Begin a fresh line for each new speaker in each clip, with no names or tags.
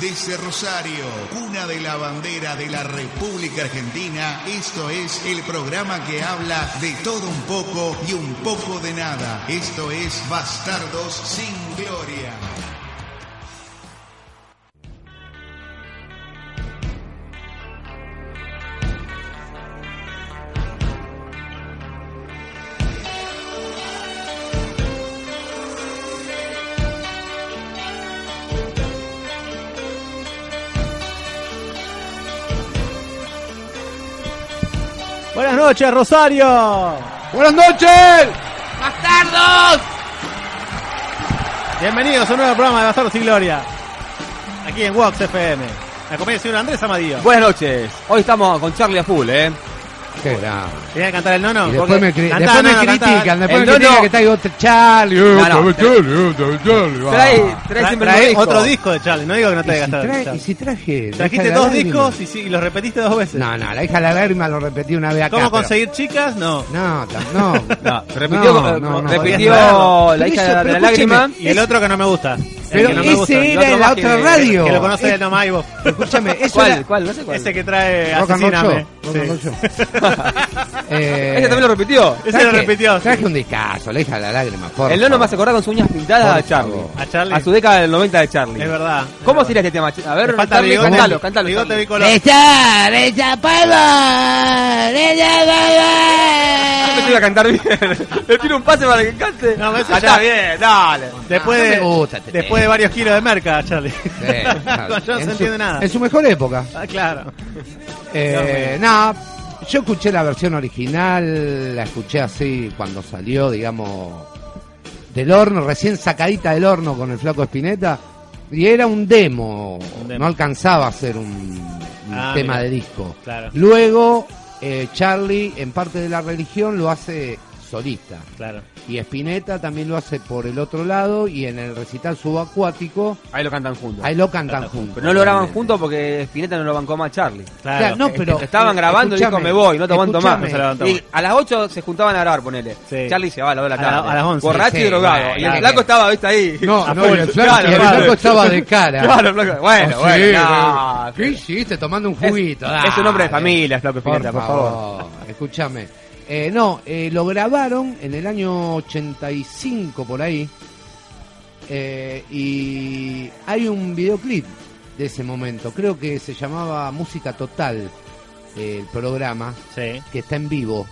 Desde Rosario, cuna de la bandera de la República Argentina, esto es el programa que habla de todo un poco y un poco de nada. Esto es Bastardos sin Gloria.
Buenas noches, Rosario.
Buenas noches.
¡Bastardos!
Bienvenidos a un nuevo programa de Bastardos y Gloria. Aquí en Vox FM. La comedia del señor Andrés Amadío.
Buenas noches. Hoy estamos con Charlie a full, ¿eh?
Qué grave.
¿Tenía que cantar el nono?
Y después me, cri-
Cantá,
después me
nono, cantá.
critican, después
El
me critican
nono-
que traigo otro Charlie, eh,
No, no,
otro
trae-
Charlie, otro Charlie, va.
Trae, trae
Tra-
siempre
trae
el mismo
otro disco de Charlie. No digo que no
Y
te haya
si
gastado.
trae-
Charlie.
y si traje... la
Trajiste
hija de
dos
la
discos
lágrima?
y, sí, y los repetiste dos veces.
No, no, la hija de la lágrima lo repetí una vez acá.
¿Cómo
pero-
conseguir chicas? No.
No, tam- no.
No, repitió,
No,
eh,
no, no,
repitió
no,
no.
la hija
Pero eso,
de la
pero escúcheme.
lágrima.
Y el otro que no me gusta.
Pero
el que no me
ese
gusta.
el
era
otro
en la
más que-
otra radio.
Que lo conoce de Nomai vos.
Escúchame, eso
¿Cuál?
era...
¿Cuál? No sé cuál.
Ese que trae
Rock and Roll
Asesiname.
Show, Rock and Roll
Sí.
Show. Eh,
Ese también lo repitió.
Ese lo
traje-
repitió. sí.
Traje un discazo, la hija de la lágrima, por
El nono
favor.
más acordado con sus uñas pintadas
Por
a Charlie.
favor.
A Charlie.
A su década del 90 de Charlie.
Es verdad.
¿Cómo
Es
sería este tema? A ver,
verdad. Le falta
Charlie,
bigote.
cantalo, cantalo.
Bigote
Charlie.
bicolor.
¡Esa, esa palma! ¡Esa palma!
No te iba a cantar bien. Le tiro un pase para que cante.
No, ese ya-
Ah, Está bien, dale.
Después,
Ah, no
de,
me gusta este
después de varios kilos de merca, Charlie. no, yo no se entiende nada.
En su mejor época.
Ah, claro.
Eh, no, yo escuché la versión original, la escuché así cuando salió, digamos, del horno, recién sacadita del horno con el flaco Espineta. Y era un demo,
Un demo.
no alcanzaba a ser un, un
Ah,
tema
mira.
de disco.
Claro.
Luego, eh, Charlie, en parte de la religión, lo hace solista.
Claro.
Y Espineta también lo hace por el otro lado y en el recital subacuático,
Ahí lo cantan juntos.
ahí lo cantan juntos.
Pero no lo graban
realmente.
juntos porque Spinetta no lo bancó más Charlie.
Claro.
Claro, no, pero
Estaban grabando y dijo,
escúchame,
me voy, no te aguanto más.
escúchame.
No se la aguantó
Y
más.
a las 8 se juntaban a grabar, ponele.
Sí.
Charlie se va a la hora de la
A la-
tarde.
a las 11.
Borracho
Sí,
y drogado.
bueno,
y el
claro.
flaco estaba, viste, ahí.
No,
A
no,
full.
y el Ah, flaco,
Claro,
y el
claro.
flaco estaba de cara.
Claro, flaco. Bueno,
Ah, sí,
bueno.
pero-
no.
¿Qué hiciste tomando un
Es-
juguito?
es, un hombre de
Dale.
familia, flaco
Por
Spinetta, por favor.
favor, escúchame. Eh, no, eh, lo grabaron en el año 85 por ahí. Eh, y hay un videoclip de ese momento. Creo que se llamaba Música Total, eh, el programa,
Sí.
que está en vivo.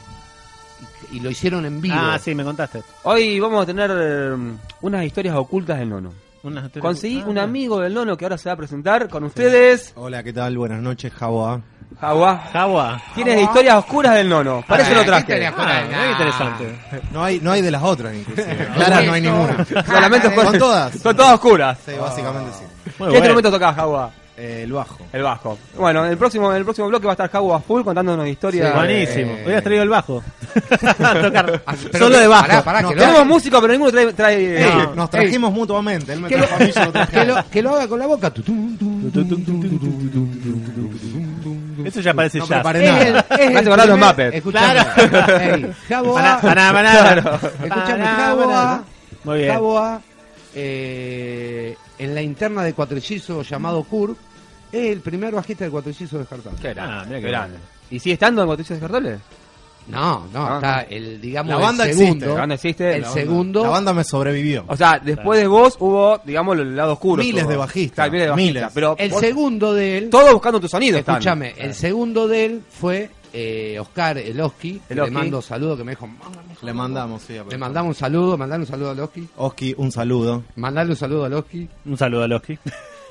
Y, y lo hicieron en vivo.
Ah, sí, me contaste.
Hoy vamos a tener eh, unas historias ocultas del nono.
Una-
Conseguí
Ah,
un
mira.
amigo del nono que ahora se va a presentar con ustedes.
Hola, ¿qué tal? Buenas noches, Jaboa.
Jaguá.
Jagua.
Tienes historias oscuras del nono. Para eso
Ah,
lo
¿qué tenés?
traje.
Ah, muy interesante.
No hay, no hay de las otras, inclusive. Clara, no hay ninguna.
Solamente
¿Son todas?
Son todas oscuras.
Sí, básicamente sí.
Muy
¿Qué
bueno.
instrumento tocás, Jaguá?
Eh, el bajo.
El bajo. Bueno, en el próximo, en el próximo bloque va a estar Jaguá Full contándonos historias.
Sí,
Buenísimo.
Eh.
Hubieras traído el bajo. A tocar.
Ah, pero
Solo
que-
de bajo.
pará, pará,
No,
que lo
Tenemos
haga-
músicos, pero ninguno trae. eh, trae-
Ey,
No.
nos trajimos mutuamente. Él me
que,
trajo a mí, yo lo
lo,
traje
que,
a él.
lo, que lo haga con la boca. Tutum, tum, tum, tum, tum, tum, tum, tum.
Eso ya parece
No
jazz.
preparé
Es el-
nada.
es el
Me hace acordar los
primer-
Muppets.
Escuchame. Ey, Jabo
Paná,
A.
paná, paná.
Escuchame,
Paná,
Jabo
paná.
A.
Muy bien.
Jabo A, eh, en la interna de Cuatricizo llamado Cur, es el primer bajista de Cuatricizo descartado.
Qué grande,
Ah, mirá
qué
qué
grande. ¿Y sigue estando en Botellas Descartables?
No, no,
No,
está el, digamos,
La banda
el
existe,
segundo.
La banda existe,
El
la banda-
segundo.
La banda me sobrevivió.
O sea, después de vos hubo, digamos, el lado oscuro.
Miles
estuvo.
de bajistas,
Claro, miles de bajistas.
miles.
Pero
el
vos-
segundo de él.
todos buscando tu sonido. están.
Escúchame, el segundo de él fue eh, Oscar Eloski. que Le
Eloski.
mando saludo que me dijo.
Le mandamos, sí. a-
Le mandamos un saludo, mandale un saludo a Eloski.
Oski, un saludo.
Mandale un saludo a Eloski.
Un saludo a Loski.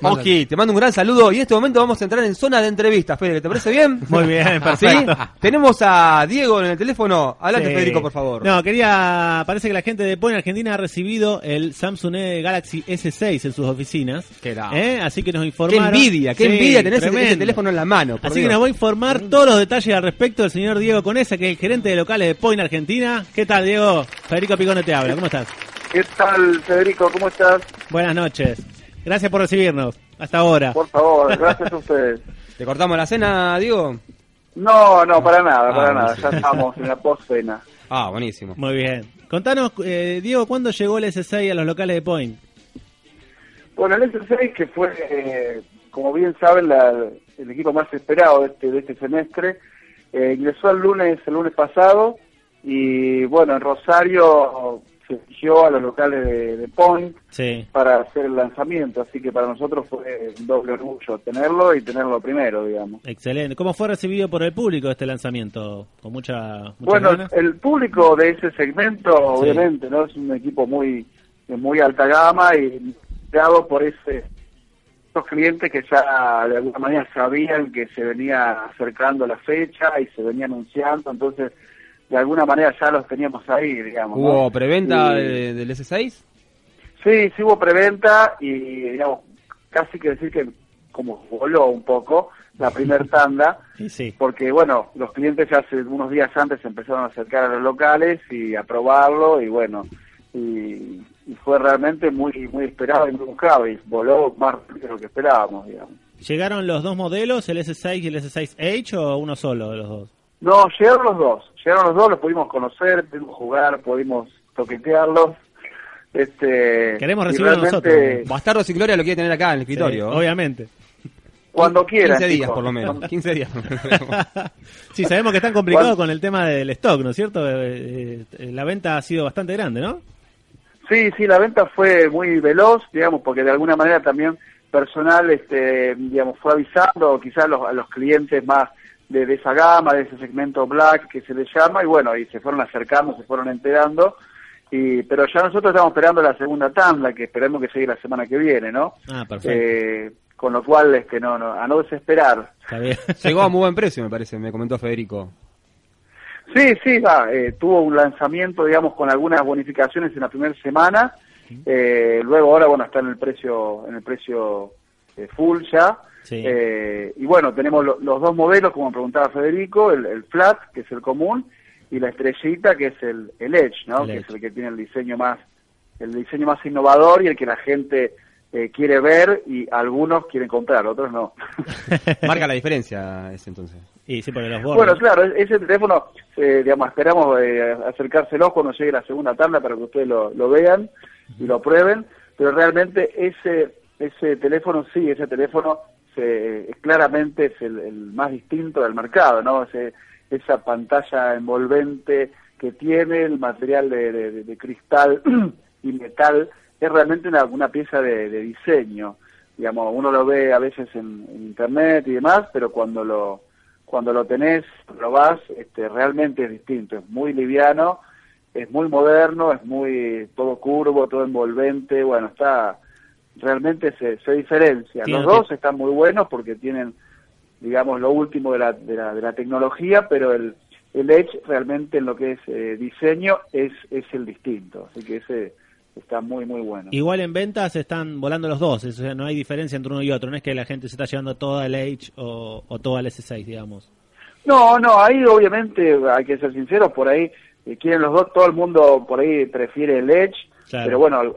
Oski, te mando un gran saludo y en este momento vamos a entrar en zona de entrevistas, Fede, ¿te parece bien?
Muy bien,
¿Sí?
perfecto.
Tenemos a Diego en el teléfono. Adelante,
Sí.
Federico, por favor.
No, quería. Parece que la gente de Pony Argentina ha recibido el Samsung E Galaxy S6 en sus oficinas.
Qué grande.
¿Eh? Así que nos
qué
informaron.
envidia, qué
Sí,
envidia tener ese- ese,
tremendo.
teléfono en la mano. por
Así que
Dios.
nos va a informar todos los detalles al respecto del señor Diego Conesa, que es el gerente de locales de Point Argentina. ¿Qué tal, Diego? Federico Picone te habla. ¿Cómo estás?
¿Qué tal, Federico? ¿Cómo estás?
Buenas noches. Gracias por recibirnos. Hasta ahora.
Por favor, gracias a ustedes.
¿Te cortamos la cena, Diego?
No, no, para nada, para
Ah,
nada.
sí.
Ya estamos en la postcena.
Ah, buenísimo.
Muy bien. Contanos, eh, Diego, ¿cuándo llegó el S6 a los locales de Point?
Bueno, el S6 que fue eh, como bien saben, la- el equipo más esperado de este, de este semestre. Eh, ingresó el lunes, el lunes pasado, y bueno, en Rosario se eligió a los locales de, de Point
Sí.
para hacer el lanzamiento, así que para nosotros fue un doble orgullo tenerlo y tenerlo primero, digamos.
Excelente. ¿Cómo fue recibido por el público este lanzamiento? Con mucha. muchas
Bueno,
ganas?
el público de ese segmento, obviamente, no es un equipo muy de muy alta gama y dado por ese esos clientes que ya de alguna manera sabían que se venía acercando la fecha y se venía anunciando, entonces de alguna manera ya los teníamos ahí, digamos. ¿no?
¿Hubo preventa
Y-
de- del S6?
Sí, sí hubo preventa y, digamos, casi que decir que como voló un poco la primer tanda,
Y sí.
porque, bueno, los clientes ya hace unos días antes se empezaron a acercar a los locales y a probarlo y, bueno, y, y fue realmente muy muy esperado y muy buscado y voló más de lo que esperábamos, digamos.
¿Llegaron los dos modelos, el S6 y el S6H, o uno solo de los dos?
No, llegaron los dos, llegaron los dos, los pudimos conocer, pudimos jugar, pudimos toquetearlos. Este,
Queremos
y
recibirlos
realmente-
nosotros. ¿eh?
Bastardos y Gloria lo quiere tener acá en el escritorio.
Sí, obviamente.
Cuando quieran.
15 días
chicos.
por lo menos. 15 días.
sí, sabemos que están complicados
¿Cuál?
con el tema del stock, ¿no es cierto? Eh, eh, La venta ha sido bastante grande, ¿no?
Sí, sí, la venta fue muy veloz, digamos, porque de alguna manera también personal, este, digamos, fue avisando quizás a los, a los clientes más de, de esa gama, de ese segmento black que se le llama, y bueno, y se fueron acercando, se fueron enterando, y, pero ya nosotros estamos esperando la segunda tanda, que esperemos que llegue la semana que viene, ¿no?
Ah, perfecto.
Eh, con lo cual, este, no, no, a no desesperar.
Está bien.
Llegó a muy buen precio, me parece, me comentó Federico.
Sí, sí, va, eh, tuvo un lanzamiento, digamos, con algunas bonificaciones en la primera semana. Eh, luego ahora, bueno, está en el precio, en el precio eh, full ya.
Sí.
Eh, y bueno, tenemos lo- los dos modelos, como preguntaba Federico, el, el flat, que es el común, y la estrellita, que es el, el edge, ¿no?
El
que
Edge.
es el que tiene el diseño más, el diseño más innovador y el que la gente eh, quiere ver y algunos quieren comprar, otros no.
Marca la diferencia ese entonces.
Y sí, porque los
Bueno,
¿eh?
bordes.
claro, e- ese teléfono, eh, digamos, esperamos eh, acercárselos cuando llegue la segunda tanda para que ustedes lo, lo vean y lo prueben, pero realmente ese ese teléfono, sí, ese teléfono se, claramente es el, el más distinto del mercado, ¿no? Ese- esa pantalla envolvente que tiene, el material de, de- de- de cristal y metal, es realmente una, una pieza de, de diseño. Digamos, uno lo ve a veces en- en internet y demás, pero cuando lo, cuando lo tenés, lo vas, este, realmente es distinto, es muy liviano, es muy moderno, es muy todo curvo, todo envolvente, bueno, está, realmente se, se diferencia.
Tiene
Los
que-
dos están muy buenos porque tienen, digamos, lo último de la, de la, de la tecnología, pero el, el Edge realmente en lo que es eh, diseño es, es el distinto, así que ese está muy, muy bueno.
Igual en ventas están volando los dos, o sea, no hay diferencia entre uno y otro, no es que la gente se está llevando toda el H o, o toda el S6, digamos.
No, no, ahí obviamente hay que ser sinceros, por ahí eh, quieren los dos, todo el mundo por ahí prefiere el Edge,
Claro.
pero bueno, eh,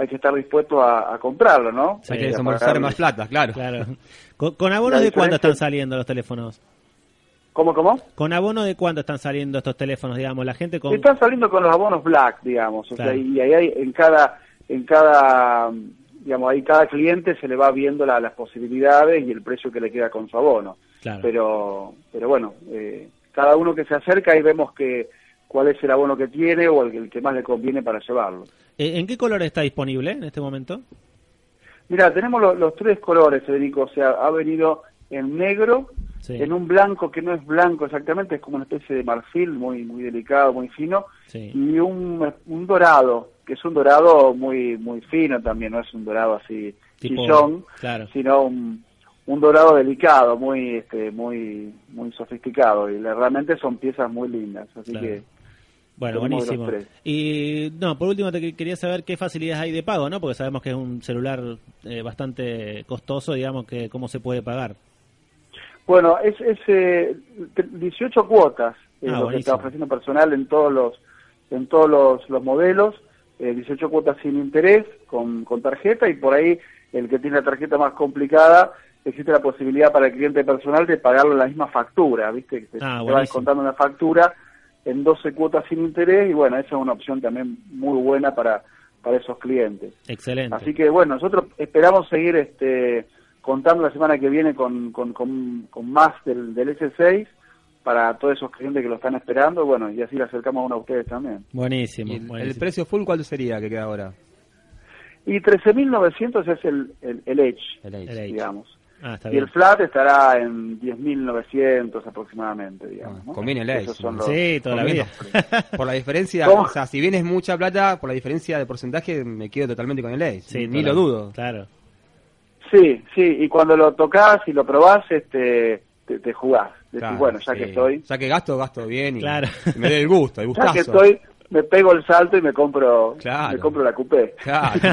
hay que estar dispuesto a, a comprarlo, ¿no? Eh,
Sí,
Hay que
para
desembolsar más plata, claro.
Claro. ¿Con, con abonos
La
de cuándo
diferencia-
están saliendo los teléfonos?
¿Cómo, cómo?
¿Con abono de cuándo están saliendo estos teléfonos, digamos? La gente con...
Están saliendo con los abonos black, digamos, o
Claro.
sea, y ahí hay, en cada, en cada, mm, digamos, ahí cada cliente se le va viendo la- las posibilidades y el precio que le queda con su abono.
Claro.
Pero, pero bueno, eh, cada uno que se acerca y vemos que cuál es el abono que tiene o el, el que más le conviene para llevarlo.
Eh, ¿En qué color está disponible en este momento?
Mira, tenemos lo- los tres colores, Federico. O sea, ha venido en negro,
Sí.
en un blanco que no es blanco exactamente, es como una especie de marfil muy muy delicado, muy fino,
Sí.
y un, un dorado, que es un dorado muy muy fino también, no es un dorado así
Tipo,
chillón,
claro.
sino un, un dorado delicado, muy este muy muy sofisticado. Y la- realmente son piezas muy lindas, así
Claro.
que
Bueno,
Tenemos de los
buenísimo.
tres.
Y no, por último te que- quería saber qué facilidades hay de pago, ¿no? Porque sabemos que es un celular eh, bastante costoso, digamos, que cómo se puede pagar.
Bueno, es, es eh, 18 cuotas eh, lo
Ah,
que
buenísimo.
está ofreciendo personal en todos los en todos los, los modelos, eh, 18 cuotas sin interés, con, con tarjeta, y por ahí el que tiene la tarjeta más complicada, existe la posibilidad para el cliente personal de pagarlo en la misma factura, ¿viste? Que se-
Ah,
se
buenísimo.
va descontando una factura en 12 cuotas sin interés, y bueno, esa es una opción también muy buena para, para esos clientes.
Excelente.
Así que bueno, nosotros esperamos seguir este contando la semana que viene con, con, con- con más del, del S6 para todos esos clientes que lo están esperando, bueno, y así le acercamos a uno a ustedes también.
Buenísimo.
Y el, el
buenísimo.
precio full cuál sería que queda ahora?
Y 13.900 es el, el, el Edge,
El
El Edge.
digamos.
Ah, está
y
bien.
el flat estará en 10.900 aproximadamente, digamos.
Ah,
¿no?
conviene el Edge.
Esos son los-
Sí, toda la vida.
Por la diferencia,
¿Cómo?
o sea, si bien es mucha plata, por la diferencia de porcentaje me quedo totalmente con el Edge.
Sí, toda
Ni lo
la-
dudo.
Claro.
Sí, sí, y cuando lo tocas y lo probás, este, te, te jugás. Decís,
Claro,
bueno, ya que
sí.
estoy,
Ya que gasto, gasto bien. Y,
Claro.
y me da el gusto, el gustazo.
ya que estoy, me pego el salto y me compro,
Claro.
me compro la coupé.
Claro, Ah,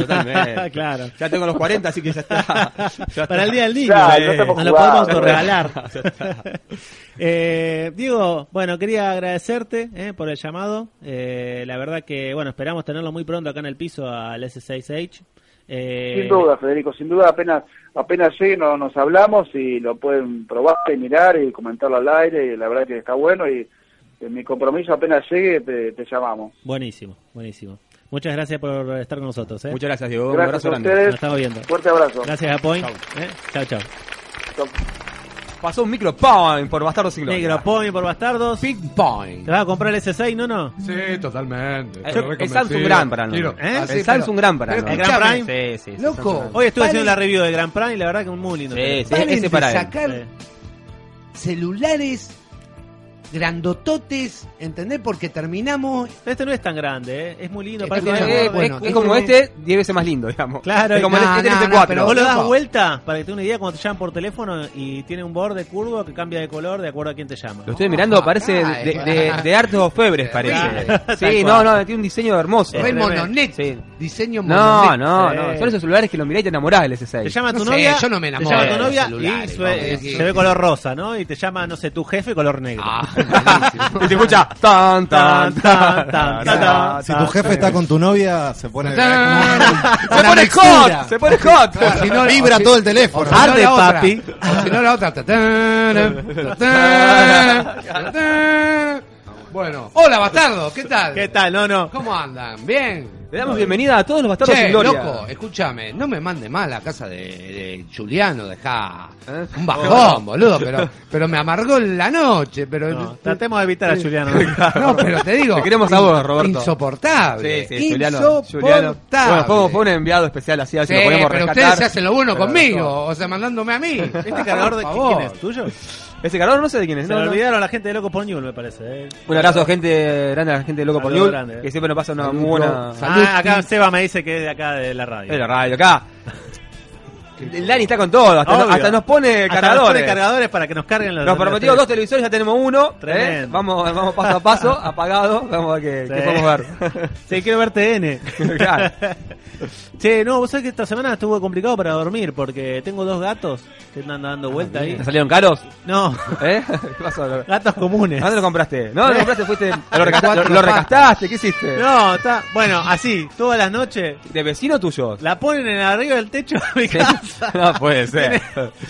totalmente.
Claro.
Ya tengo los 40, así que ya está. Ya
Para
está. Eh,
el día del niño. eh,
Claro,
no estamos
Nos lo
jugando,
podemos
ya está.
regalar. eh, Diego, bueno, quería agradecerte eh, por el llamado. Eh, la verdad que, bueno, esperamos tenerlo muy pronto acá en el piso al S6H. Eh,
Sin duda, Federico, sin duda, apenas apenas llegue no- nos hablamos y lo pueden probar y mirar y comentarlo al aire y la verdad que está bueno y en mi compromiso apenas llegue te, te llamamos.
Buenísimo, buenísimo. Muchas gracias por estar con nosotros. Eh.
Muchas gracias, Diego. Un
Gracias
abrazo
a
grande.
ustedes.
Nos estamos viendo.
Fuerte abrazo.
Gracias a Point. Eh, Chao, chao.
Chau.
Pasó un micro pound por Bastardo sin Gloria.
Negro Point por bastardos.
Big Point.
¿Te vas a comprar el S6? No, no.
Sí, totalmente.
Eh,
Estoy
el
reconvencido.
Samsung Gran para nosotros.
Quiero-
¿Eh?
Ah, sí,
El Samsung
pero-
Gran para
pero
nosotros.
¿El Gran
escúchame,
Prime? Sí, sí, sí,
Loco.
Samsung Gran.
Hoy estuve haciendo la
Vale.
review del Gran Prime y la verdad que muy lindo.
Sí, sí,
Paren
ese
de
para él.
sacar
Eh,
celulares grandototes, ¿entendés? Porque terminamos
Este no es tan grande, eh. es muy lindo.
Este
parece
Eh,
no
que-
eh,
es bueno,
es
este
como
tiene-
este, 10 veces más lindo, digamos.
Claro,
es como
no,
el
no,
este
no,
4
pero
Vos lo das
Ojo.
vuelta para que te dé una idea cuando te llaman por teléfono y tiene un borde curvo que cambia de color de acuerdo a quién te llama.
Lo estoy mirando,
Ah,
parece
ay,
de, de,
bueno.
de Artes o Febres, parece.
Claro.
Sí,
eh, Tal
no,
cual.
no, tiene un diseño hermoso.
re
tremendo.
mononet,
Sí.
diseño
No,
mononet.
no,
Sí.
no. Son esos celulares que lo mirás y te enamorás del S6.
Te llama
No
tu
sé,
novia,
yo no me
te
enamoro
llama tu
de
novia
celulares,
y
vamos,
se-
sí,
se
sí.
ve color rosa, ¿no? Y te llama, no sé, tu jefe color negro.
Ah, buenísimo.
Y te escucha tan tan tan tan tan.
Ah,
Si tu jefe está con tu novia, se pone.
Se pone hot, se pone hot.
O si no,
Vibra
o si-
todo el teléfono.
o si no,
Arde,
la otra.
papi.
O si no, la otra. Ta- ta- ta- ta- ta- Bueno, hola bastardo, ¿qué tal?
¿Qué tal? No, no.
¿Cómo andan? ¿Bien?
Le damos bienvenida a todos los bastardos
Che,
sin gloria.
loco, escúchame, no me mande mal a la casa de, de Juliano, dejá
¿Eh?
un bajón, boludo, pero, pero me amargó la noche, pero...
No, tratemos de evitar a Juliano.
No, pero te digo...
Te queremos a vos, Roberto.
Insoportable.
Sí, sí, Juliano. Juliano.
Insoportable.
Bueno, fue, fue un enviado especial así, a ver
Sí,
si lo podemos
pero
rescatar.
ustedes se hacen lo bueno
Pero,
conmigo, o sea, mandándome a mí.
¿Este cargador de
Por
quién
favor.
es? ¿Tuyo?
Ese calor no sé de quién es.
Se
no,
lo
no.
olvidaron a la gente de Loco por Ñul, me parece. ¿eh?
Un abrazo, gente grande, a la gente de Loco por
Saludo
Newell,
grande, eh.
que siempre nos pasa una muy buena...
Salud.
Ah, acá Seba me dice que es de acá de la radio.
Es la radio, acá. Eh, El Dani está con todo, hasta,
Obvio.
hasta nos pone
Hasta
cargadores.
nos pone cargadores para que nos carguen los
Nos prometió dos
los-
televisores, ya tenemos uno. ¿eh?
Tremendo.
Vamos, vamos paso a paso, apagado, vamos a ver qué,
Sí.
qué podemos ver.
Sí, quiero ver TN.
Claro.
Che, no, vos sabés que esta semana estuvo complicado para dormir porque tengo dos gatos que andan dando vuelta ahí.
Ah, ¿Te salieron caros?
No,
¿Eh? ¿Qué pasó? ¿A
gatos comunes.
dónde lo compraste? No, lo compraste, fuiste. ¿Lo, recata-
Cuatro
lo- lo
patas.
recastaste? ¿Qué hiciste?
No, está. Bueno, así, todas las noches
¿De vecino tuyo?
la ponen en arriba del techo de mi casa.
No puede ser.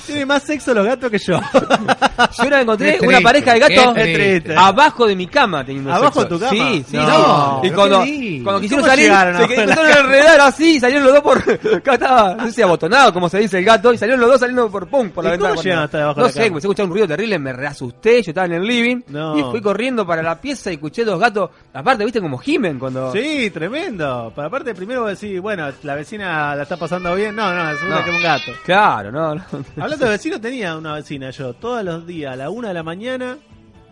Tiene más sexo los gatos que yo.
Yo una vez encontré
Qué triste,
una pareja de gatos
qué
triste. Ah,
abajo de mi cama teniendo
¿Abajo
sexo.
de tu cama?
Sí, sí,
No,
sí. Y
pero
cuando,
qué lindo.
cuando quisieron
¿Cómo
salir,
llegaron
se
a
que-
la
empezaron a enredar así, y salieron los dos por... Acá estaba, no sé si abotonado, como se dice el gato, y salieron los dos saliendo por pum, por la
¿Y cómo
ventana.
llegaron hasta debajo de
no
la
sé,
cama?
me escuchaba un ruido terrible, me reasusté, yo estaba en el living,
No.
y fui corriendo para la pieza y escuché dos gatos. Aparte, viste como gimen
Ah,
cuando...
Sí, tremendo. Pero aparte, primero vos decís, bueno, la vecina la está pasando bien. No, no, es una
No.
que es un gato.
Claro, no, no.
Hablando de vecinos, tenía una vecina yo, todos los días, a la una de la mañana,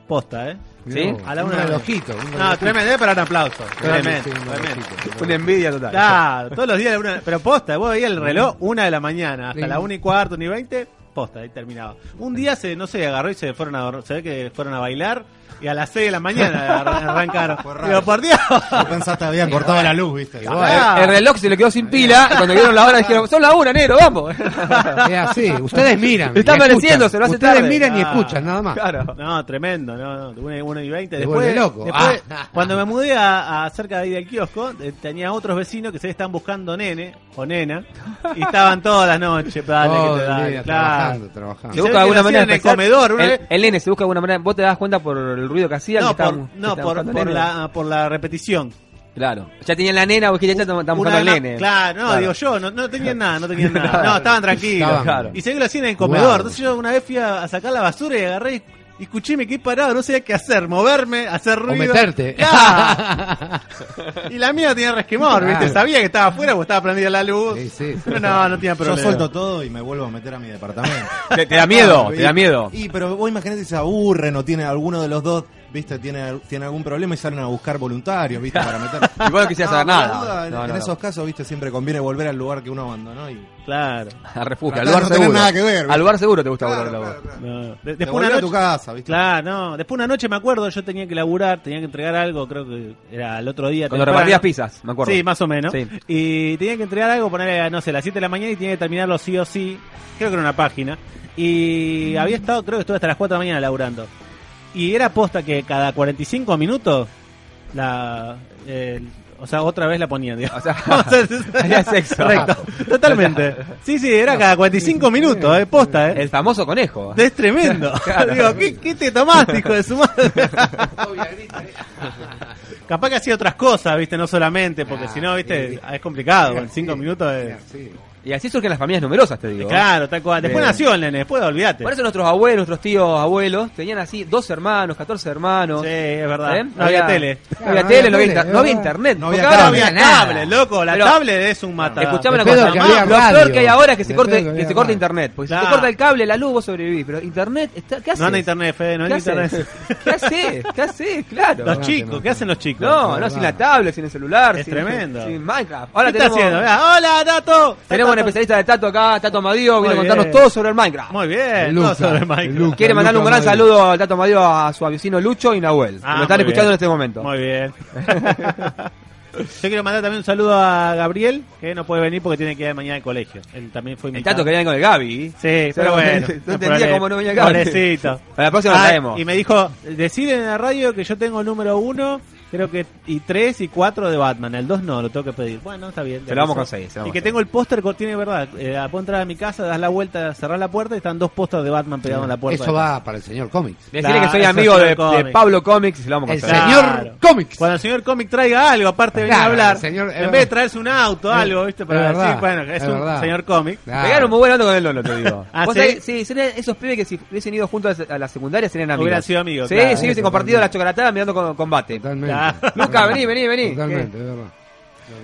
posta, ¿eh?
¿Sí?
A la
Un
una de la
relojito, un
mañana. No,
relojito.
tremendo, eh, para un aplauso. Tremendo,
sí, un
tremendo.
Una envidia total.
Claro, todos los días a la una. Pero posta, vos veías el reloj, una de la mañana, hasta
Sí.
la una y cuarto, una y veinte, posta, ahí terminaba. Un día se, no sé, agarró y se fueron a dor- se ve que fueron a bailar y a las seis de la mañana arran- arrancaron.
raro.
Digo, por Dios.
Vos pensaste habían cortado la luz, viste.
Igual.
Claro.
El, el reloj se le quedó sin pila, y cuando vieron la hora dijeron, son la una, negro, vamos.
Es así, ustedes miran. y
Está
escuchan.
amaneciendo, se lo hace
Ustedes
tarde.
miran y
Ah.
escuchan, nada más.
Claro.
No, tremendo, no, no, una, una y veinte.
Te
Después,
vuelve loco.
después,
Ah.
cuando me mudé a, a cerca de ahí del kiosco, eh, tenía otros vecinos que se estaban buscando nene o nena y estaban todas las noches, dale,
Todo
que te
el
dale,
día
claro.
trabajando,
Se
trabajando.
busca de
Se ve que
alguna
lo
manera
hacían en el
especial.
comedor, una
el,
vez.
el nene se busca de alguna manera. Vos te das cuenta por el ruido que hacía. que
No,
estaba-
por,
que
no
estaba
por,
buscando
por
nene.
la, por la repetición.
Claro. Ya tenían la nena, porque ya estamos buscando
Una-
al nene.
Claro, no, digo yo, no, no tenían nada, no tenían nada. No, estaban tranquilos.
Estaban.
Claro.
Y se vio la cena en el comedor.
Jugados.
Entonces yo una vez fui a, a sacar la basura y agarré y- y escuché, me quedé parado, no sabía qué hacer, moverme, hacer
O
ruido.
meterte.
Claro. y la mía tenía resquemor, ¿viste?
Claro.
Sabía que estaba afuera porque estaba prendida la luz.
Sí, sí, sí.
Pero no, no tenía problema.
Yo suelto todo y me vuelvo a meter a mi departamento.
Te, te da miedo, te
Y-
da miedo.
Y pero vos imaginate si se aburren o tiene alguno de los dos, viste, tiene, tiene algún problema y salen a buscar voluntarios, viste, para meter.
Y vos no quisieras
No,
saber
por la
nada.
duda, en
No, no,
en
no.
esos casos, viste, siempre conviene volver al lugar que uno abandonó y
Claro.
Al
Tratá
refugio,
de
al lugar
no tener
seguro.
nada que ver, ¿viste?
Al lugar seguro te gusta volver a la
Claro,
voz.
claro, claro.
No. De-
Te
Después una
volvés a
noche,
tu casa, ¿viste?
Claro, no. Después una noche me acuerdo, yo tenía que laburar, tenía que entregar algo, creo que era el otro día.
Cuando
temprano.
repartías pizzas, me acuerdo.
Sí, más o menos.
Sí.
Y tenía que entregar algo, poner, no sé, a las 7 de la mañana y tenía que terminarlo sí o sí. Creo que era una página. Y había estado, creo que estuve hasta las 4 de la mañana laburando. Y era posta que cada 45 minutos, la. el- o sea, otra vez la ponían, digamos.
O sea,
Era
había sexo.
Correcto, totalmente. Sí, sí, era cada 45 minutos, eh, posta, eh.
El famoso conejo.
Es tremendo. Digo, ¿qué, qué te tomaste, hijo de su madre? Capaz que hacía otras cosas, viste, no solamente, porque
Ah,
si no, viste,
sí.
es complicado. En cinco
Sí,
minutos es.
mira, sí.
Y así surgen las familias numerosas, te digo.
Claro, tal cual. Después
Bien.
nació el nene, después olvídate.
Por eso nuestros abuelos, nuestros tíos, abuelos, tenían así dos hermanos, 14 hermanos.
Sí, es verdad.
¿Eh?
No había tele.
No había tele, no había, inter-
es
no había
verdad.
internet.
No había
Porque
No
ahora
cable.
había
había nada.
cable, loco. La
Pero-
tablet es un mata.
Escuchame
Me
una
pedo
cosa,
que
mamá,
había
lo
radio.
peor que hay ahora es que se
Me
corte,
pedo que
que
había
se corte
radio.
internet. Porque si
Claro.
te corta el cable, la luz, vos sobrevivís. Pero internet, está- ¿qué haces?
No anda internet, Fede, no
¿Qué
anda
haces?
internet.
¿Qué haces? ¿Qué haces? Claro.
Los chicos, ¿qué hacen los chicos?
No, no, sin la tablet, sin el celular.
Es
sin,
tremendo.
Sin Minecraft. Ahora
¿Qué está
tenemos,
haciendo? Mirá, Hola, Tato.
tenemos un
Tato.
especialista de Tato acá, Tato Amadío, viene a
Muy
contarnos
bien.
todo sobre el Minecraft.
Muy bien,
El
todo
Luca,
sobre
el
Minecraft.
Luca.
Quiere mandarle un gran
Amadío.
saludo al Tato Amadío a su vecino Lucho y Nahuel. que
Ah,
lo están
muy
escuchando
bien.
en este momento.
Muy bien. Yo quiero mandar también un saludo a Gabriel, que no puede venir porque tiene que ir mañana al colegio. Él también fue
El
invitado.
Tato quería ir con el Gaby.
Sí, pero bueno.
No entendía cómo no venía el Gaby.
Pobrecito.
Para la próxima lo
Ah,
traemos.
Y me dijo, decir en la radio que yo tengo el número uno, creo que y tres y cuatro de Batman. El dos no, lo tengo que pedir. Bueno, está bien.
Se lo vamos a
aviso.
conseguir, se lo
Y
vamos
que
a
tengo el póster, que tiene verdad. Eh, a entrar a mi casa, das la vuelta, cerrás la puerta y están dos pósters de Batman pegados en la puerta.
Eso va para el señor cómics.
Decirle que
Claro,
soy
eso
amigo
es el
de, de
cómic.
Pablo Comics y se lo vamos a
El
conseguir.
Claro.
señor cómics.
Cuando el señor cómic traiga algo, aparte de venir
Claro,
a hablar,
el señor- es
en vez de
verdad.
traerse un auto, algo, ¿viste?
Es
Para
verdad,
decir, bueno, es,
es
un
verdad.
señor cómic.
Claro.
Pegaron muy buen ando con el Lolo, te digo.
Ah,
¿Vos
¿sí?
sabés? sí, serían esos pibes que si hubiesen ido juntos a la secundaria serían amigos.
Hubieran sido amigos,
Sí,
claro. Ah.
sí, hubiesen compartido la chocolatada mirando con- combate.
Totalmente.
Claro.
Luca, vení, vení, vení.
Totalmente, es verdad.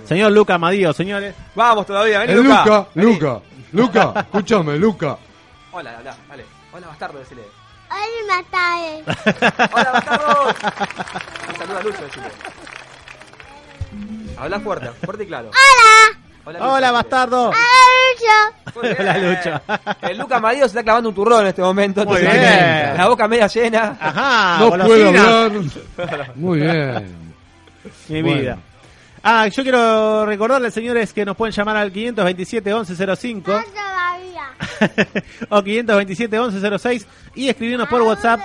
Señor Luca Amadío, señores.
Vamos todavía, vení,
Eh,
Luca.
Luca,
Vení.
Luca, Luca, escúchame, Luca.
Hola, hola, dale. Hola, bastardo, decile.
Hoy mataré.
Hola, bastardo. Saluda a Lucho, decile. Habla fuerte, fuerte y claro. Hola. Lucho,
Hola,
decile.
bastardo.
Lucho.
Muy bien.
Hola, Lucho.
El Luca Amadeo se está clavando un turrón en este momento.
Muy
entonces,
bien.
La boca media llena.
Ajá,
no puedo
golosinas.
hablar. Muy bien.
Mi
Bueno.
vida. Ah, yo quiero recordarles, señores, que nos pueden llamar al 527-1105
No todavía.
o 527-1106 y escribirnos por WhatsApp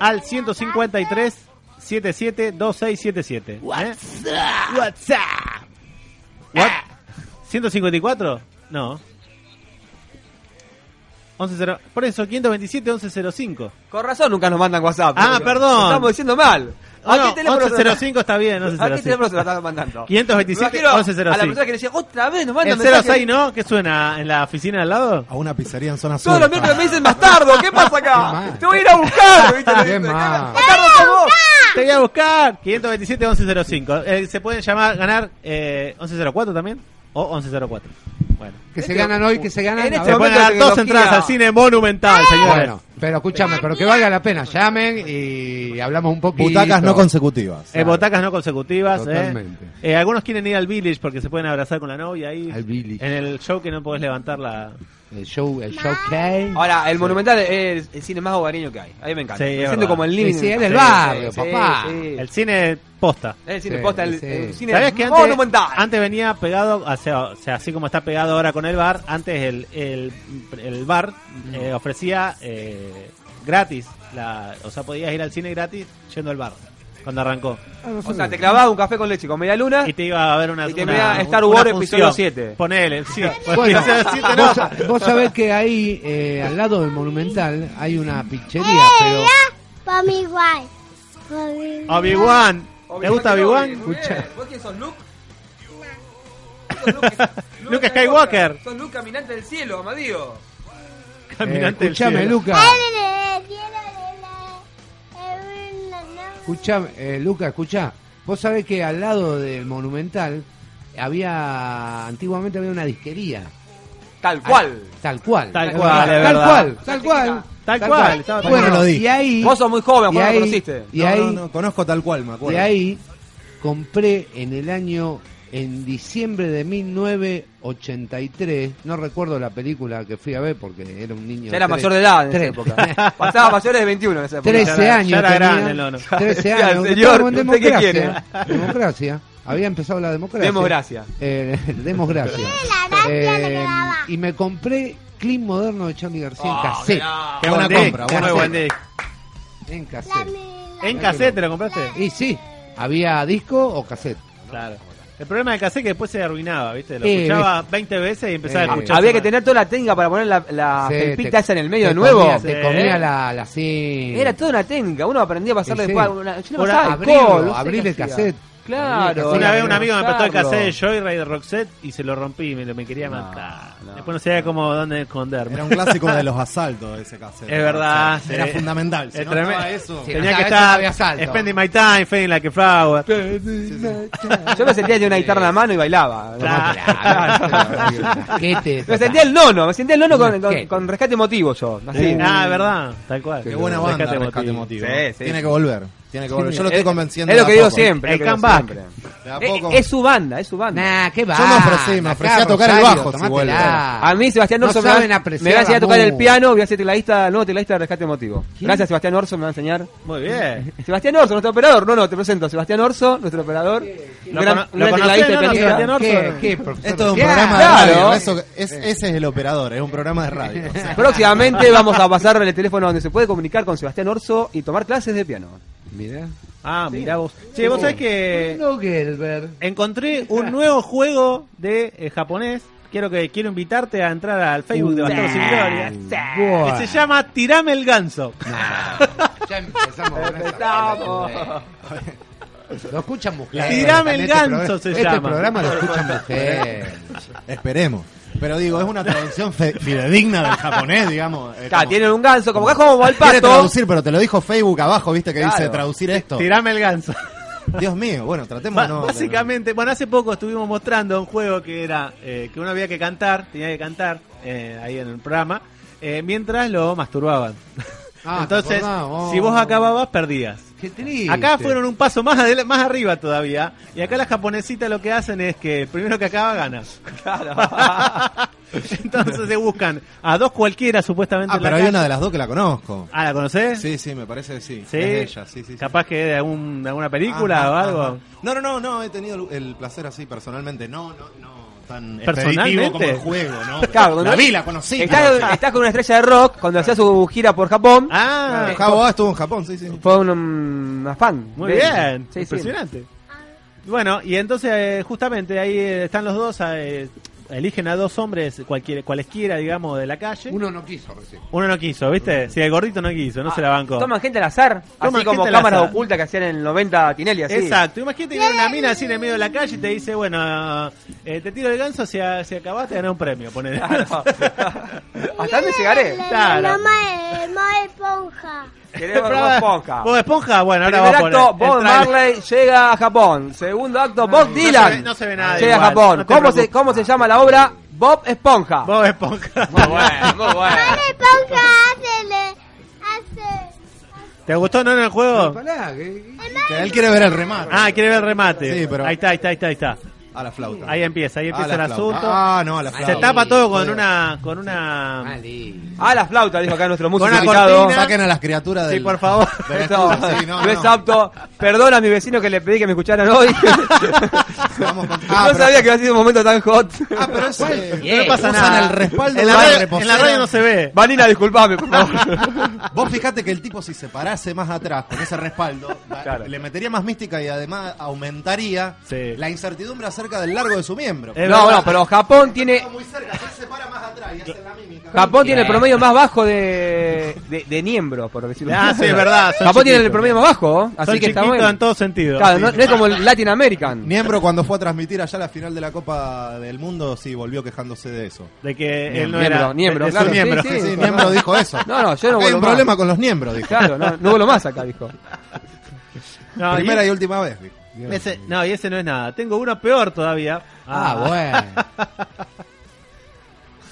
al 153 77 2677. WhatsApp. ¿eh? WhatsApp. What?
Ah.
¿154? No. 11 por eso, 527-1105.
Con razón nunca nos mandan WhatsApp.
Ah,
Lo
perdón.
Estamos diciendo mal.
Ah, no,
se lo-
1105 está bien,
¿A qué
1105.
teléfono se lo están mandando?
527,
Me imagino
1105.
A la persona que le decía, otra vez nos mandan
El
mensaje.
06, ¿no? ¿Qué suena? ¿En la oficina al lado?
A una pizzería en zona sur.
Todos los miércoles me dicen bastardo, ¿qué pasa
Qué
acá?
mal.
Te voy a ir a buscar, ¿viste?
Qué mal.
Bastardo por vos.
Te voy a buscar. 527-1105. Eh, se pueden llamar, ganar eh, 1104 también. O 1104. Bueno.
Que se ganan hoy, que se ganan.
En este
ahora.
Se
momento
pueden
de
ganar dos
tecnología.
entradas al cine monumental, señores.
Bueno, pero escúchame, pero que valga la pena. Llamen y hablamos un poquito.
Butacas no consecutivas.
Eh, botacas no consecutivas. eh.
Totalmente.
Eh, algunos quieren ir al Village porque se pueden abrazar con la novia ahí.
Al Village.
En el show que no podés levantar la.
El show, el showcase.
Ahora, el Monumental es eh, el cine más hogareño que hay. A mí me
Sí,
encanta.
es
me siento
verdad.
como el
Sí,
living.
sí, es del
Sí,
barrio,
sí,
papá.
sí.
El cine posta.
Es el cine
Sí,
posta, el,
sí.
el cine
¿Sabías que antes,
monumental.
antes venía pegado, o sea, o sea, así como está pegado ahora con el bar, antes el, el, el bar
Mm.
eh, ofrecía eh, gratis, la, o sea, podías ir al cine gratis yendo al bar cuando arrancó.
o sea, te clavabas un café con leche con media luna.
Y te iba a ver una.
Y te
una-
veía Star
una
Wars
función.
episodio siete.
Ponele, sí.
Bueno,
Episodio siete no.
vos, sa- vos sabés que ahí, eh, al lado del Monumental, hay una pizzería, pero
Para mi guay. Por mi guay.
Obi-Wan. ¿Te gusta Obi-Wan?
Escucha.
Escucha.
¿Vos quién sos, Luke? Sos
Luke Skywalker.
Sos Luke caminante del cielo, Amadío.
Caminante
Eh,
del cielo.
escuchame, Luca.
Él le dieron la- una-
Escuchame, eh, Luca, escuchá. Vos sabés que al lado del Monumental había. Antiguamente había una disquería.
Tal cual.
Tal cual.
Tal cual, es
Tal
verdad.
cual. Tal cual.
Tal cual, estaba-
Bueno,
¿Cómo lo di?
y ahí.
Vos sos muy joven,
y
vos no
ahí-
conociste.
Y
No,
ahí,
no, no, conozco tal cual, me acuerdo.
de ahí compré en el año. En diciembre de 1983, no recuerdo la película que fui a ver porque era un niño.
Ya era
tres-
mayor de edad en
tres
esa
época.
época. Pasaba mayores de 21 en esa época.
Tres.
13
Ya era-
años.
ya era
tenía,
grande el nono.
13
Ya,
años.
señor,
estábamos en
¿usted qué
democracia.
quiere?
Democracia. Había empezado la democracia.
Democracia.
Eh, democracia.
la gracia le
Eh,
quedaba.
y me compré Clean Moderno de Charlie García en
Ah,
cassette.
mirá.
Qué
Buen
buena
disc,
compra,
qué
buena
muy buen
compra.
disc.
En
la-
cassette.
la-
¿En cassette te lo compraste?
Y sí, había disco o cassette.
Claro. El problema del cassette es que después se arruinaba, ¿viste? Lo
Eh,
escuchaba 20 veces y empezaba
Eh,
a escuchar.
Había que tener toda la técnica para poner la, la
Sí,
felpita
te-
esa en el medio
te
de nuevo.
comía-
Sí.
Te comía la, la cinta.
Era toda una técnica. Uno aprendía a pasarle
Sí, sí.
después. Una, yo le
Por
pasaba
abrirlo,
alcohol, no sé
abrir el
qué hacía.
cassette. Abrir el
Claro.
cassette.
Una vez un amigo me prestó el
usarlo.
cassette de Joyride de Roxette y se lo rompí y me, lo- me quería
No,
matar.
no.
Después no sabía cómo dónde esconderme.
Era un clásico de los asaltos ese cassette.
Es verdad,
Era
sí.
fundamental. Si
Es
no
tremendo.
estaba eso.
Sí.
Tenía
no,
que
eso no había
estar
salto.
Spending My Time, Fading Like a Flower.
Yo me sentía de una guitarra en la mano y bailaba.
Claro. ¿Qué te-
Me sentía el nono, me sentía el nono con, con,
¿Qué?
con rescate emotivo yo. Así.
Sí. Ah, es verdad, tal cual.
Qué buena banda,
Rescate
Rescate
Emotivo.
Emotivo.
Sí, sí.
Tiene que volver. Tiene que volver. Yo lo estoy
Es-
convenciendo.
Es lo
de
que
a
digo
poco.
siempre.
El
es lo que digo
comeback.
siempre.
De a
Eh,
poco.
Es su banda, es su banda.
Nah, qué va.
Yo me ofrecí, me ofrecí a tocar el
Rosario,
bajo, si
tomátela.
vuelve.
A mí Sebastián
No
Orso me,
saben
va,
apreciar
me va a enseñar a tocar
la
el
mu-
piano, voy a ser tecladista, nuevo tecladista de rescate emotivo.
¿Quién?
Gracias Sebastián Orso, me va a enseñar.
Muy bien.
Sebastián Orso, nuestro operador. No, no, te presento. Sebastián Orso, nuestro operador. Un
¿Lo
gran,
cono-
un
lo
gran
conocés,
tecladista
no, no,
pianista.
Sebastián Orso?
¿Qué, qué, profesor?
Esto es un
¿Qué?
programa
Claro.
de radio. eso que- es- ese es el operador, es un programa de radio. o sea.
Próximamente vamos a pasar el teléfono donde se puede comunicar con Sebastián Orso y tomar clases de piano.
Mirá.
Ah, mirá vos. Che, vos sabés que
Bueno, Gelbert.
encontré un nuevo juego de eh, japonés. Quiero que quiero invitarte a entrar al Facebook de
Uh,
Bastardo sin Gloria.
Buah.
Que se llama Tirame el Ganso.
Ya empezamos. con esa
Empezamos.
pelotudez. Lo escuchan mujeres.
Tirame el
Este
ganso
programa-
se
este
llama.
programa lo escuchan mujeres.
Esperemos. Pero digo, es una traducción fe- fidedigna del japonés, digamos. eh,
Acá
como-
tienen un ganso, como acá como
Quiere
Valpato.
traducir, pero te lo dijo Facebook abajo, viste que dice
Claro.
traducir esto.
Tirame el Ganso.
Dios mío, bueno, tratemos
Ba-
no- de-
Básicamente, bueno, hace poco estuvimos mostrando un juego que era eh, que uno había que cantar, tenía que cantar eh, ahí en el programa, eh, mientras lo masturbaban.
Ah,
Entonces,
te acordás,
Oh.
vos.
si vos acababas, perdías.
Qué triste.
Acá fueron un paso más, adela- más arriba todavía. Y acá las japonesitas lo que hacen es que el primero que acaba gana. Entonces se buscan a dos cualquiera supuestamente.
Ah,
en la
pero hay
calle.
una de las dos que la conozco.
Ah, ¿la conocés?
Sí, sí, me parece que sí.
Sí.
Es de ella, sí, sí, sí.
Capaz que de, algún, de alguna película
Ajá,
o algo.
ajá. ah, No, no, no, no, he tenido el, el placer así personalmente. No, no, no tan
¿Personalmente?
expeditivo como el juego, ¿no?
Claro,
la
¿no?
vi, la conocí. Ah,
Estás, estás con una estrella de rock cuando hacía su gira por Japón.
Ah,
Ah, Jabo estuvo en Japón, sí, sí.
Fue un, um, una fan.
Muy
De-
bien,
Sí, sí.
impresionante. Bueno, y entonces eh, justamente ahí eh, están los dos, eh, eligen a dos hombres cualquiera, cualesquiera, digamos, de la calle. Uno,
Uno no quiso recién.
no quiso, ¿viste? Si el gordito no quiso, no se la bancó.
Toman gente al azar,
Toman
así como
gente al
cámaras
azar.
ocultas que hacían en el 90 Tinelli, así.
Exacto, imagínate que viene una mina así en el medio de la calle y te dice, bueno, eh, te tiro el ganso si, a- si acabaste de ganar un premio, ponele.
Claro. Hasta dónde llegaré.
La-
Claro.
La mamá de Moe Esponja.
Queremos
Pero,
Bob Esponja.
Bob Esponja, bueno, ahora
Primer
vamos a poner
acto,
el
Bob
trailer.
Marley llega a Japón. Segundo acto, Bob
no
Dylan
se ve- no se ve nada
llega a
igual,
Japón.
no te
¿Cómo, se,
preocupes.
¿Cómo se llama la obra? Bob Esponja.
Bob Esponja.
Muy bueno, muy bueno.
Moe Esponja hacele, hace...
¿Te gustó no en el juego?
Pará, que-
Que él quiere ver el remate.
Ah, quiere ver el remate.
Sí, pero-
Ahí está, ahí está, ahí está, ahí está.
A la flauta.
Ahí empieza, ahí
A
empieza
la
el
flauta.
asunto.
Ah, no, a la
Se
flauta.
tapa todo con
Joder.
una con
Ah,
una
Malí.
A la flauta, dijo acá nuestro músico
una
invitado.
cortina.
Saquen a las criaturas del.
Sí, por favor.
del
Esto-
estudio, sí, no,
no es
no.
apto. Perdona a mi vecino que le pedí que me escucharan hoy.
Vamos con-
no sabía que iba a ser un momento tan hot.
Ah, pero es, eh,
no pasa
usan
nada.
el respaldo
en,
de
la
la
radio, en
reposera.
la radio no se ve.
Vanina, disculpame, por favor.
Vos fijate que el tipo si se parase más atrás con ese respaldo, da-
Claro.
le metería más mística y además aumentaría
Sí.
la incertidumbre acerca del largo de su miembro.
Es
no,
verdad.
no, pero Japón tiene
Está muy cerca, si él se para más atrás y hace la mímica.
Japón tiene el promedio más bajo de de, de, de miembro, por decirlo
Ah,
así.
sí, es verdad, son
Japón tiene
chiquitos.
el promedio más bajo, ¿eh?
Son
así que está
chiquitos
bueno.
en todo sentido.
Claro,
Sí.
no, no es como el Latin American.
Miembro cuando fue a transmitir allá la final de la Copa del Mundo, sí, volvió quejándose de eso.
De que eh, él no
Miembro,
era.
miembro,
de- de
claro,
su
sí,
miembro.
sí.
Sí, sí, miembro dijo eso.
No, no, yo no
Acá Hay
vuelvo
un
más.
problema con los miembros, dijo.
Claro, no, no vuelo más acá, dijo.
No, y-
Primera y última vez. dijo.
ese- no, y ese no es nada. Tengo uno peor todavía.
Ah, bueno.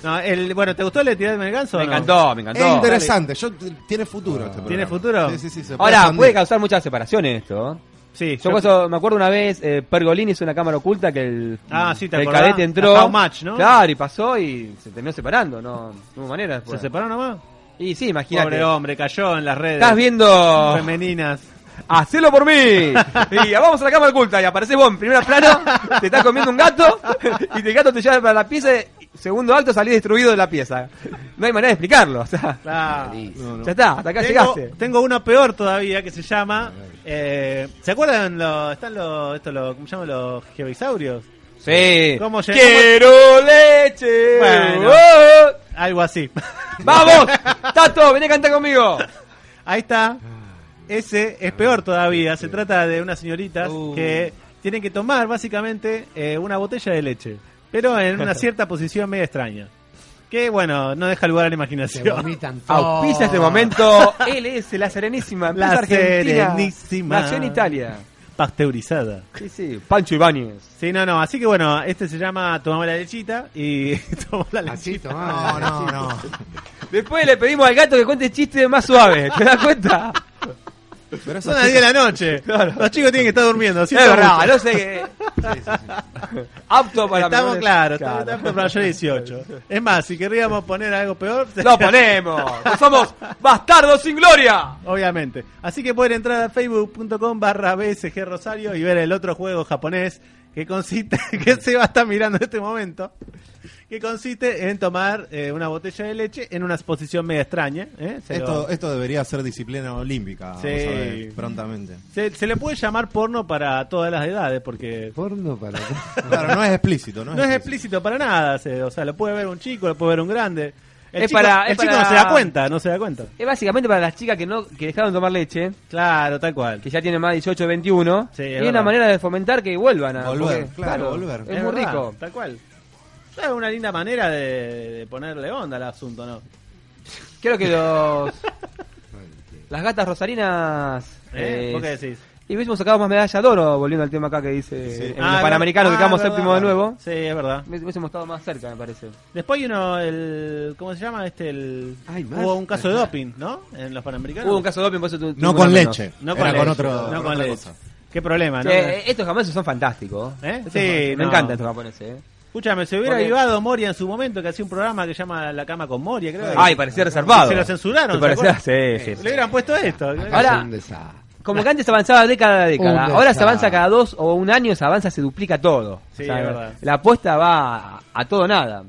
No, el, bueno, ¿te gustó el Entidad del Ganso? o
Me
no? Ah,
encantó, me
Es
encantó.
interesante, yo, tiene futuro este
¿Tiene
programa.
futuro?
Sí, sí, sí. se puede
Ahora,
expandir.
puede causar muchas separaciones esto. ¿eh?
Sí.
Yo, por eso me acuerdo una vez, eh, Pergolini hizo una cámara oculta que el,
Ah, sí, ¿te
el
acordás?
cadete entró.
A How Much, ¿no?
Claro, y pasó y se terminó separando, no, no hubo manera.
¿Se
después.
separó nomás?
Y sí,
Pobre
imagínate.
hombre, cayó en las redes.
Estás viendo.
Femeninas.
¡Hacelo por mí! Y vamos a la cámara oculta y aparece vos en primer plano, te estás comiendo un gato y el gato te lleva para la pieza y segundo acto salís destruido de la pieza. No hay manera de explicarlo, o sea,
Claro.
No, no.
ya está, hasta acá
Tengo,
llegaste.
tengo uno peor todavía que se llama. Eh, ¿Se acuerdan? Los, están los. Esto, los ¿Cómo se llaman los geovisaurios?
Sí.
¿Cómo llegó?
¡Quiero leche!
Bueno.
¡Oh!
Algo así.
¡Vamos! ¡Tato, vení a cantar conmigo! Ah,
Ahí está. Ese es peor todavía. Se trata de unas señoritas
Uh.
que tienen que tomar básicamente eh, una botella de leche, pero en una cierta posición media extraña. Que bueno, no deja lugar a la
Se
imaginación.
vomitan todos.
Auspicia este momento. LS, la Serenísima, empresa
La
argentina.
Serenísima.
Nació en Italia.
Pasteurizada.
Sí, sí. Pancho Ibáñez.
Sí, no, no. Así que bueno, este se llama Tomamos la lechita y tomamos la
Así
lechita.
tomá.
No, ah, no, no.
Después le pedimos al gato que cuente chistes más suaves. ¿Te das cuenta?
Pero eso
Son las 10 de la noche. Los chicos tienen que estar durmiendo.
es verdad, no sé qué. Apto para
Estamos
menores.
claros,
Claro.
estamos estamos para mayor de 18. Es más, si querríamos poner algo peor,
Lo ponemos. No somos bastardos sin gloria.
Obviamente. Así que pueden entrar a facebook.com barra BSG Rosario y ver el otro juego japonés que consiste, que se va a estar mirando en este momento, que consiste en tomar eh, una botella de leche en una posición media extraña. ¿eh? Se, lo-
Esto, esto debería ser disciplina olímpica, vamos a
Sí.
ver, prontamente.
se- se le puede llamar porno para todas las edades porque
Porno para
Claro, no es explícito, ¿no?
no es explícito para nada. se- o sea, lo puede ver un chico, lo puede ver un grande. El,
Es
chico,
para-
el
es
chico
para-
no se da cuenta, no se da cuenta.
Es básicamente para las chicas que no que dejaron de tomar leche,
Claro, tal cual.
que ya tienen más de 18 21.
Sí, es
y es
verdad.
una manera de fomentar que vuelvan a
Volver,
porque,
claro, volver.
Es, muy
verdad,
rico.
Tal cual. Es una linda manera de, de ponerle onda al asunto, ¿no?
Creo que los. las gatas rosarinas.
¿Eh?
eh,
¿Vos qué decís?
y hubiésemos sacado más medallas de oro, volviendo al tema acá que dice
Sí.
en
Ah,
los Panamericanos,
ah,
que quedamos
verdad.
séptimo de nuevo.
Sí, es verdad.
Hubiésemos estado más cerca, me parece.
Después hay uno, el. ¿Cómo se llama? Este, el.
Ay, más.
hubo un caso de doping, ¿no? En los Panamericanos.
Hubo un caso de doping, por eso tu-
No
tuvimos
con
una menos.
leche.
No
Era
con, leche,
otro,
No
con
con,
otra
leche.
cosa.
Qué problema, ¿no?
Che, eh, estos japoneses son fantásticos.
¿Eh?
Estos
Sí,
son- Me
no.
encantan estos japoneses. eh.
Escúchame, se hubiera
Porque-
avivado Moria en su momento, que hacía un programa que se llama La Cama con Moria, creo.
Ay, Ah, parecía reservado.
Y se lo censuraron,
Me parecía-
¿se
sí, sí,
Le hubieran puesto esto.
Ahora-
Es un desastre.
Como que antes avanzaba década a década,
Un
ahora se
desastre.
avanza cada dos o un año, se avanza, se duplica todo.
Sí,
O sea,
es verdad.
La apuesta va a, a todo o nada.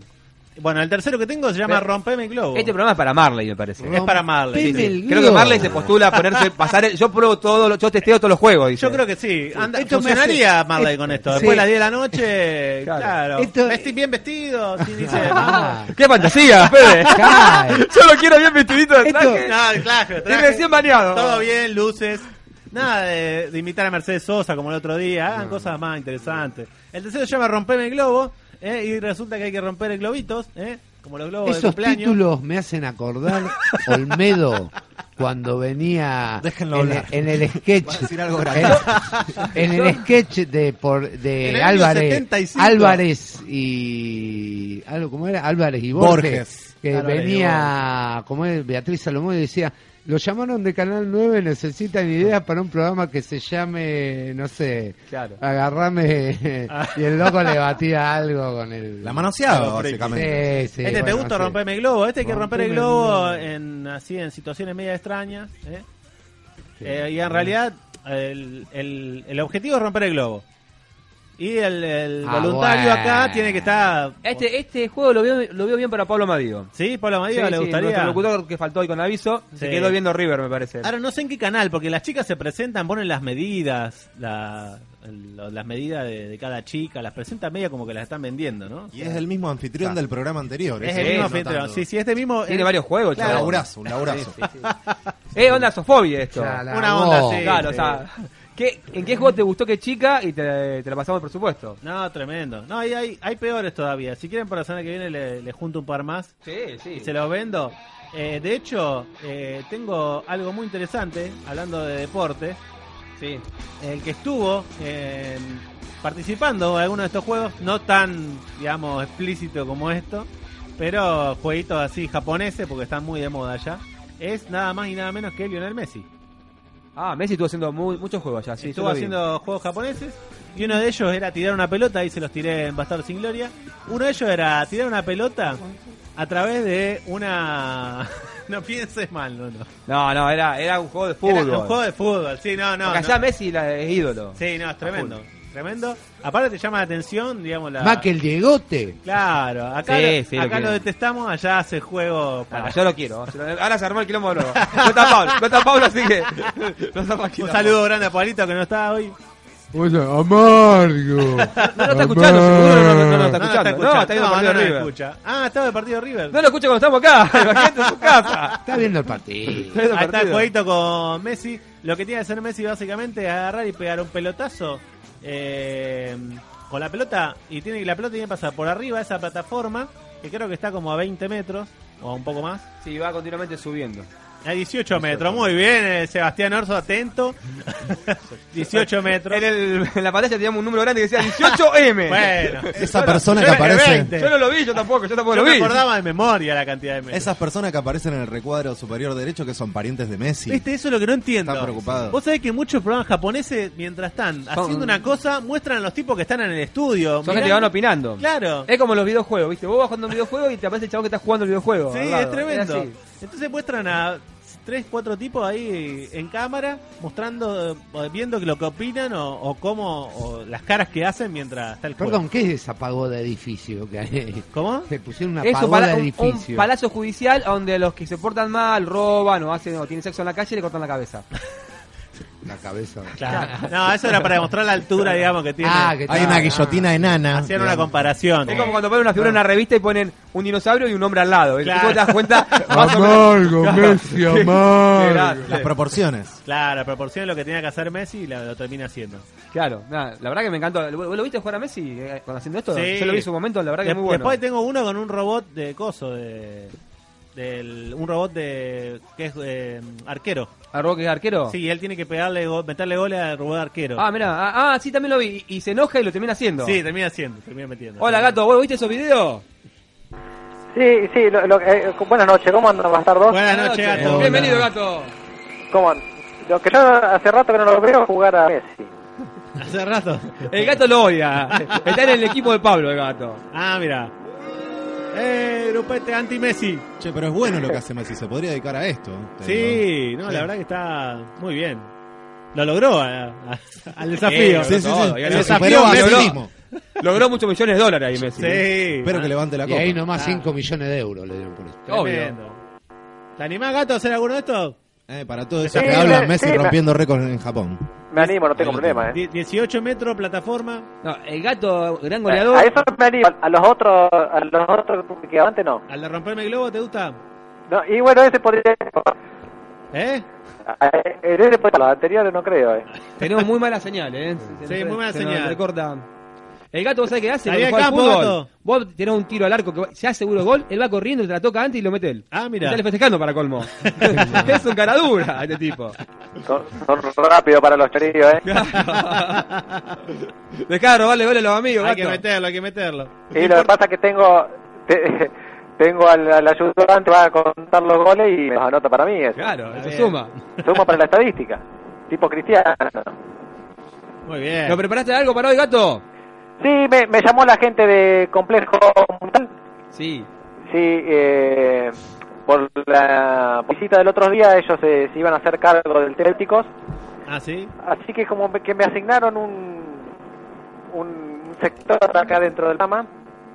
Bueno, el tercero que tengo se llama
Pero-
Rompeme el Globo.
Este programa es para Marley, me parece.
Es para Marley.
Rompeme
sí.
el
Creo que Marley se postula a ponerse, pasar, el- yo pruebo todo, lo- yo testeo todos los juegos. Dice.
Yo creo que sí. Anda,
Esto me
funcionaría
hace-
Marley
eh,
con esto.
sí.
Después de las 10 de la noche,
Claro.
claro.
Esto-
Vesti- bien vestido. sí, dice,
Ah,
¡Qué fantasía, Fede!
Claro.
yo lo quiero bien vestidito de
Esto-
traje.
No, claro.
Y recién bañado.
Todo bien, luces. Nada de, de imitar a Mercedes Sosa como el otro día. Hagan cosas más interesantes. El tercero se llama Rompeme el globo. ¿eh? Y resulta que hay que romper el globitos. ¿eh? Como los globos de
Esos
cumpleaños.
títulos me hacen acordar Olmedo cuando venía
Déjenlo
en,
hablar.
en el sketch
Va a decir algo
en,
gracioso.
en el sketch de por
En
de
el año
Álvarez
75.
Álvarez y algo cómo era Álvarez y Borges,
Borges.
que
Álvarez y
venía como es Beatriz Salomón y decía lo llamaron de Canal 9 necesitan ideas para un programa que se llame no sé
Claro.
agarrame y el loco le batía algo con el
La manoseaba,
Sí,
básicamente.
Sí, sí,
este te
bueno,
gusta
sí.
romperme el globo. Este hay que romper el
Rompeme el
globo
globo.
en así en situaciones media extrañas. ¿eh? Eh, y en realidad el, el- el objetivo es romper el globo. Y el, el
Ah,
voluntario
bueno.
acá tiene que estar.
Este, este juego lo vio, lo vio bien para Pablo Amadío.
¿Sí? Pablo Amadeo
Sí,
le
sí,
gustaría.
nuestro locutor que faltó hoy con aviso
Sí.
se quedó viendo River, me parece.
Ahora no sé en qué canal, porque las chicas se presentan, ponen las medidas, la- el- lo- las medidas de, de cada chica, las presentan media como que las están vendiendo, ¿no?
Y es el mismo anfitrión del programa anterior.
Es
ese
el
que
mismo
estoy
anfitrión.
notando.
Sí, sí, este mismo.
Tiene varios juegos,
Un
chabón.
laburazo, un laburazo.
Eh, onda sofobia esto.
Ya la
Una onda,
voz.
sí.
Claro, o sea, ¿qué- ¿en qué juego te gustó qué chica? Y te, te la pasamos, por supuesto.
No, tremendo. No, hay, hay, hay peores todavía. Si quieren, para la semana que viene le, le junto un par más
Sí, sí.
y se los vendo. Eh, de hecho, eh, tengo algo muy interesante, hablando de deporte.
sí.
el que estuvo eh, participando en alguno de estos juegos, no tan, digamos, explícito como esto, pero jueguitos así japoneses, porque están muy de moda ya, es nada más y nada menos que Lionel Messi.
Ah, Messi estuvo haciendo mu- muchos juegos ya. Sí, yo
estuvo
lo vi.
haciendo juegos japoneses y uno de ellos era tirar una pelota, ahí se los tiré en Bastardo sin Gloria. Uno de ellos era tirar una pelota a través de una... no pienses mal, no, no.
No, no, era, era un juego de fútbol.
Era un juego de fútbol, sí, no, no.
Porque
no.
allá Messi la- es ídolo.
Sí, no, es tremendo. Tremendo. Aparte te llama la atención, digamos, la...
Más que el Diegote.
Claro, acá,
Sí,
lo,
sí, lo
acá
quiero.
lo detestamos, allá hace juego
Ah,
para...
yo lo quiero. yo lo- Ahora se armó el quilombo de nuevo. No está Pablo, no está Pablo, así que. No está más
Un
quilombo.
saludo grande a Pablito que no está hoy.
amargo.
No lo está escuchando, seguro no, no, no lo
No,
está
no está
escuchando. No, está viendo
No,
el partido
no, no
de River.
escucha. Ah, estaba el partido de River.
No lo escucha cuando estamos acá. Imagínate en su casa.
Está viendo el partido.
Está viendo
Ahí está el
partido.
jueguito con Messi. Lo que tiene que hacer Messi básicamente es agarrar y pegar un pelotazo eh, con la pelota. Y tiene y la pelota tiene que pasar por arriba de esa plataforma, que creo que está como a 20 metros, o un poco más.
Sí, va continuamente subiendo.
A 18 metros, muy bien, eh, Sebastián Orso, atento. 18 metros.
En, el- en la pantalla teníamos un número grande que decía 18M.
Bueno,
Esa persona
yo
que
me quedé
aparece.
20.
Yo no lo vi, yo tampoco, yo tampoco
Yo
lo
me
vi.
acordaba de memoria la cantidad de metros.
Esas personas que aparecen en el recuadro superior derecho que son parientes de Messi.
¿Viste? Eso es lo que no entiendo.
Está preocupado.
Vos sabés que muchos programas japoneses, mientras están haciendo una cosa, muestran a los tipos que están en el estudio.
Son gente
mirando-
que van opinando.
Claro.
Es como los videojuegos, ¿viste? Vos vas jugando un videojuego y te aparece el chabón que está jugando el videojuego.
Sí,
al lado.
es tremendo.
así.
Entonces muestran a tres, cuatro tipos ahí en cámara, mostrando, eh, viendo lo que opinan o, o cómo, o las caras que hacen mientras está el juego.
Perdón, ¿qué es esa pagoda de edificio que hay?
¿Cómo?
Se pusieron una
Es un,
pagoda
pala-
de
un- un
edificio.
palacio judicial donde los que se portan mal roban o hacen o tienen sexo en la calle le cortan la cabeza.
La cabeza.
Claro. No, eso era para demostrar la altura, digamos, que tiene.
Ah, que
Hay
está-
una guillotina enana.
Hacían una comparación.
Es como cuando ponen una figura en una revista y ponen un dinosaurio y un hombre al lado. El
Claro.
tipo te das cuenta. más o menos- Claro.
Messi,
Qué- qué
amargo.
grande.
Las proporciones.
Claro, la proporción es lo que tenía que hacer Messi y la- lo termina haciendo.
Claro, nada, la verdad que me encantó. ¿Vos lo viste jugar a Messi eh, cuando haciendo esto?
Sí.
Yo lo vi en su momento, la verdad que
De-
es muy bueno.
Después tengo uno con un robot de coso, de, del- un robot de que es eh, arquero.
¿Al Roque arquero?
Sí, él tiene que pegarle, go- meterle goles al robot arquero.
Ah, mira, ah, ah, sí, también lo vi. Y, y se enoja y lo termina haciendo.
sí, termina haciendo, termina metiendo.
Hola, gato, ¿vos viste esos videos?
Sí, sí, lo- lo- eh, buenas noches, ¿cómo andan bastardos?
Buenas noches, gato.
Bienvenido, gato.
¿Cómo andan? Lo que yo hace rato que no lo veo jugar a Messi.
Hace rato.
El gato lo odia. Está en el equipo de Pablo, el gato.
Ah, mira. Eh, grupete anti-Messi.
Che, pero es bueno lo que hace Messi. Se podría dedicar a esto. te digo.
Sí, no, la verdad que está muy bien. Lo logró a- a- al desafío.
Sí, sí, sí.
Todo, ya
Se
lo-
superó a
Messi.
sí mismo.
Logró muchos millones de dólares ahí, Messi.
Sí.
Espero que levante la
¿eh? Y
copa.
ahí nomás 5 millones de euros le dieron por eso.
Ah. Obvio.
Tremendo. ¿Te animás, gato, a hacer alguno de estos?
Eh, para todo eso
Sí,
que habla
sí,
Messi
sí,
rompiendo récords en Japón.
Me animo, no tengo
Ahí lo
problema, ¿eh?
Die- 18 metros, plataforma.
No, el gato, gran
Eh,
goleador.
A eso me animo, a los otros, a los otros que antes no.
Al de romperme el globo, ¿te gusta?
No, Y bueno, ese podría...
¿Eh?
a- a- Ese podría... Los anteriores no creo, ¿eh?
Tenemos muy mala señal, ¿eh? Se-
Sí,
se-
muy mala
se nos
señal.
recorta. El gato, ¿vos sabés qué hace?
Salí
Cuando
al
juega al
campo,
fútbol,
gato.
vos tenés un tiro al arco que va- se hace seguro gol, él va corriendo, te la toca antes y lo mete él.
Ah, mirá.
Y Sale festejando para colmo. es un cara dura este tipo.
Son, son rápidos para los chorillos, ¿eh?
Dejá de robarle goles a los amigos,
Hay que
gato.
meterlo, hay que meterlo.
Y lo que pasa es que tengo... te- tengo al, al ayudante, va a contar los goles y me los anota para mí. Eso.
Claro, eso
bien.
suma.
Sumo para la estadística. Tipo cristiano.
Muy bien.
¿Lo preparaste algo para hoy, gato?
Sí, me, me llamó la gente de Complejo Mundial.
Sí.
Sí, eh, por la visita del otro día ellos eh, se iban a hacer cargo del Télticos,
Ah, sí.
así que como me- que me asignaron un, un sector acá dentro del programa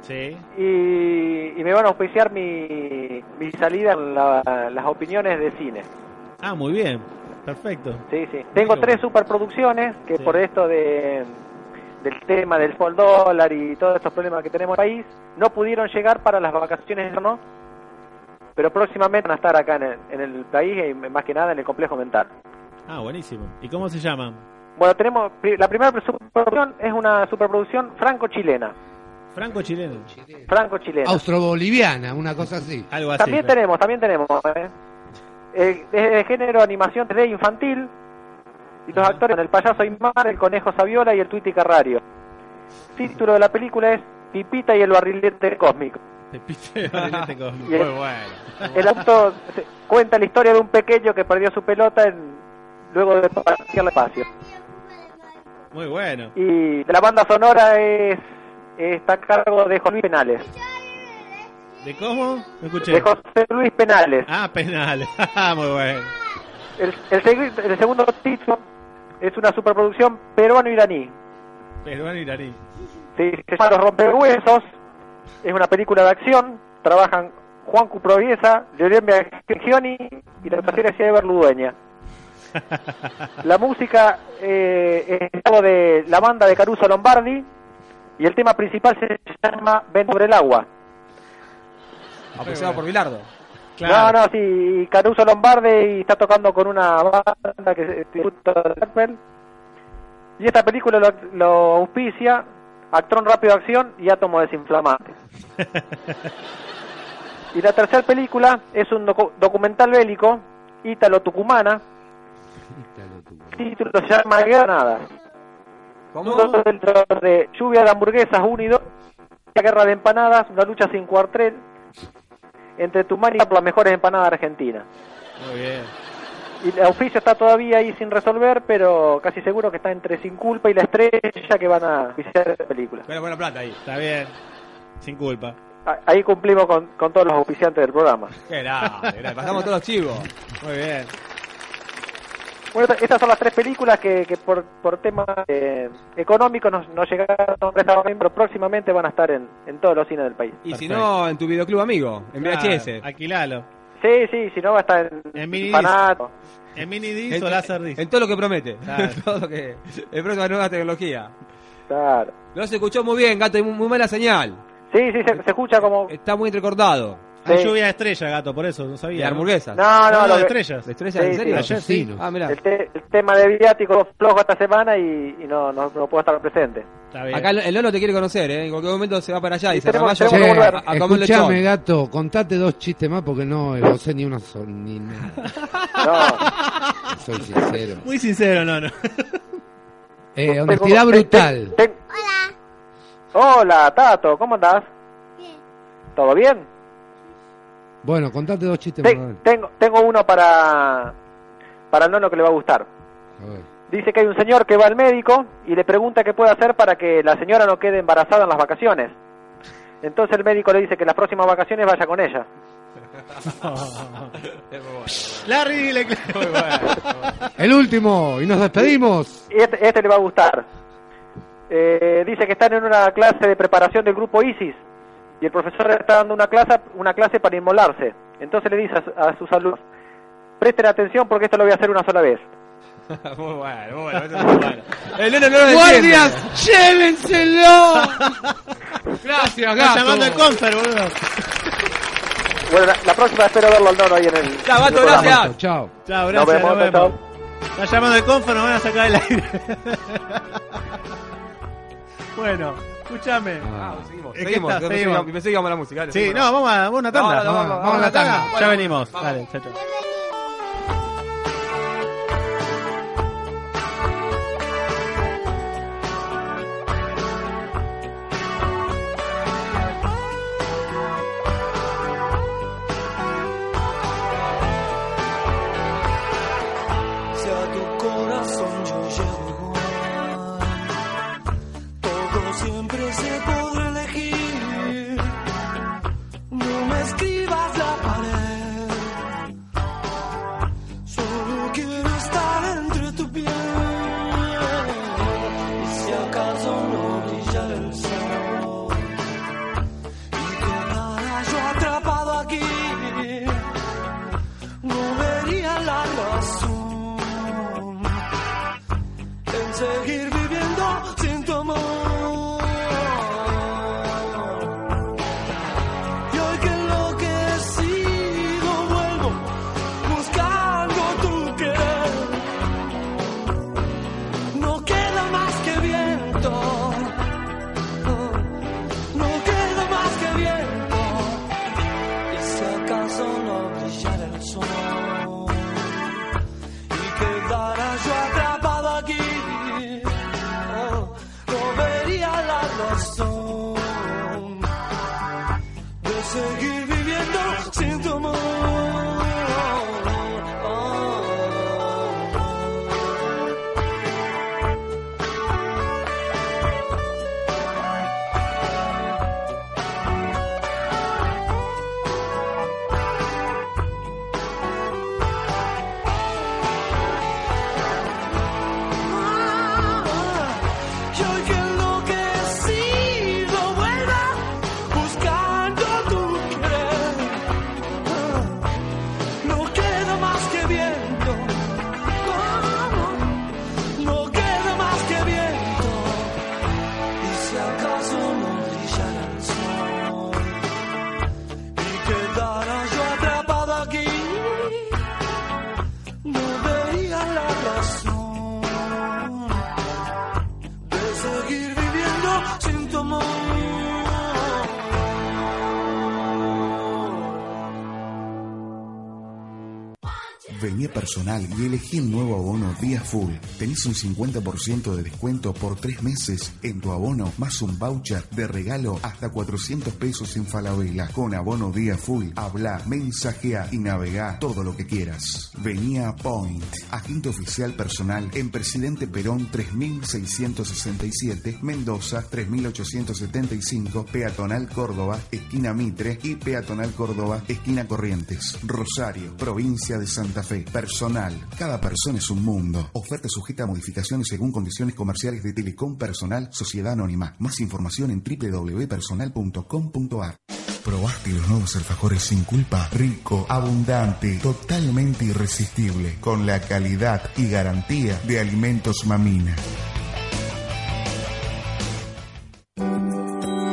Sí.
y, y me van a auspiciar mi, mi salida en la- las opiniones de cine.
Ah, muy bien. Perfecto.
Sí, sí. Tengo
Mira.
tres superproducciones que
Sí.
por esto de del tema del fall dólar y todos estos problemas que tenemos en el país, no pudieron llegar para las vacaciones de invierno, pero próximamente van a estar acá en el, en el país y más que nada en el complejo mental.
Ah, buenísimo. ¿Y cómo se llaman?
Bueno, tenemos pri- la primera superproducción es una superproducción franco-chilena,
Franco chileno.
franco-chilena.
Austro-boliviana, una cosa así.
Algo así.
También
claro.
tenemos, también tenemos. ¿eh? Eh, es de género animación 3D infantil. Y los actores son el payaso Aymar, el conejo Saviola y el Twitty Carrario. Título de la película es Pipita y el barrilete cósmico.
Te piste de barrilete con-
Y el-
Muy bueno.
El acto se- cuenta la historia de un pequeño que perdió su pelota en- luego de partir al espacio.
Muy bueno.
Y la banda sonora es está a cargo de José Luis Penales.
¿De cómo? No escuché.
De José Luis Penales.
Ah, penal. Ah, muy bueno.
El, el segui- el segundo título es una superproducción peruano-iraní.
Peruano iraní.
Sí, se llama Los Rompehuesos. Es una película de acción. Trabajan Juan Cuproviesa, Julián Bergioni y la actuación es de Berludueña. La música eh, es algo de la banda de Caruso Lombardi y el tema principal se llama Ven sobre el agua.
Apoyado por Bilardo.
No, no, sí, Caruso Lombardi y está tocando con una banda que se tributa a Blackbell. Y esta película lo, lo auspicia Actrón Rápido de Acción y Átomo Desinflamante. y la tercera película es un docu- documental bélico, Ítalo-Tucumana. El título se llama Granadas.
¿Cómo?
Todo dentro de lluvia de hamburguesas 1 y 2, la guerra de empanadas, una lucha sin cuartel entre Tucumán y por las mejores empanadas argentinas.
Muy bien.
Y la oficio está todavía ahí sin resolver, pero casi seguro que está entre Sin Culpa y La Estrella que van a visitar la película.
Bueno, buena plata ahí.
Está bien. Sin culpa.
A- Ahí cumplimos con, con todos los auspiciantes del programa.
Qué grande, grande. Pasamos todos los chivos.
Muy bien.
Bueno, esta- estas son las tres películas que, que por, por temas eh, económicos nos, nos llegaron, este pero próximamente van a estar en, en todos los cines del país.
Y si
Perfecto.
no, en tu videoclub amigo, en
Claro,
VHS.
Alquilalo.
Sí, sí, si no va a estar en,
En mini
Fanato.
En mini disc
En,
o láser disc.
en todo lo que promete.
Claro.
En todo lo que. El próximo nueva tecnología.
Claro.
No se escuchó muy bien, gato, hay muy, muy mala señal.
Sí, sí, se, se escucha como...
Está muy entrecortado.
Hay
sí.
lluvia de estrella, gato, por eso, no
De
sabía. ¿no?
hamburguesas.
No, no,
No,
lo
de
que-
estrellas.
¿De estrellas? ¿En
Sí,
serio?
Ayer sí.
Asesino.
Ah, mirá.
el, te- el tema de viático flojo esta semana y, y no, no, no puedo estar presente.
Está bien.
Acá el, el Lolo te quiere conocer, ¿eh? En cualquier momento se va para allá
Sí,
y se
tenemos-
Ramallo,
tenemos que
a-
volver.
a, a comer lechón.
Escuchame, gato, contate dos chistes más porque no, eh, no sé ni una sola, ni nada.
No,
Soy sincero.
Muy sincero, no, no.
Eh,
Tengo-
honestidad
ten-
brutal.
ten- ten-
Hola.
Hola, Tato, ¿cómo andás?
Bien.
¿Todo bien?
Bueno, contate dos chistes
Te-
más. a ver.
tengo, tengo uno para, para el nono que le va a gustar.
A ver.
Dice que hay un señor que va al médico y le pregunta qué puede hacer para que la señora no quede embarazada en las vacaciones. Entonces el médico le dice que las próximas vacaciones vaya con ella.
Larry le
El último, y nos despedimos.
Y este, este le va a gustar. Eh, dice que están en una clase de preparación del grupo ISIS y el profesor está dando una clase, una clase para inmolarse. Entonces le dice a, su- a sus alumnos, presten atención porque esto lo voy a hacer una sola vez.
Muy bueno, muy bueno, eso es muy bueno. El Lolo no lo entiende.
¡Guardias, llévenselo! Gracias,
está llamando el
gato.
concert, boludo.
Bueno, la, la próxima espero verlo al nono ahí en el...
Ya,
en el
Bato,
programa.
gracias.
Chao.
Chao,
Nos
gracias,
vemos,
nos
chao.
vemos. Está llamando el confer, nos van a sacar el aire. bueno, escúchame.
Ah.
Seguimos,
Es que
seguimos,
está,
pensé que
seguimos.
íbamos- pensé que íbamos a la música. dale,
Sí,
seguimos.
no, vamos a, vamos a una tanda.
No, no,
vamos,
vamos a una tanda.
vamos.
Ya venimos.
Vamos.
Dale, chao, chao.
Si a tu corazón yo llego igual, todo siempre se podrá elegir. No me escribas la pared, seguir viviendo sin tu amor. Y hoy que enloquecido vuelvo buscando tu querer. No queda más que viento. No queda más que viento. Y si acaso no brillara el sol y quedara yo atrapado aquí. Oh, no vería la razón de seguir viviendo sin tu amor. Y hoy que enloquecido vuelva buscando tu querer. Ah, No queda más que viento. Ah, No queda más que viento. Y si acaso no brillara el sol y quedara yo atrapado aquí, no vería la razón de seguir viviendo sin tu amor.
Venía personal y elegí el nuevo abono Día Full. Tenés un 50% de descuento por tres meses en tu abono, más un voucher de regalo hasta 400 pesos en Falabella. Con abono Día Full, habla, mensajea y navega todo lo que quieras. Venía Point, agente oficial personal en Presidente Perón 3667, Mendoza 3875, Peatonal Córdoba, esquina Mitre y Peatonal Córdoba, esquina Corrientes. Rosario, provincia de Santa Fe. Personal. Cada persona es un mundo. Oferta sujeta a modificaciones según condiciones comerciales de Telecom Personal Sociedad Anónima. Más información en www.personal.com.ar. ¿Probaste los nuevos alfajores sin culpa? Rico, abundante, totalmente irresistible, con la calidad y garantía de Alimentos Mamina.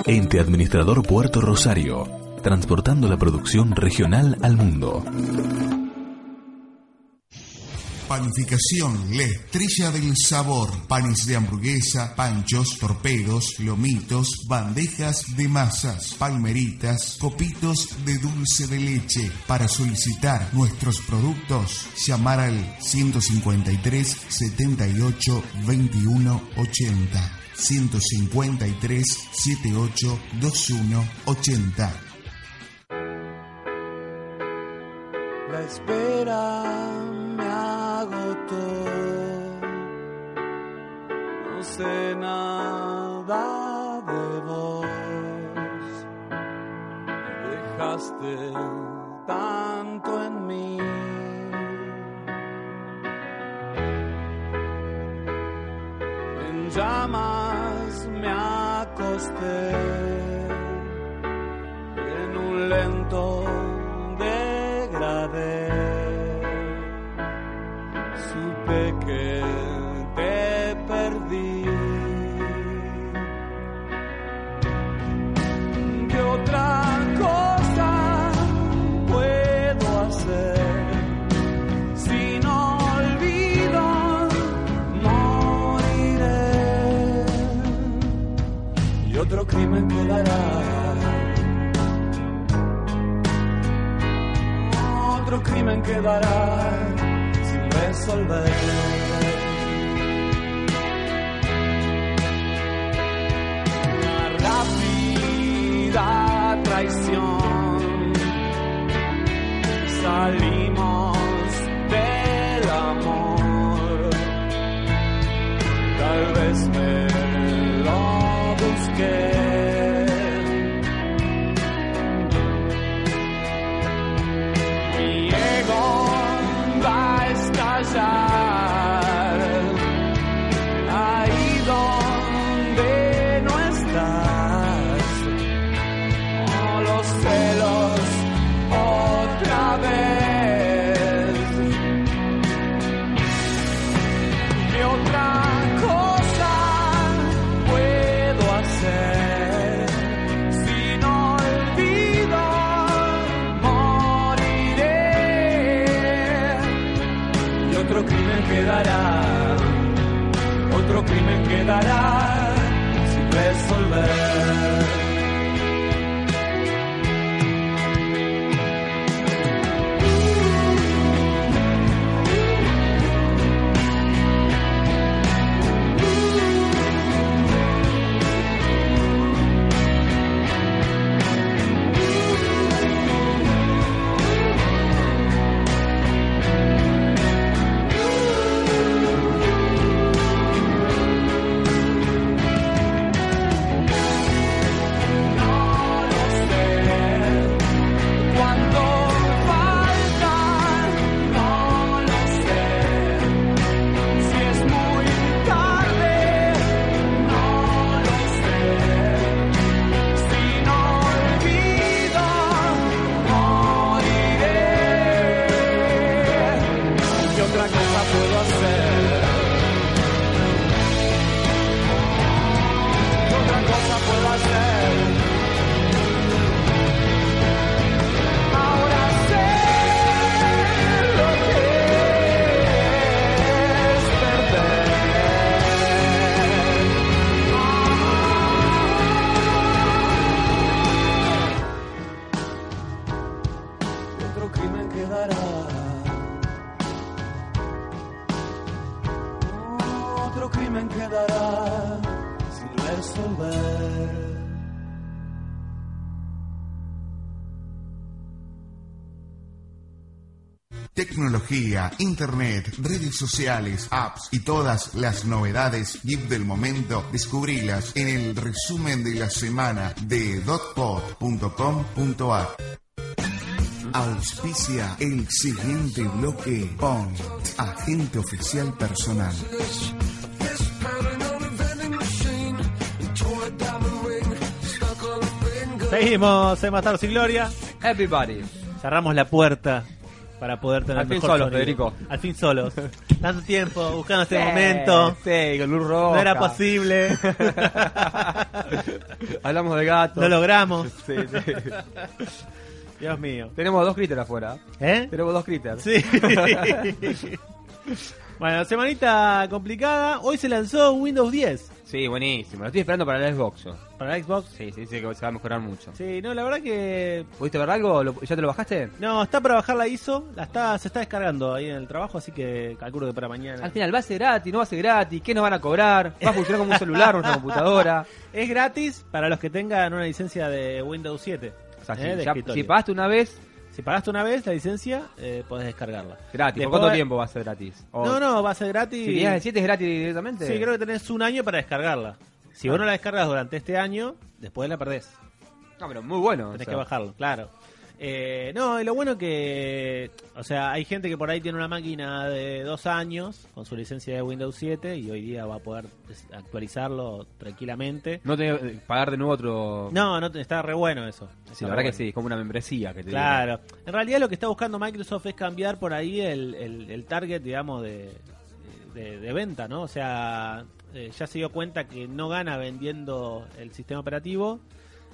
Ente Administrador Puerto Rosario, transportando la producción regional al mundo.
Panificación, la estrella del sabor. Panes de hamburguesa, panchos, torpedos, lomitos, bandejas de masas, palmeritas, copitos de dulce de leche. Para solicitar nuestros productos, llamar al 153 78 21 80. 153 78 21 80.
La espera me agotó. No sé nada de vos. Dejaste tanto en mí. En llamas me acosté en un lento degradé. Supe que te perdí. ¿Qué otra cosa puedo hacer? Sin olvido moriré y otro crimen quedará. otro crimen quedará sin resolver. Una rápida traición. Salimos del amor. Tal vez me lo busqué. mi ego va a estallar ahí donde no estás o los celos otra vez
Tecnología, internet, redes sociales, apps y todas las novedades GIF del momento, descubrilas en el resumen de la semana de dotpod.com.ar. Auspicia el siguiente bloque con Agente Oficial Personal.
Seguimos en Bastardo sin Gloria.
Everybody.
Cerramos la puerta para poder tener
Al fin
mejor
solos,
sonido.
Federico.
Al fin solos. Tanto tiempo buscando este
Sí,
momento.
Sí, con luz roja.
No era posible.
Hablamos de gato.
Ah, Lo logramos.
Sí, sí.
Dios mío.
Tenemos dos critters afuera.
¿Eh?
Tenemos dos critters.
Sí. ¿Eh? bueno, semanita complicada. Hoy se lanzó Windows 10
Sí, buenísimo. Lo estoy esperando para el Xbox. yo.
para Xbox.
Sí, sí, dice que se va a mejorar mucho.
Sí, no, la verdad que...
¿Pudiste ver algo? ¿Lo- ¿Ya te lo bajaste?
No, está para bajar la ISO. La está, se está descargando ahí en el trabajo, así que calculo que para mañana.
Al final, ¿va a ser gratis? ¿No va a ser gratis? ¿Qué nos van a cobrar? ¿Va a funcionar como un celular o una computadora?
Es gratis para los que tengan una licencia de Windows 7.
O sea,
¿eh?
si,
de
ya-
escritorio.
si pagaste una vez,
Si pagaste una vez la licencia, eh, podés descargarla.
gratis. ¿Por
Después-
cuánto tiempo va a ser gratis? O-
No, no, va a ser gratis.
Si tenías el 7 es gratis directamente.
Sí, creo que tenés un año para descargarla. Si vos no la descargas durante este año, después la perdés.
No, pero muy bueno.
Tenés
o sea.
que bajarlo, claro. Eh, no, y lo bueno que. O sea, hay gente que por ahí tiene una máquina de dos años con su licencia de Windows 7 y hoy día va a poder des- actualizarlo tranquilamente.
No tenés que pagar de nuevo otro.
No, no te- está re bueno eso.
Sí,
Está re
la verdad que
bueno.
sí, es como una membresía que te
Claro. En realidad lo que está buscando Microsoft es cambiar por ahí el, el- el target, digamos, de, de- de venta, ¿no? O sea, eh, ya se dio cuenta que no gana vendiendo el sistema operativo,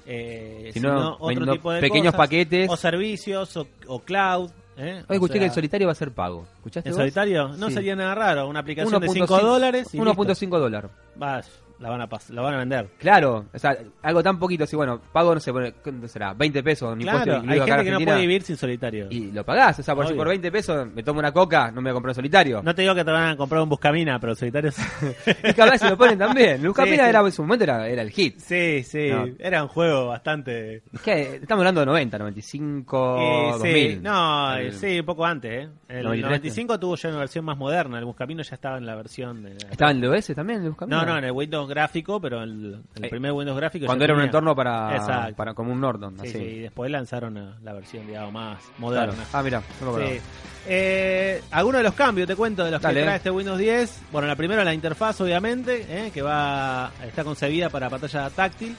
eh,
Sino
sino, otro
vendiendo
tipo de
pequeños
cosas,
paquetes.
O servicios, o, o cloud. ¿eh?
Hoy
O
escuché
sea,
que el solitario va a ser pago. ¿Escuchaste
¿En
vos?
solitario? No
Sí.
sería nada raro. Una aplicación de
1.5
5 dólares y listo.
1.5 dólares.
Vas, la van a pas- la van a vender.
Claro, o sea, algo tan poquito. Si bueno, pago, no sé, pone- ¿cuánto será? 20 pesos. Ni
Claro, hay gente que no puede vivir sin solitario.
Y lo pagás. O sea, por, si
Obvio.
por 20 pesos me tomo una coca, no me voy a comprar un solitario.
No te digo que te van a comprar un buscamina, pero solitario sí.
Y que a veces lo ponen también. Lucas
Sí,
Pina
sí.
era, en su momento era, era el hit.
Sí, sí,
No.
era un juego bastante...
Es que estamos hablando de 90, 95,
Eh, sí,
2000.
no, eh,
El-
sí, un poco antes. ¿eh? El
93.
95 tuvo ya una versión más moderna, el Buscamino ya estaba en la versión... eh,
¿Estaba en el OS también, Lucas Pina?
no, no, en el Windows gráfico, pero el, el
Eh,
primer Windows gráfico...
Cuando
ya
era un
tenía.
entorno para,
Exacto.
para como un Norton,
Sí,
así.
sí, y después lanzaron eh, la versión, digamos, más
Claro.
moderna.
Ah, mira, no me acordaba.
Sí. Eh, algunos de los cambios, te cuento, de los
Dale.
que trae este Windows 10. Bueno, la primera, la interfaz, obviamente, eh, que va está concebida para pantalla táctil.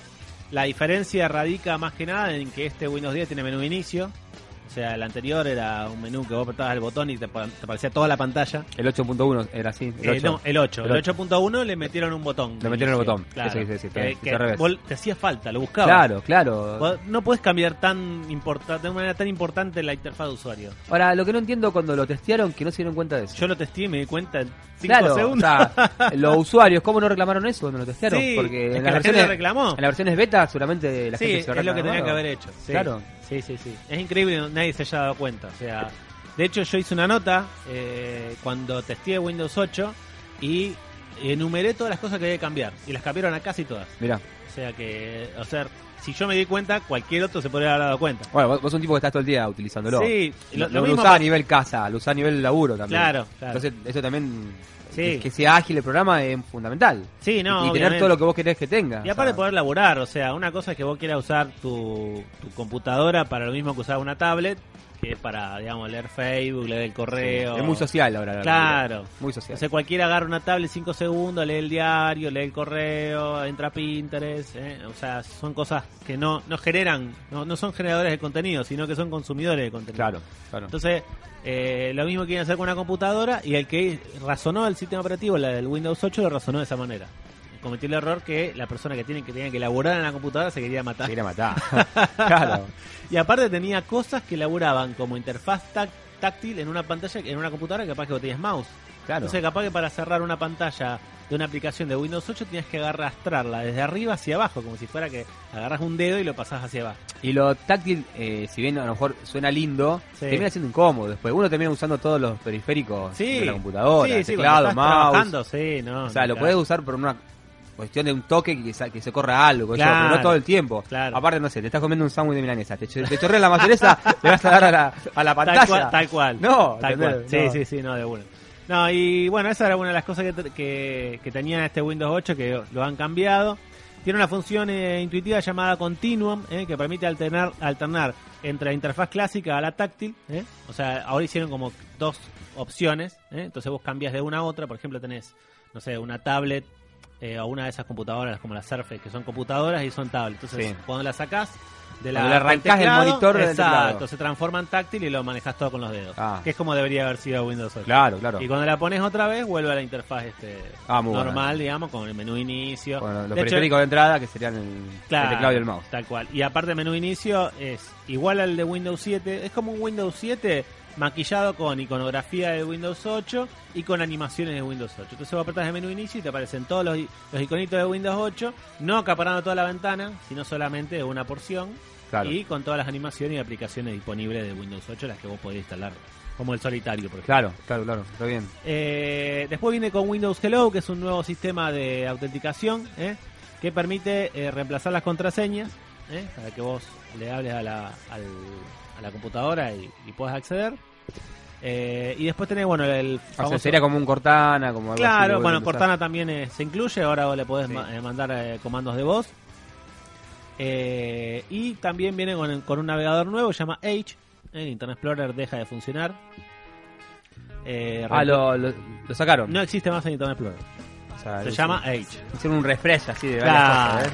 La diferencia radica más que nada en que este Windows 10 tiene menú de inicio. O sea, el anterior era un menú que vos apretabas el botón y te, pa- te aparecía toda la pantalla.
El 8.1 era así. El 8.
Eh, no, el 8.
El
El, 8.1 le metieron un botón.
Le metieron el
Inicio,
botón. Eso quise decir,
Que-
está-
que
está al revés.
vos- te hacía falta, lo buscabas.
claro, claro.
Vos No puedes cambiar tan importa- de una manera tan importante la interfaz de usuario.
Ahora, lo que no entiendo cuando lo testearon, que no se dieron cuenta de eso.
Yo lo testé y me di cuenta en 5
Claro,
segundos.
o sea, los usuarios, ¿cómo no reclamaron eso cuando lo testearon?
Sí,
Porque
es que
en las,
la gente
versiones,
reclamó.
en las versiones beta seguramente la
sí,
gente
es
se habrá
lo que tenía que
reclamado.
haber hecho. Sí.
Claro.
Sí, sí, sí. Es increíble, nadie se haya dado cuenta. O sea, de hecho yo hice una nota eh, cuando testé Windows 8 y enumeré todas las cosas que había que cambiar y las cambiaron a casi todas.
Mirá,
O sea que, o sea, si yo me di cuenta, cualquier otro se podría haber dado cuenta.
bueno, vos, vos sos un tipo que estás todo el día utilizándolo.
Sí, lo,
lo,
lo
lo
mismo.
usás a nivel casa, lo usás a nivel laburo también.
Claro, claro.
Entonces, eso también.
Sí.
Que, que sea ágil el programa es fundamental.
Sí, no,
y tener
obviamente.
todo lo que vos querés que tenga.
Y
o
aparte
sea,
poder laburar, o sea, una cosa es que vos quieras usar tu, tu computadora para lo mismo que usar una tablet, que es para, digamos, leer Facebook, leer el correo.
Es muy social ahora. la
Claro.
realidad. Muy social.
O sea, cualquiera agarra una tablet 5 segundos, lee el diario, lee el correo, entra a Pinterest. ¿eh? O sea, son cosas que no, no generan, no, no son generadores de contenido, sino que son consumidores de contenido.
Claro, claro.
Entonces, eh, lo mismo quieren hacer con una computadora y el que razonó el sistema operativo, la del Windows 8, lo razonó de esa manera. Cometió el error que la persona que tiene que tenía que elaborar en la computadora se quería matar.
Quiere matar. claro.
Y aparte tenía cosas que elaboraban como interfaz tac- táctil en una pantalla, en una computadora que capaz que vos tenías mouse.
Claro.
Entonces, capaz que para cerrar una pantalla de una aplicación de Windows 8 tenías que arrastrarla desde arriba hacia abajo, como si fuera que agarras un dedo y lo pasás hacia abajo.
Y lo táctil, eh, si bien a lo mejor suena lindo,
Sí.
termina siendo incómodo después. Uno termina usando todos los periféricos
Sí.
de la computadora,
sí, sí, cuando
teclado,
estás
mouse.
trabajando, sí, no.
O sea, lo
claro.
podés usar por una cuestión de un toque que, sa- que se corra algo, yo,
Claro.
pero no todo el tiempo.
Claro.
Aparte, no sé, te estás comiendo un sándwich de milanesa, te, cho- te chorreas la mayonesa, le vas a dar a la, a la pantalla.
Tal cual, tal cual.
No,
tal cual.
¿entendés?
Sí,
No.
sí, sí, no, de una. No, y bueno, esa era una de las cosas que, te- que, que tenía este Windows 8 que lo han cambiado. Tiene una función eh, intuitiva llamada Continuum eh, que permite alternar, alternar entre la interfaz clásica a la táctil. eh. O sea, ahora hicieron como dos opciones. eh. Entonces vos cambias de una a otra. Por ejemplo, tenés, no sé, una tablet eh, o una de esas computadoras como las Surface, que son computadoras y son tablets. Entonces
Sí.
cuando la sacás de
Cuando le
la,
arrancás el
teclado,
monitor del teclado.
Exacto, se transforma en táctil y lo manejas todo con los dedos.
Ah.
Que es como debería haber sido Windows 8.
Claro, claro.
Y cuando la pones otra vez, vuelve a la interfaz este
Ah, muy bueno.
normal, digamos, con el menú inicio.
Bueno, los
De hecho,
periféricos de entrada que serían el,
claro,
el teclado y el mouse.
Tal cual. Y aparte, el menú inicio es igual al de Windows 7. Es como un Windows 7 maquillado con iconografía de Windows 8 y con animaciones de Windows 8. Entonces vos apretás el menú inicio y te aparecen todos los, i- los iconitos de Windows 8, no acaparando toda la ventana, sino solamente una porción.
Claro.
Y con todas las animaciones y aplicaciones disponibles de Windows 8, las que vos podés instalar, como el solitario, por ejemplo.
Claro, claro, claro, está bien.
Eh, después viene con Windows Hello, que es un nuevo sistema de autenticación ¿eh? que permite eh, reemplazar las contraseñas ¿eh? para que vos le hables a la, al- a la computadora y, y puedas acceder. Eh, y después tenés, bueno, el
O
famoso...
sea, Ah, sería como un Cortana, como algo así,
Claro,
lo
bueno,
voy a usar.
Cortana también eh, se incluye, ahora vos le podés
Sí.
ma- eh, mandar eh, comandos de voz. Eh, y también viene con, con un navegador nuevo, se llama Edge. El Internet Explorer deja de funcionar. Eh,
Ah, lo, lo, lo sacaron.
no existe más en Internet Explorer.
O sea,
Se
Ah, lo-
llama Edge.
Hicieron un refresh así de varias
Claro.
cosas, ¿eh?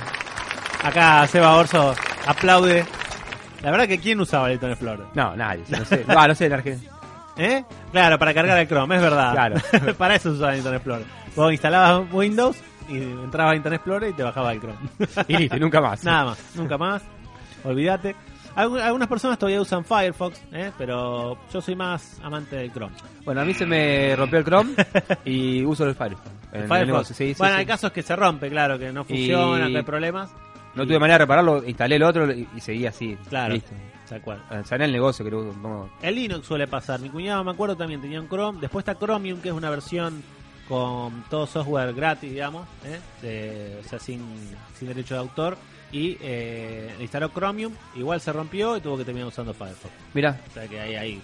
Acá Seba Orso aplaude. La verdad que ¿quién usaba el Internet Explorer?
No, nadie. No sé. Ah, no sé, en Argentina.
¿Eh? Claro, para cargar el Chrome, es verdad.
Claro.
para eso usaba el Internet Explorer. Vos instalabas Windows y entrabas a Internet Explorer y te bajaba el Chrome.
Y listo, y nunca más.
Nada más, nunca más. Olvídate. Algu- Algunas personas todavía usan Firefox, ¿eh? pero yo soy más amante del Chrome.
Bueno, a mí se me rompió el Chrome y uso el Firefox. En el
Firefox.
negocio, sí, sí,
bueno,
sí.
hay casos que se rompe, claro, que no funciona,
Y-
que hay problemas.
No tuve manera de repararlo, instalé el otro y, y seguí así.
Claro,
Listo.
tal cual.
O sea, en el negocio que lo pongo.
El Linux suele pasar. Mi cuñado, me acuerdo, también tenía un Chrome. Después está Chromium, que es una versión con todo software gratis, digamos, ¿eh? De- o sea, sin, sin derecho de autor. Y eh, instaló Chromium, igual se rompió y tuvo que terminar usando Firefox.
Mirá,
O sea que hay ahí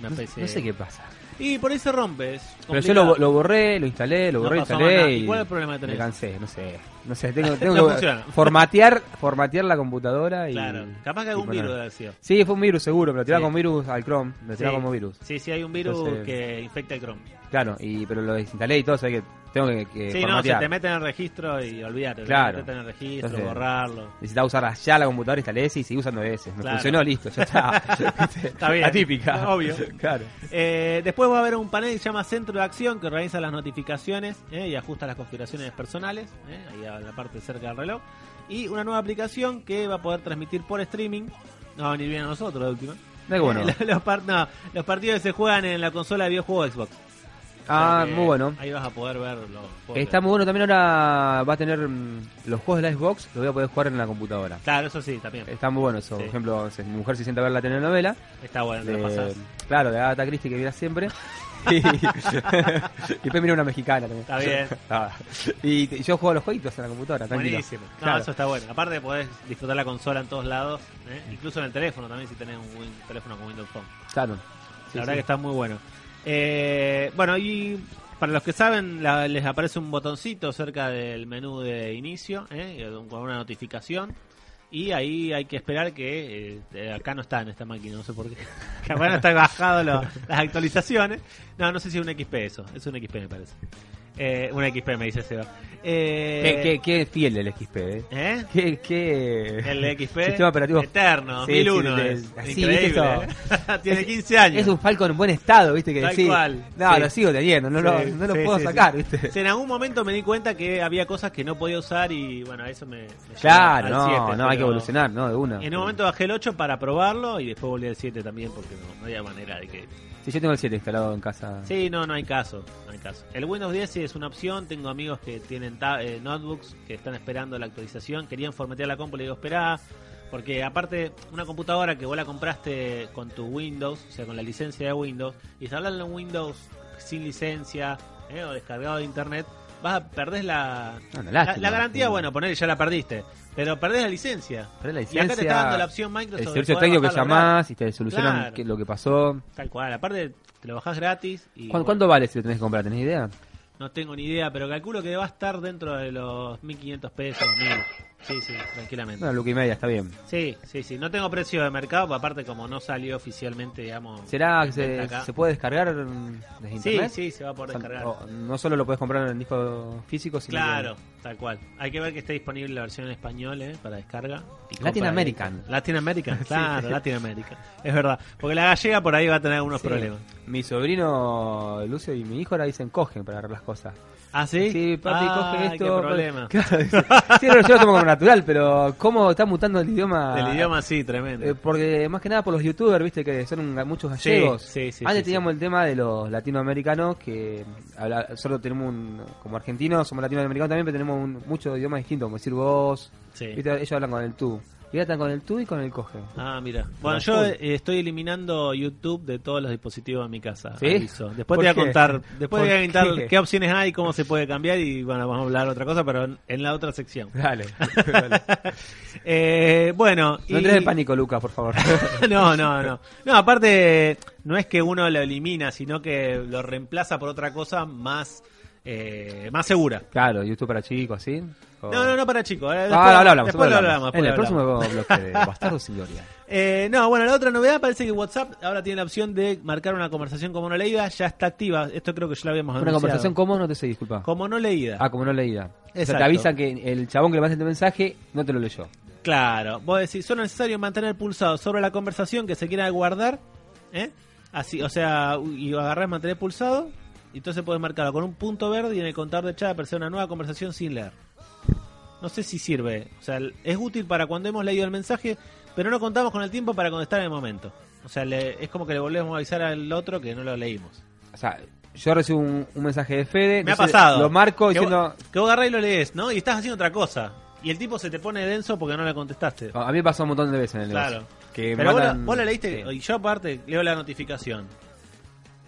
una
no,
especie
no sé
de-
qué pasa.
Y por ahí se rompe. es
Pero yo lo,
complicado.
lo borré, lo instalé, lo
No
borré,
pasó más nada.
instalé.
¿Y cuál es el problema que tenés?
Me cansé, no sé. No sé, tengo, tengo
No
que
funciona.
formatear, formatear la computadora y.
Claro, capaz que algún
y poner-
virus debe haber sido.
Sí, fue un virus seguro, pero tiraba
Sí.
con virus al Chrome, lo tiraba como virus.
Sí, sí, hay un virus
Entonces-
que infecta el Chrome.
Claro, y pero lo desinstalé y todo, o sea que tengo que, que
sí, no, se
formatear.
te meten en el registro y olvídate.
eh,
Te
Claro.
meten en el registro,
Entonces-
borrarlo.
Necesitaba usar allá la computadora, instalé ese y seguí usando ese. Me
Claro.
funcionó, listo, ya está.
Está bien.
Atípica.
Obvio.
Claro.
Eh, después va a haber un panel que se llama Centro de Acción que organiza las notificaciones eh, y ajusta las configuraciones personales, eh, ahí a la parte cerca del reloj. Y una nueva aplicación que va a poder transmitir por streaming. No va a venir bien a nosotros, de última.
No es bueno.
los, par- no, los partidos que se juegan en la consola de videojuegos Xbox. O
Ah,
sea que
muy bueno.
Ahí vas a poder ver los juegos.
Está muy bueno también ahora va a tener mm, los juegos de la Xbox, los voy a poder jugar en la computadora.
Claro, eso sí, también.
Está muy bueno eso.
Sí.
Por ejemplo, no sé, mi mujer se sienta a ver la telenovela.
Está bueno, te
de-
lo pasás.
claro, de Agatha Christie que mira siempre. y, y después mira una mexicana también.
Está bien.
Ah, y te- yo juego a los jueguitos en la computadora, tranquilo.
Buenísimo. No,
Claro.
eso está bueno. Aparte podés disfrutar la consola en todos lados, eh, incluso en el teléfono también si tenés un buen teléfono con Windows Phone.
Mm. Claro.
La
Sí,
verdad
sí.
que está muy bueno. Eh, bueno, y para los que saben, la- les aparece un botoncito cerca del menú de inicio, ¿eh? Y con una notificación. Y ahí hay que esperar que... eh, acá no está en esta máquina, no sé por qué. Capaz no están bajado lo- las actualizaciones. No, no sé si es un XP eso. Es un XP me parece. Eh, un XP me dice Seba. Eh,
Qué, qué- qué fiel el XP, ¿eh?
¿Eh?
Qué, qué...
El XP.
Sistema operativo.
Eterno,
Sí,
2001.
sí, sí,
es
sí,
increíble. ¿eh?
¿viste eso?
Tiene 15 años.
Es un Falcon en buen estado, ¿viste? Que
Tal
decís,
cual.
No,
Sí.
lo sigo teniendo, no lo,
Sí,
no lo
sí,
puedo
sí,
sacar,
sí.
¿viste?
Sí, en algún momento me di cuenta que había cosas que no podía usar y bueno, eso me. me lleva
Claro,
al
no,
siete,
no,
pero
hay que evolucionar, ¿no? De una.
En un momento bajé el 8 para probarlo y después volví al 7 también porque no, no había manera de que.
Sí, yo tengo el 7 instalado en casa.
Sí, no, no hay caso. No hay caso. El Windows 10 sí es una opción. Tengo amigos que tienen ta- eh, notebooks que están esperando la actualización. Querían formatear la compu, le digo, esperá. Porque aparte, una computadora que vos la compraste con tu Windows, o sea, con la licencia de Windows, y instalarla en Windows sin licencia ¿eh? o descargado de internet, vas a perder la,
No, una
la,
Ah, lástima,
la garantía.
sí.
Bueno, poner ya la perdiste, pero perdés la licencia.
Perdés la
Y acá te
licencia,
está dando la opción Microsoft.
El
de
servicio
poder
técnico que
bajarlo gratis.
llamás y te solucionan
Claro.
qué- lo que pasó.
Tal cual, aparte te lo bajás gratis. Y,
¿Cuánto,
bueno,
cuánto vale si lo tenés que comprar? ¿Tenés idea?
No tengo ni idea, pero calculo que va a estar dentro de los 1500 pesos, 1000. Sí, sí, tranquilamente.
Una luca y media, está bien.
Sí, sí, sí. No tengo precio de mercado, porque aparte como no salió oficialmente, digamos...
¿Será que
venta
se,
acá.
se puede descargar mm, desde
Sí,
internet?
sí, se va a
O
poder
sea,
descargar.
o- no solo lo puedes comprar en disco físico, sino
Claro, tal cual. Hay que ver que esté disponible la versión en español eh, para descarga. y
Latin
compra
American.
directa. Latin American, claro, Latin American. Es verdad. Porque la gallega por ahí va a tener
que-
algunos
Sí.
problemas.
Mi sobrino Lucio y mi hijo ahora dicen cogen para agarrar las cosas.
¿Ah, sí?
papi,
Ay,
cogen esto.
qué
papi.
problema.
Claro, dice, sí, no, yo lo tomo como natural, pero ¿cómo está mutando el idioma?
El idioma sí, tremendo.
Eh, porque más que nada por los youtubers, viste que son un- muchos
Sí,
gallegos.
sí, sí,
Antes
sí,
teníamos el tema de los latinoamericanos que habla- solo tenemos un. Como argentinos, somos latinoamericanos también, pero tenemos un- muchos idiomas distintos, como decir vos.
Sí.
Viste, ellos hablan con el tú. Y ahora están con el tú y con el coge.
Ah, mira. Bueno, yo eh, estoy eliminando YouTube de todos los dispositivos de mi casa.
¿Sí?
aviso. Después
¿Por
te voy a
qué?
contar, después te voy a
¿Por
contar
qué?
qué? opciones hay, cómo se puede cambiar y bueno, vamos a hablar otra cosa, pero en- en la otra sección.
Dale.
Eh, bueno,
No
y-
entres en pánico, Luca, por favor.
no, no, no. No, aparte, no es que uno lo elimina, sino que lo reemplaza por otra cosa más, eh, más segura.
claro, YouTube para chicos, ¿sí? O-
No, no, no para chicos. eh,
Ah,
después-
lo hablamos,
después lo
lo
hablamos. después
En el
lo hablamos.
próximo bloque de Bastardos sin Gloria.
Eh, no, bueno, la otra novedad parece que WhatsApp ahora tiene la opción de marcar una conversación como no leída, ya está activa. Esto creo que ya lo habíamos
Una
anunciado.
conversación, ¿cómo? No te sé, disculpa.
como no leída.
Ah, como no leída. O sea, te
Exacto.
avisan que el chabón que le mandaste el mensaje no te lo leyó.
Claro, vos decís, solo es necesario mantener pulsado sobre la conversación que se quiera guardar, ¿eh? Así, o sea, y lo agarrás, mantener pulsado, y entonces puedes marcarlo con un punto verde y en el contador de chat aparece una nueva conversación sin leer. No sé si sirve, o sea, es útil para cuando hemos leído el mensaje, pero no contamos con el tiempo para contestar en el momento. O sea, le- es como que le volvemos a avisar al otro que no lo leímos.
O sea, yo recibo un, un mensaje de Fede.
Me ha
entonces
pasado.
Lo marco
Que
diciendo.
vos- Que vos agarrás y lo lees, ¿no? Y estás haciendo otra cosa. Y el tipo se te pone denso porque no le contestaste.
A mí me pasó un montón de veces en el
Claro.
negocio. Que me
Pero vos, la,
mandan-
vos la leíste,
Sí.
y yo aparte leo la notificación.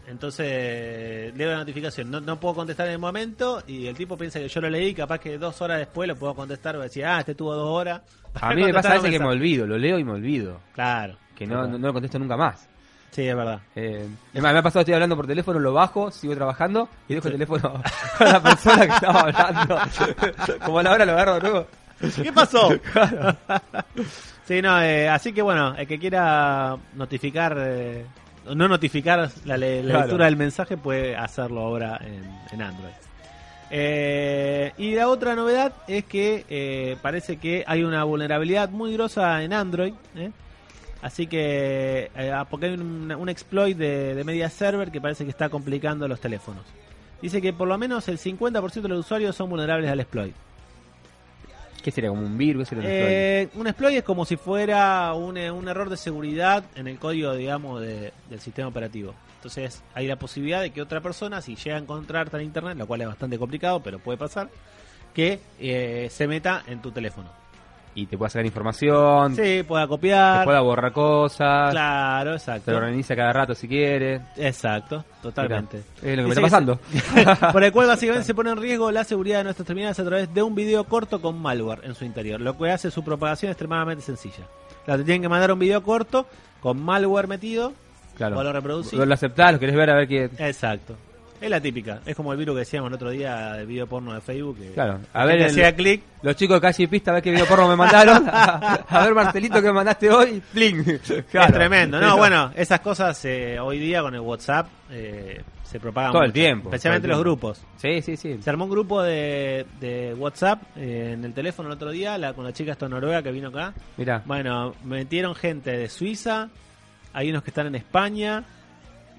Entonces, leo la notificación. No, no puedo contestar en el momento y el tipo piensa que yo lo leí. Capaz que dos horas después lo puedo contestar. Voy a decir, ah, este tuvo dos horas. para
A mí me pasa
contestar
a
el
veces que me
mensaje.
olvido, lo leo y me olvido.
Claro.
Que no, no, no lo contesto nunca más.
Sí, es verdad.
Eh, es más, me ha pasado, estoy hablando por teléfono, lo bajo, sigo trabajando y dejo el teléfono a la persona que estaba hablando. Como a la hora lo agarro, ¿no?
¿Qué pasó? sí, no, eh, así que bueno, el que quiera notificar, eh, no notificar la, le- la
Claro.
lectura del mensaje puede hacerlo ahora en, en Android. Eh, y la otra novedad es que eh, parece que hay una vulnerabilidad muy grosa en Android. ¿eh? Así que, eh, ah, porque hay un, un exploit de, de media server que parece que está complicando los teléfonos. Dice que por lo menos el 50% de los usuarios son vulnerables al exploit.
¿Qué sería? ¿Como un virus? ¿Qué sería un exploit?
Eh, un exploit es como si fuera un, eh, un error de seguridad en el código, digamos, de- del sistema operativo. Entonces hay la posibilidad de que otra persona, si llega a encontrarte en Internet, lo cual es bastante complicado, pero puede pasar, que eh, se meta en tu teléfono.
Y te puede sacar información,
Sí, pueda
te
copiar.
pueda borrar cosas,
Claro,
te lo
exacto.
organiza cada rato si quiere.
Exacto, totalmente.
Mirá, es lo que me
Dice
está pasando.
se- por el cual básicamente se pone en riesgo la seguridad de nuestras terminales a través de un video corto con malware en su interior, lo que hace su propagación extremadamente sencilla. Claro, te tienen que mandar un video corto con malware metido.
Claro.
Vos lo reproducís.
Vos Lo aceptás, lo querés ver a ver qué.
Exacto. Es la típica. Es como el virus que decíamos el otro día de video porno de Facebook. que-
Claro. A
que
ver
te
el-
hacía clic.
Los chicos de calle y pista, a ver qué video porno me mandaron. A, a ver, Marcelito, que me mandaste hoy. Pling. Claro.
Es tremendo. No,
Eso.
bueno, esas cosas eh, hoy día con el WhatsApp eh, se propagan.
Todo el
mucho,
tiempo,
Especialmente
todo el
los
tiempo.
grupos.
Sí, sí, sí.
Se armó un grupo de, de WhatsApp eh, en el teléfono el otro día la, con la chica esta noruega que vino acá.
Mirá.
Bueno, metieron gente de Suiza, hay unos que están en España,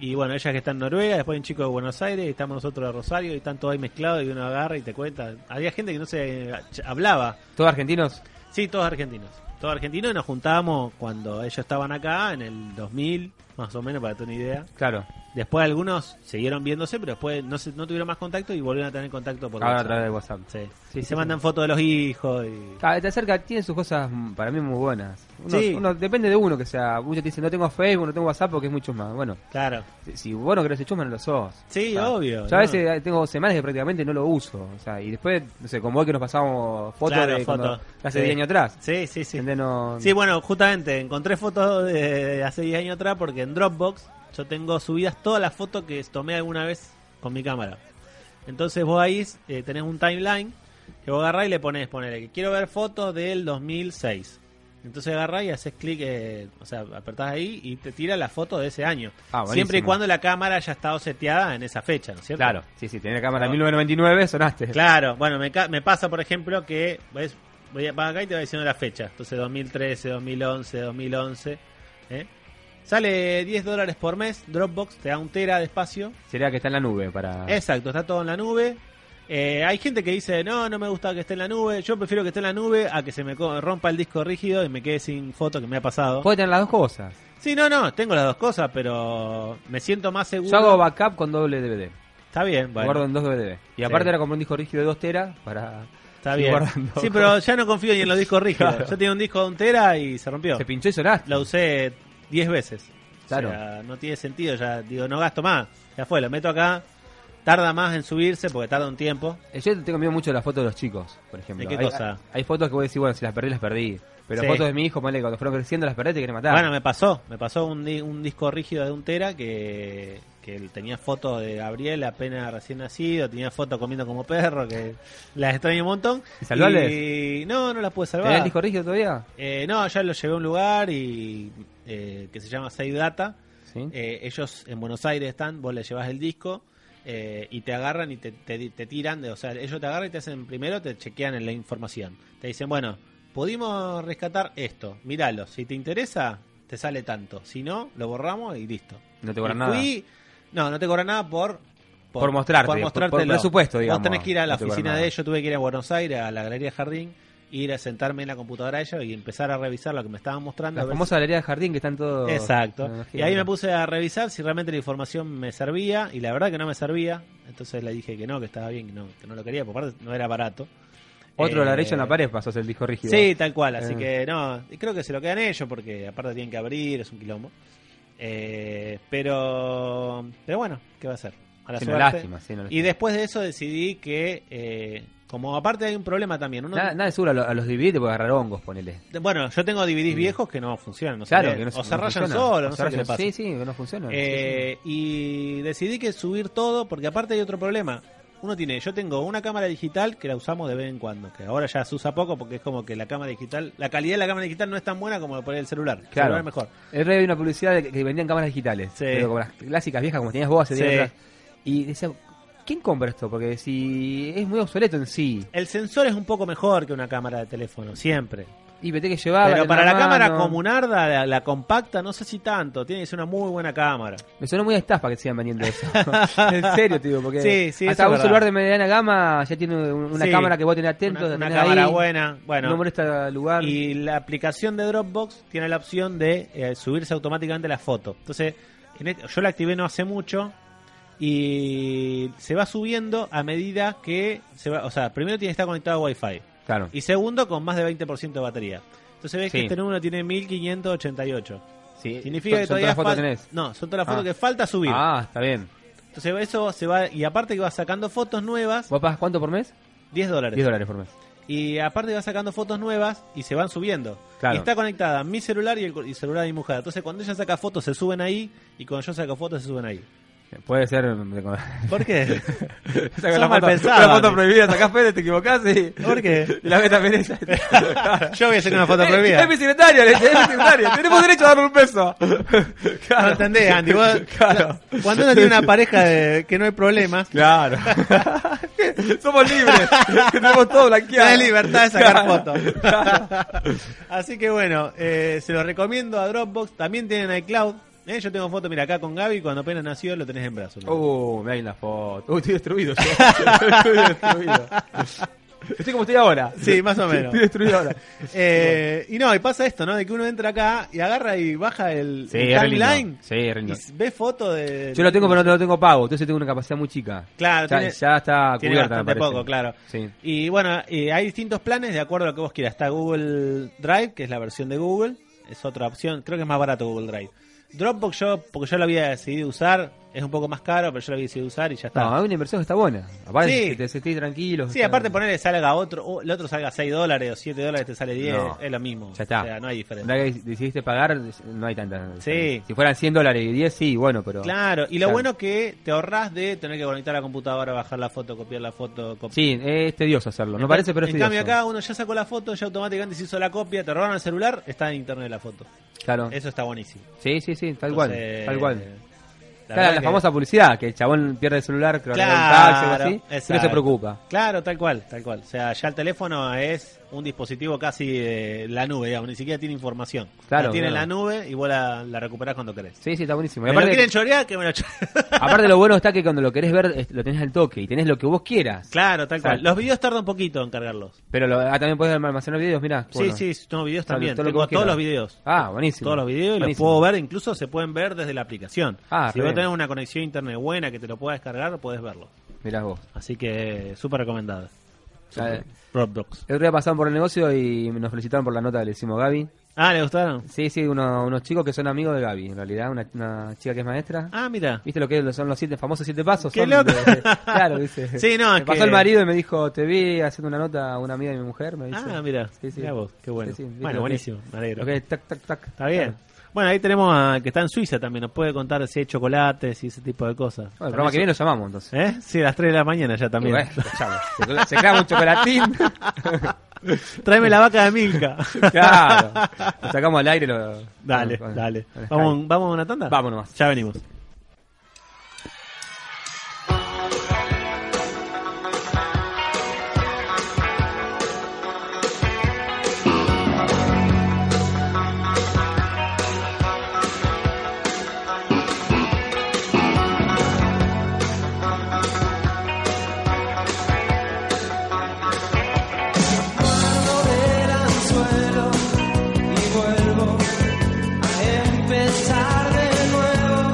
y bueno, ellas que están en Noruega, después hay un chico de Buenos Aires, y estamos nosotros de Rosario, y están todos ahí mezclados, y uno agarra y te cuenta. Había gente que no se eh, ch- hablaba.
¿Todos argentinos?
Sí, todos argentinos. Todos argentinos, y nos juntábamos cuando ellos estaban acá, en el 2000, más o menos, para tener una idea.
Claro.
Después algunos siguieron viéndose, pero después no, se- no tuvieron más contacto y volvieron a tener contacto por
Ahora a
WhatsApp.
través de WhatsApp.
Sí.
Sí,
se
sí,
mandan fotos de los hijos. Y...
Ah, Está cerca, tiene sus cosas mm, para mí muy buenas. Uno,
Sí.
uno- depende de uno que sea. Muchos dicen, no tengo Facebook, no tengo WhatsApp porque es mucho más. Bueno,
Claro.
si- si vos no querés el chusma, no lo sos.
Sí,
Ah.
obvio.
Yo a
¿no?
veces eh, tengo semanas que prácticamente no lo uso. O sea, y después, no sé, como hoy que nos pasamos fotos
Claro,
de cuando-
fotos.
de hace
Sí.
10 años atrás.
Sí, sí, sí.
¿Entendés? No-
Sí, bueno, justamente encontré fotos de, de hace 10 años atrás porque en Dropbox yo tengo subidas todas las fotos que tomé alguna vez con mi cámara. Entonces vos ahí eh, tenés un timeline que vos agarrás y le pones, ponele, que quiero ver fotos del 2006. Entonces agarrás y haces clic, eh, o sea, apretás ahí y te tira la foto de ese año.
Ah, buenísimo.
Siempre y cuando la cámara haya estado seteada en esa fecha, ¿no es cierto?
Claro, sí, sí, tenés la cámara
No.
en 1999, sonaste.
Claro, bueno, me, ca- me pasa, por ejemplo, que ves, voy a- vas acá y te va diciendo la fecha. Entonces, 2013, 2011, 2011. ¿eh? Sale 10 dólares por mes, Dropbox te da un tera de espacio.
Sería que está en la nube para.
Exacto, está todo en la nube. Eh, hay gente que dice, no, no me gusta que esté en la nube. Yo prefiero que esté en la nube a que se me co- rompa el disco rígido y me quede sin foto que me ha pasado.
Puede tener las dos cosas.
Sí, no, no, tengo las dos cosas, pero me siento más seguro.
Yo hago backup con doble DVD.
Está bien, bueno.
Guardo en dos DVD. Y aparte
Sí.
era como un disco rígido de 2 teras para.
Está
Sí,
bien.
guardando.
Sí, pero ya no confío ni en los discos rígidos.
Claro.
Yo tenía un disco de un tera y se rompió.
Se pinchó y sonaste.
La usé 10 veces.
Claro.
O sea, no tiene sentido, ya digo, no gasto más. Ya fue, lo meto acá. Tarda más en subirse porque tarda un tiempo.
Eh, Yo tengo miedo mucho de las fotos de los chicos, por ejemplo.
¿De qué
hay,
cosa?
hay- hay fotos que voy a decir, bueno, si las perdí, las perdí. Pero
Sí.
fotos de mi hijo, ponele, cuando fueron creciendo, las perdí, te querés matar.
Bueno, me pasó. Me pasó un, di- un disco rígido de un tera que, que él tenía fotos de Gabriel apenas recién nacido, tenía fotos comiendo como perro, que las extraño un montón.
¿Y salvables?
Y- No, no las pude
¿Tenés el
salvar.
disco rígido todavía?
Eh, no, ya lo llevé a un lugar y eh, que se llama Save Data.
Sí.
Eh, ellos en Buenos Aires están, vos le llevas el disco eh, y te agarran y te, te- te tiran, de, o sea, ellos te agarran y te hacen primero, te chequean en la información. Te dicen, bueno, pudimos rescatar esto, míralo, si te interesa, te sale tanto, si no, lo borramos y listo.
No te cobran
Y
nada.
fui- no, no te cobran nada por...
Por mostrarte,
por
por-
mostrártelo.
por presupuesto, digamos,
Vos tenés que ir a la
no te cobran
oficina de
nada.
ellos, tuve que ir a Buenos Aires, a la Galería Jardín, ir a sentarme en la computadora de ellos y empezar a revisar lo que me estaban mostrando.
La
a ver
famosa galería de jardín que están todos.
Exacto.
imagino.
Y ahí me puse a revisar si realmente la información me servía y la verdad que no me servía. Entonces le dije que no, que estaba bien, que no, que no lo quería, porque aparte no era barato.
Otro
Eh,
ladrillo en la pared pasó el disco rígido.
Sí, tal cual. Así
Eh.
que no, y creo que se lo quedan ellos porque aparte tienen que abrir, es un quilombo. Eh, pero, pero bueno, ¿qué va a hacer? A la
Sí, una
suerte.
lástima, sí, una
Y
lástima.
después de eso decidí que, eh, como aparte hay un problema también, uno
Nada, nada de seguro, a lo- a los DVD te puede agarrar hongos, ponele.
bueno, yo tengo DVDs viejos que no funcionan, no sé
Claro,
qué-
que no
o se rayan
funciona.
solo,
O
no
se
sé qué le
rayan-
pasa.
Sí, sí, que no funcionan.
Eh, y decidí que subir todo, porque aparte hay otro problema. Uno tiene, yo tengo una cámara digital que la usamos de vez en cuando, que ahora ya se usa poco porque es como que la cámara digital, la calidad de la cámara digital no es tan buena como la por el celular. El
Claro.
celular es mejor.
El rey había una publicidad de que- que vendían cámaras digitales,
Sí.
pero como las clásicas viejas como tenías vos hace
Sí.
días atrás. Y decía, ¿quién compra esto? Porque si es muy obsoleto en sí.
El sensor es un poco mejor que una cámara de teléfono, siempre.
Y me tenés que llevar.
Pero
en
para la,
mano.
cámara comunarda, la, la compacta, no sé si tanto, tiene que ser una muy buena cámara.
Me sonó muy a estafa que sigan vendiendo eso. en serio, tío, porque
Sí, sí, eso
hasta
es
un
verdad.
celular de mediana gama ya tiene un- una
Sí.
cámara que vos tenés atento.
Una,
la
una
tenés
cámara
ahí,
buena. Bueno,
No molesta lugar.
Y la aplicación de Dropbox tiene la opción de eh, subirse automáticamente la foto. Entonces, en este- yo la activé no hace mucho y se va subiendo a medida que se va, o sea, primero tiene que estar conectado a Wi-Fi
Claro.
y segundo con más de 20% de batería. Entonces ves
Sí.
que este número tiene 1588.
Sí,
Significa
son-
que todavía
son todas las fotos
fal-
tenés.
No, son todas las fotos
Ah.
que falta subir.
Ah, está bien.
Entonces eso se va y aparte que va sacando fotos nuevas,
¿Vos pagas cuánto por mes?
10 dólares.
10 dólares por mes.
Y aparte va sacando fotos nuevas y se van subiendo.
Claro.
Y está conectada mi celular y el co- y celular de mi mujer. Entonces cuando ella saca fotos se suben ahí y cuando yo saco fotos se suben ahí.
Puede ser. mm,
¿Por qué?
Sacas
Sos
la
mal
foto,
pensado,
una foto
amigo.
prohibida, sacás Fede, te equivocás y,
¿Por qué?
y la ves también ella.
Yo voy a hacer una foto
Eh,
prohibida.
Es mi secretaria, le dice, es mi secretaria. Tenemos derecho a darle un beso. Claro.
No entendés, Andy. vos-
Claro.
Cuando uno tiene una pareja de, que no hay problemas,
Claro. Somos libres. Tenemos todo blanqueado.
tenés libertad de sacar
Claro.
fotos. Así que bueno, eh, se lo recomiendo a Dropbox. También tienen iCloud. Eh, yo tengo fotos, mira, acá con Gaby. Cuando apenas nació lo
Oh.
tenés en brazos.
Uh, me hay la foto. Uy, estoy destruido yo. estoy destruido. Estoy como estoy ahora.
Sí, más o menos.
Estoy destruido ahora.
Eh, y no, y pasa esto, ¿no? De que uno entra acá y agarra y baja el,
Sí,
el
es re lindo.
timeline
Sí, es re
y
lindo.
s- ve fotos de...
Yo lo tengo, pero no lo tengo pago. Entonces tengo una capacidad muy chica.
Claro,
Ya,
tiene-
ya está
tiene
cubierta, me
bastante
parece.
poco, claro.
Sí.
Y bueno, eh, hay distintos planes de acuerdo a lo que vos quieras. Está Google Drive, que es la versión de Google. Es otra opción. Creo que es más barato Google Drive. Dropbox yo, porque yo lo había decidido usar, es un poco más caro, pero yo lo había decidido usar y ya está.
No, hay una inversión que está buena. Aparte,
Sí.
que te sentís tranquilo.
Sí,
está-
aparte ponerle salga otro, o el otro salga 6 dólares o 7 dólares, te sale 10,
No.
es lo mismo.
Ya está.
O sea, no hay diferencia.
La que decidiste pagar, no hay tanta.
Sí.
Si fueran 100 dólares y 10, sí, bueno, pero.
Claro, y lo
Claro.
bueno que te ahorras de tener que conectar la computadora, bajar la foto, copiar la foto, copiar.
Sí, es tedioso hacerlo. No
En
parece,
ca-
pero es
En
tedioso.
cambio, acá uno ya sacó la foto, ya automáticamente se hizo la copia, te robaron el celular, está en internet la foto.
Claro.
Eso está buenísimo.
Sí, sí, sí, tal
Entonces,
cual. Tal cual.
La
Claro,
verdad
la
que-
famosa publicidad, que el chabón pierde el celular, creo que
Claro,
era un taxi o algo así, y no se
exacto.
preocupa.
Claro, tal cual, tal cual. O sea, ya el teléfono es un dispositivo casi de la nube, digamos, ni siquiera tiene información.
Claro,
la tiene en
claro.
la nube y vos la, la recuperás cuando querés.
Sí, sí, está buenísimo. Y
Me lo
aparte,
quieren chorear, que me lo chorean.
aparte lo bueno está que cuando lo querés ver, es- lo tenés al toque y tenés lo que vos quieras.
Claro, tal cual.
Exacto.
Los videos tardan un poquito en cargarlos.
Pero lo- ah, también podés almacenar videos, mirá. bueno.
Sí, sí, tengo videos
Todo lo-
también.
todo lo que
tengo
vos
todos
quieras.
los videos.
Ah, buenísimo.
Todos los videos y los
Buenísimo.
puedo ver, incluso se pueden ver desde la aplicación.
Ah,
si
re
vos
bien.
tenés una conexión a internet buena que te lo pueda descargar, podés verlo.
Mirá vos.
Así que súper recomendado.
Ah,
Dropbox.
El otro día pasaron por el negocio y nos felicitaron por la nota que le hicimos a Gaby.
Ah, ¿le gustaron?
Sí, sí, uno- unos chicos que son amigos de Gaby, en realidad, una, una chica que es maestra.
Ah, mira.
¿Viste lo que son los siete famosos siete pasos?
¡Qué
Son
loco!
de- de- claro, dice.
Sí, no,
me
es
pasó
que-
el marido y me dijo, te vi haciendo una nota a una amiga de mi mujer. Me dice.
Ah, mira.
Sí, sí.
Mirá vos, qué bueno.
Sí, sí, viste lo
bueno,
que-
buenísimo, me alegro.
lo que es tac, tac, tac.
Está bien. Bueno, ahí tenemos a que está en Suiza también, nos puede contar si hay chocolates y ese tipo de cosas.
Bueno, el programa que
También
viene lo llamamos entonces.
son- ¿Eh? Sí, a las 3 de la mañana ya
Y
también.
bueno, escuchamos. Se- Se clava un chocolatín.
Tráeme la vaca de Milka.
claro. Lo sacamos al aire. Lo...
Dale,
con-
dale.
con Skype.
¿Vamos, ¿Vamos a una tanda?
Vamos nomás.
Ya venimos.
del anzuelo y vuelvo a empezar de nuevo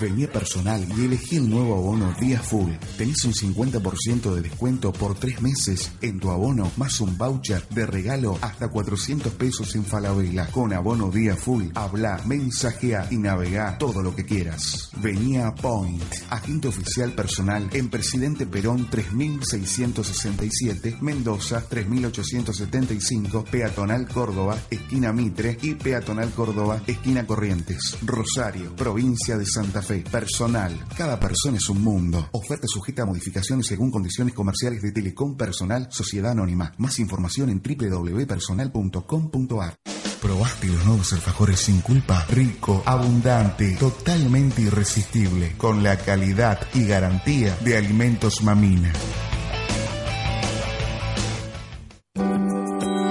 Vení a personal y elegí el nuevo abono Día Full. Tenés un 50% de descuento por tres meses en tu abono, más un voucher de regalo hasta 400 pesos en Falabella. Con abono Día Full, habla, mensajea y navega todo lo que quieras. Vení a Point, agente oficial personal en Presidente Perón 3667, Mendoza 3875, Peatonal Córdoba, esquina Mitre y Peatonal Córdoba, esquina Corrientes, Rosario, provincia de Santa Fe. Personal, cada persona es un mundo. Oferta sujeta a modificaciones según condiciones comerciales de Telecom Personal, Sociedad Anónima. Más información en www.personal.com.ar. ¿Probaste los nuevos alfajores sin culpa? Rico, abundante, totalmente irresistible, con la calidad y garantía de Alimentos Mamina.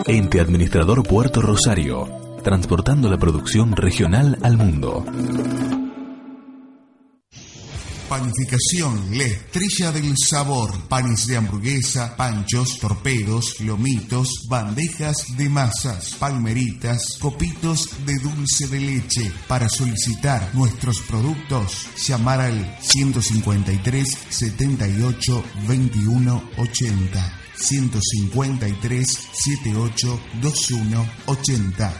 Ente Administrador Puerto Rosario, transportando la producción regional al mundo.
Panificación, la estrella del sabor. Panes de hamburguesa, panchos, torpedos, lomitos, bandejas de masas, palmeritas, copitos de dulce de leche. Para solicitar nuestros productos, llamar al 153 78 21 80. 153 78 21 80.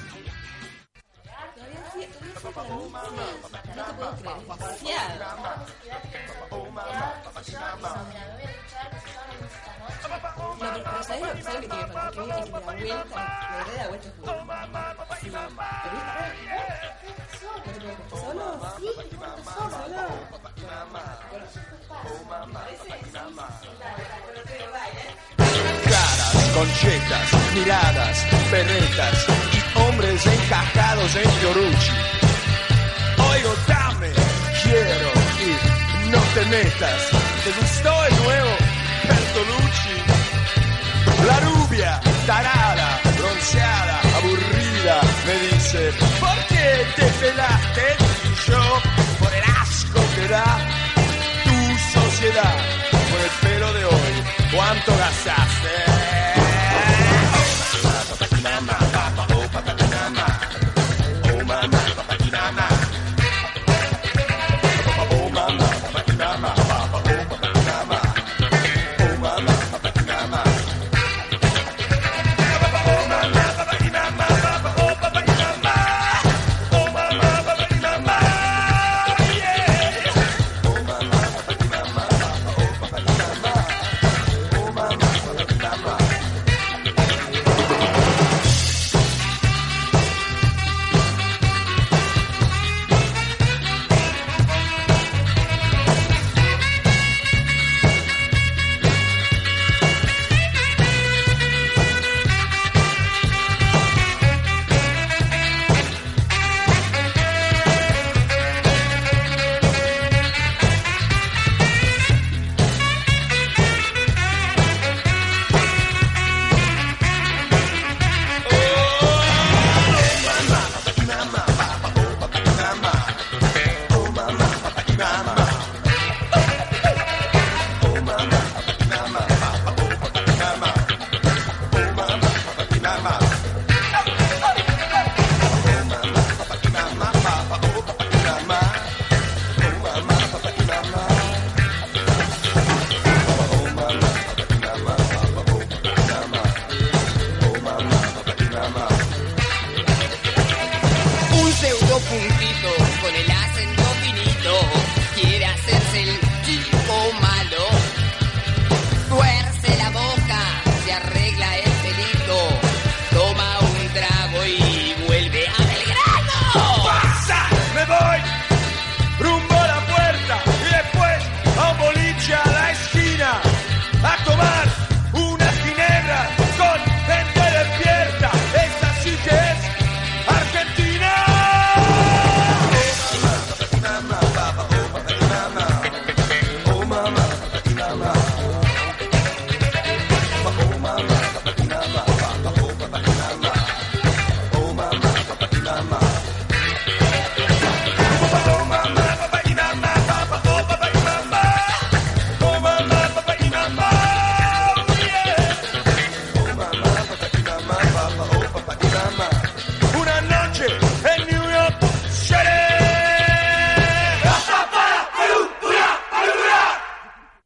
caras, conchetas, miradas, perretas y hombres encajados en Fiorucci. Oigo, dame, quiero ir, no te metas. ¿Te gustó el nuevo Bertolucci? La rubia, tarada, bronceada, aburrida, me dice, ¿por qué te pelaste? Y yo, por el asco que da tu sociedad, por el pelo de hoy, ¿cuánto gastaste? Oh, mamá,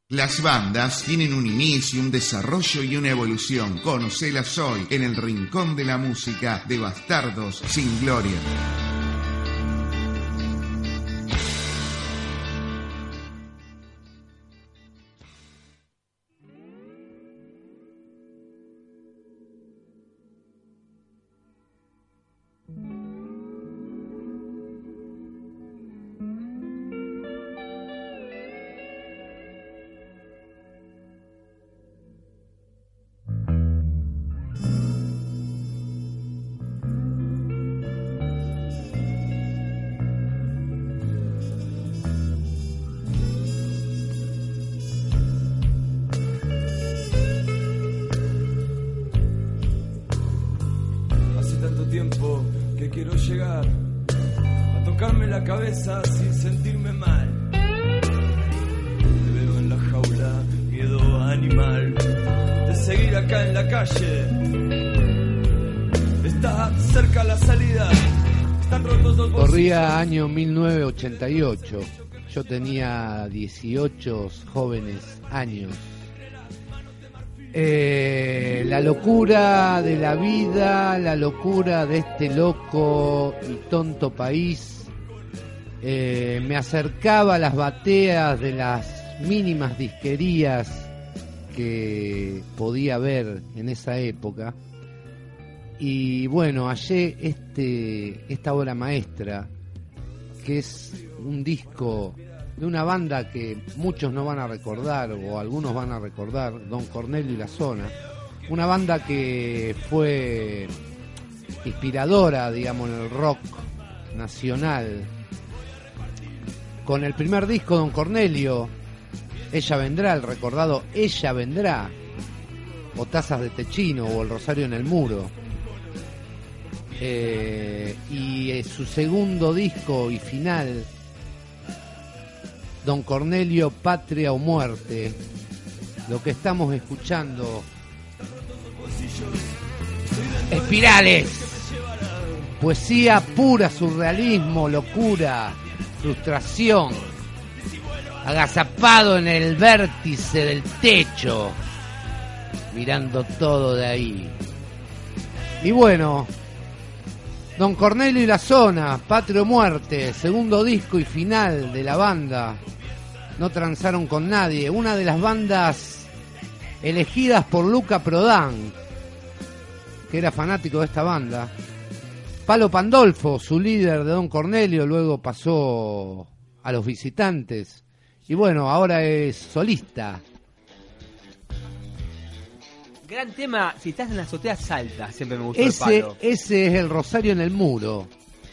Las bandas tienen un inicio, un desarrollo y una evolución. Conocelas hoy en el Rincón de la Música de Bastardos sin Gloria.
Hace tanto tiempo que quiero llegar a tocarme la cabeza sin sentirme mal. Te veo en la jaula, miedo animal de seguir acá en la calle. Está cerca la salida, están rotos dos
Corría año 1988. Yo tenía 18 jóvenes años. Eh, la locura de la vida, la locura de este loco y tonto país. Eh, me acercaba a las bateas de las mínimas disquerías que podía haber en esa época. Y bueno, hallé este, esta obra maestra, que es un disco de una banda que muchos no van a recordar, o algunos van a recordar, Don Cornelio y la Zona. Una banda que fue inspiradora, digamos, en el rock nacional. Con el primer disco, Don Cornelio, Ella Vendrá, el recordado Ella Vendrá, o Tazas de Techino, o El Rosario en el Muro. Eh, y eh, su segundo disco y final, Don Cornelio, Patria o Muerte, lo que estamos escuchando, Espirales, poesía pura, surrealismo, locura, frustración, agazapado en el vértice del techo, mirando todo de ahí. Y bueno, Don Cornelio y la Zona, Patrio Muerte, segundo disco y final de la banda. No transaron con nadie. Una de las bandas elegidas por Luca Prodan, que era fanático de esta banda. Palo Pandolfo, su líder de Don Cornelio, luego pasó a los visitantes. Y bueno, ahora es solista.
Gran tema, si estás en la azotea, salta. Siempre me gustó el
Ese,
palo.
ese es el Rosario en el Muro,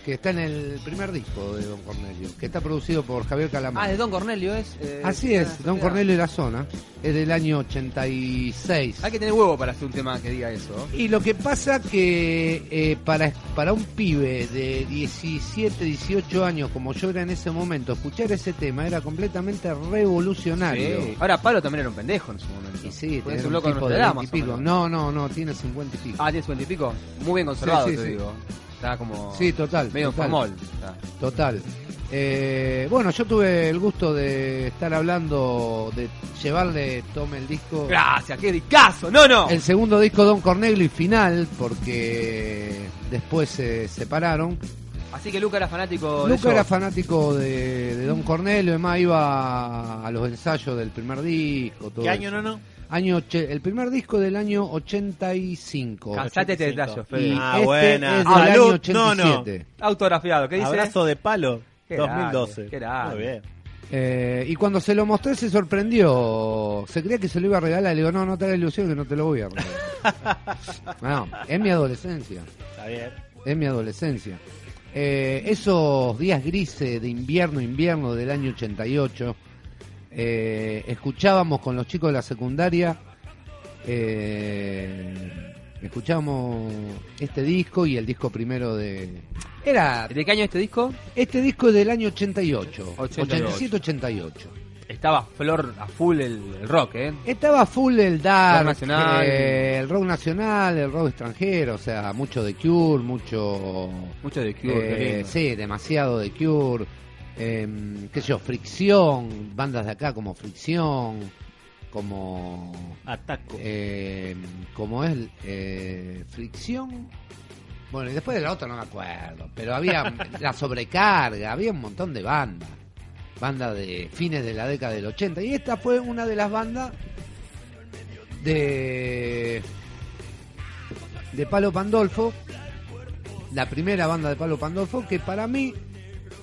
que está en el primer disco de Don Cornelio, que está producido por Javier Calamar.
Ah, de Don Cornelio es. eh,
Así
que está
es,
en
Don
la azotea.
Cornelio y la zona, es del año 86.
Hay que tener huevo para hacer un tema que diga eso.
Y lo que pasa que eh, para, para un pibe de 17, 18 años, como yo era en ese momento, escuchar ese tema era completamente revolucionario.
Sí. Ahora, Palo también era un pendejo en su momento.
Y sí,
Porque es
tener
un
un
loco de
tipo de
Notre
20 y
Dame,
pico.
más o menos.
No, no, no, tiene 50 y pico.
Ah, tiene 50 y pico. Muy bien conservado,
Sí, sí,
te
sí.
digo. Está como.
Sí, total,
Medio
total.
formol. Está.
Total. Eh, bueno, yo tuve el gusto de estar hablando, de llevarle, tome el disco.
Gracias, qué discazo. No, no.
El segundo disco Don Cornelio y final, porque después se separaron.
Así que Luca era fanático de
Luca
eso.
era fanático de, de Don Cornelio, además iba a los ensayos del primer disco. Todo
¿Qué año
eso.
no, no?
Año oche- el primer disco del año 85.
Cansate este detalle,
Y
Fede.
Ah,
este
buena.
es del
Salud,
año
no, no.
87.
Autografiado, ¿qué dice?
Abrazo de palo
Qué
2012.
grande, qué grande.
Muy bien.
Eh, y cuando se lo mostré se sorprendió. Se creía que se lo iba a regalar. Le digo, no, no te hagas ilusión que no te lo voy a regalar. no, es mi adolescencia.
Está bien.
Es mi adolescencia. Eh, esos días grises de invierno, invierno del año 88, eh, escuchábamos con los chicos de la secundaria, eh, escuchábamos este disco y el disco primero de... Era...
¿De qué año este disco?
Este disco es del año 88,
88.
87-88.
Estaba flor a full el, el rock, ¿eh?
Estaba full el dark,
Rock nacional.
eh, el rock nacional, el rock extranjero, o sea, mucho de Cure, mucho...
Mucho de Cure,
eh,
qué lindo.
sí, demasiado de em, Cure, eh, qué sé yo, Fricción, bandas de acá como Fricción, como
Ataco.
eh, como es eh, fricción bueno y después de la otra no me acuerdo pero había la sobrecarga había un montón de bandas bandas de fines de la década del 80 y esta fue una de las bandas de de Palo Pandolfo la primera banda de Palo Pandolfo que para mí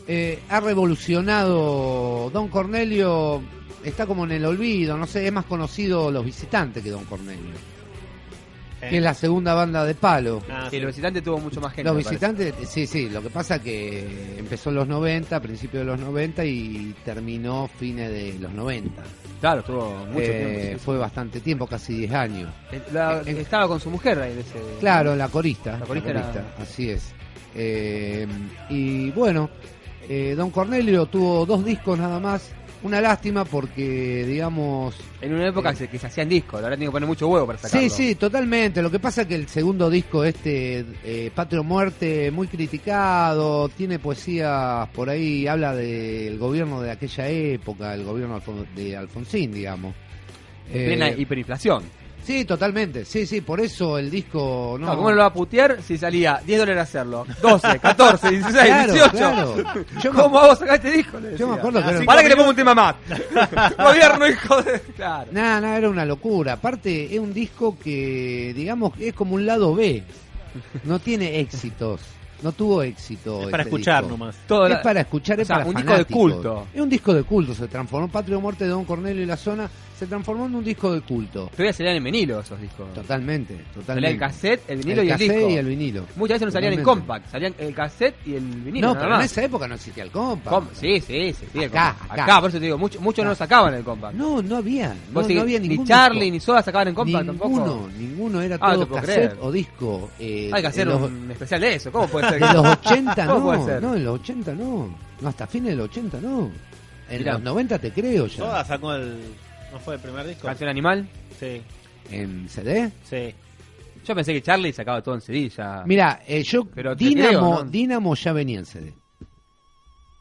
eh, ha revolucionado Don Cornelio está como en el olvido no sé es más conocido los visitantes que Don Cornelio que es la segunda banda de Palo
Eh. Ah,
Eh. Sí,
sí.
los visitantes tuvo mucho más gente.
los
me parece.
visitantes, sí, sí, lo que pasa que empezó en los 90, a principios de los 90 y terminó fines de los 90.
Claro, tuvo mucho
Eh,
tiempo. sí,
Fue bastante tiempo, casi 10 años.
sí. Eh, La-
en-
estaba con su mujer ahí. en Ese,
eh, Claro, la corista.
La corista era-
así es. Eh, y bueno, eh, Don Cornelio tuvo dos discos nada más. Una lástima porque, digamos...
En una época se- que se hacían discos, ahora tengo que poner mucho huevo para sacarlo.
Eh. Sí, sí, totalmente. Lo que pasa que el segundo disco, este, eh, Patrio Muerte, muy criticado, tiene poesías por ahí, habla del gobierno de aquella época, el gobierno Alfon- de Alfonsín, digamos.
En plena
Eh,
hiperinflación.
Sí, totalmente. Sí, sí, por eso el disco... No,
No, ¿Cómo lo va a putear si salía 10 dólares hacerlo? 12, 14, 16,
Claro,
18.
claro. Yo me-
¿Cómo hago sacar este disco? Le
Yo me
decía.
acuerdo que... era un-
Para que le pongo un tema más. Gobierno, hijo de. Claro.
Nada, nada, era una locura. Aparte, es un disco que, digamos, es como un lado B. No tiene éxitos. No tuvo éxito.
Es para
este
escuchar
disco.
nomás.
Todo
es
la-
para escuchar,
o
es
sea,
para
un disco de
fanáticos.
culto.
Es un disco de culto. Se transformó Patria o Muerte de Don Cornelio y la zona. Se transformó en un disco de culto.
Todavía salían en vinilo esos discos.
Totalmente,
Salía
totalmente.
el cassette, el vinilo
El
y el
cassette
disco.
y el vinilo.
Muchas veces no salían en
Totalmente.
compact, salían el cassette y el vinilo.
No,
nada
pero en
más.
esa época no existía el compa.
Com- Sí, sí, sí. sí, el
Acá,
compact.
acá.
acá. por eso te digo, mucho- muchos no lo
Acá.
sacaban el compact.
No, no había. No,
Vos decís,
no había
ni
ningún
Charlie
disco.
ni Soda sacaban en compact
ninguno,
tampoco.
ninguno. Era
Ah, te
todo
puedo
cassette
creer.
o disco. eh,
Hay que hacer
en los-
un especial de eso. ¿Cómo puede
En
ser?
los 80
¿Cómo
no,
puede ser?
no, en los 80 no. No, hasta fines de los 80 no. En
Mirá. Ah.
los 90 te creo ya.
Soda sacó el. ¿No fue el primer disco?
Canción Animal.
Sí,
¿En CD?
sí.
Yo pensé que Charlie sacaba todo en CD ya.
Mira, eh, yo
Pero te
Dinamo,
creo, ¿no?
Dinamo ya venía en CD.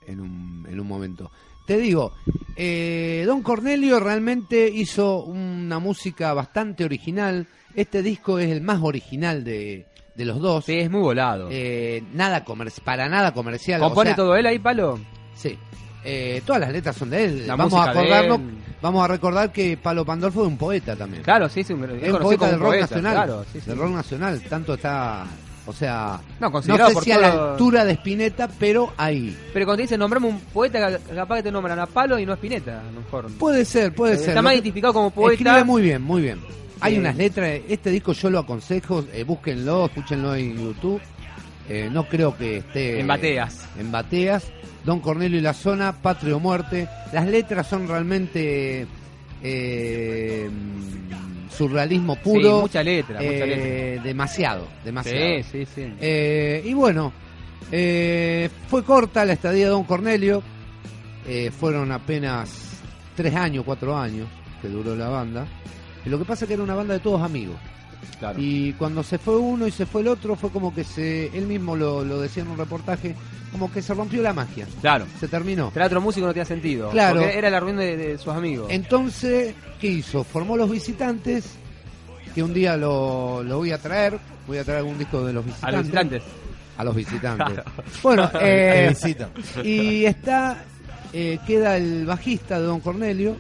En un, en un momento. Te digo, eh, Don Cornelio realmente hizo una música bastante original. Este disco es el más original de, de los dos.
Sí, es muy volado.
Eh, nada comer- para nada comercial. o
¿Compone
sea,
todo él ahí, Palo?
Sí. Eh, todas las letras son de él.
La
vamos a
música de
acordarnos,
él.
vamos a recordar que Palo Pandolfo es un poeta también.
Claro, sí, sí. un- Es,
es un
conocido
poeta
como
del rock
poeta,
nacional.
Claro, sí, sí.
Del rock nacional, tanto está, o sea,
No,
no
considerado
sé
por
si a la
todo-
altura de Spinetta, pero ahí.
Pero cuando te dicen nombrame un poeta, ca- capaz que te nombran a Palo y no a Spinetta, a lo mejor.
Puede ser, puede
Eh,
ser.
Está
Lo
más
que-
identificado como poeta.
Escribe muy bien, muy bien. Hay
Eh,
unas letras, este disco yo lo aconsejo, eh, búsquenlo, escúchenlo en YouTube. Eh, no creo que esté...
En bateas.
En bateas. Don Cornelio y la zona, Patria o Muerte. Las letras son realmente eh, surrealismo puro.
Sí, mucha letra, mucha letra.
Eh, demasiado, demasiado.
Sí, sí, sí.
Eh, y bueno, eh, fue corta la estadía de Don Cornelio. Eh, fueron apenas tres años, cuatro años que duró la banda. Y lo que pasa es que era una banda de todos amigos.
claro.
Y cuando se fue uno y se fue el otro, fue como que se, él mismo lo, lo decía en un reportaje, como que se rompió la magia.
Claro.
Se terminó.
Traer otro músico no tenía sentido.
Claro.
Porque era la reunión de, de sus amigos.
Entonces, ¿qué hizo? Formó los visitantes, que un día lo, lo voy a traer. Voy a traer algún disco de los
A los visitantes.
a los visitantes. Bueno, eh,
visita.
y está, eh, queda el bajista de Don Cornelio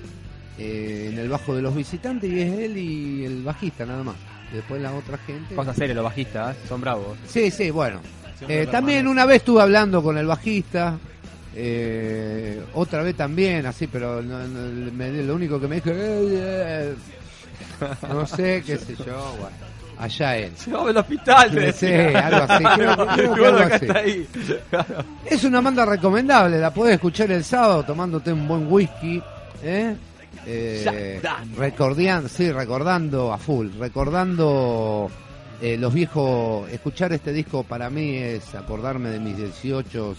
eh, en el bajo de los visitantes y es él y el bajista nada más. Después la otra gente.
Cosas serias los bajistas, ¿eh? son bravos.
Sí, sí, bueno.
Siempre
Eh,
los
también
hermanos.
una vez estuve hablando con el bajista, eh, otra vez también, así, pero no- no- me- lo único que me dijo, "Eh, eh, no sé, qué sé yo, bueno, allá él.
Llevame al hospital,
Sí, algo así, creo que- creo que algo así. Es una banda recomendable, la podés escuchar el sábado tomándote un buen whisky, ¿eh? Eh, recordian- sí, recordando a full, recordando eh, los viejos, escuchar este disco para mí es acordarme de mis 18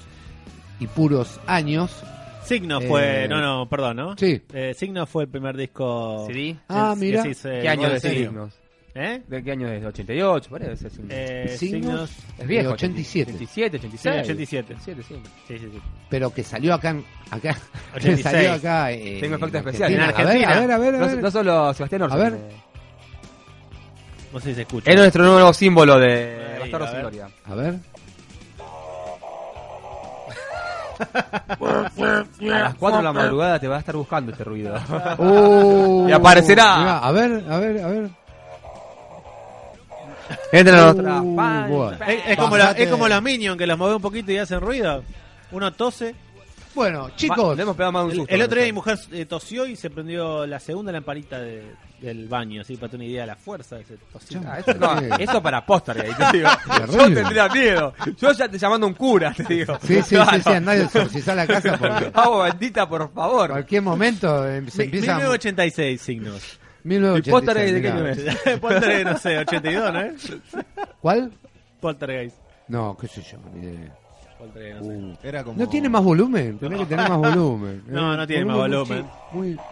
y puros años.
Signo
Eh,
fue. No, no, perdón, ¿no?
Sí.
Eh, Signo fue el primer disco.
CD.
Ah,
Sí,
mira.
sí, sí,
¿Qué año
bueno,
de
sí.
signos?
¿Eh?
¿De qué año es? ¿88? Parece. Es, un...
Eh,
Signos.
signos.
Es viejo, 87.
87, 86.
Sí, 87.
87, sí.
Sí, sí, sí.
Pero que salió acá. en- acá que
86.
salió acá. eh,
Tengo efecto
en
especial.
Argentina.
En
A ver, a ver, a
No,
ver. a ver.
no solo Sebastián Orson.
A ver.
eh,
No sé si se escucha.
Es nuestro nuevo símbolo de
Ahí,
Bastardo
a
sin
ver.
Gloria.
A ver.
eh, A las 4 de la madrugada te va a estar buscando este ruido.
Oh,
Y aparecerá.
mirá, a ver, a ver, a ver.
Entra en
Uh,
nuestra fan-
bueno.
fan-
Es, es como la-
Bajate.
es como los Minions que los mueve un poquito y hacen ruido. Uno tose.
Bueno,
Va-
chicos.
le hemos pegado más de un
El,
susto.
el otro día mi mujer eh, tosió y se prendió la segunda lamparita de- del baño, así para tener una idea de la fuerza de ese tosito.
Ah, Eso, no, eso para póster, ahí te digo. Yo
Terrible.
tendría miedo. Yo ya te llamando a un cura, te digo.
Sí, sí, sí,
Claro.
sí, andá de exorcizar la casa porque
Agua bendita, por
en
favor.
cualquier momento eh, se
Mi-
empieza.
1986 signos.
1986,
¿Y póster de qué
mirá.
año es?
Poltergeist, no sé, 82, ¿no es?
¿Cuál?
Poltergeist.
No, qué sé yo. ni idea.
Poltergeist, no sé.
Uh.
Era como...
¿No tiene más volumen? Tenés que tener más volumen.
No, no tiene más volumen.
Muy, chi- muy-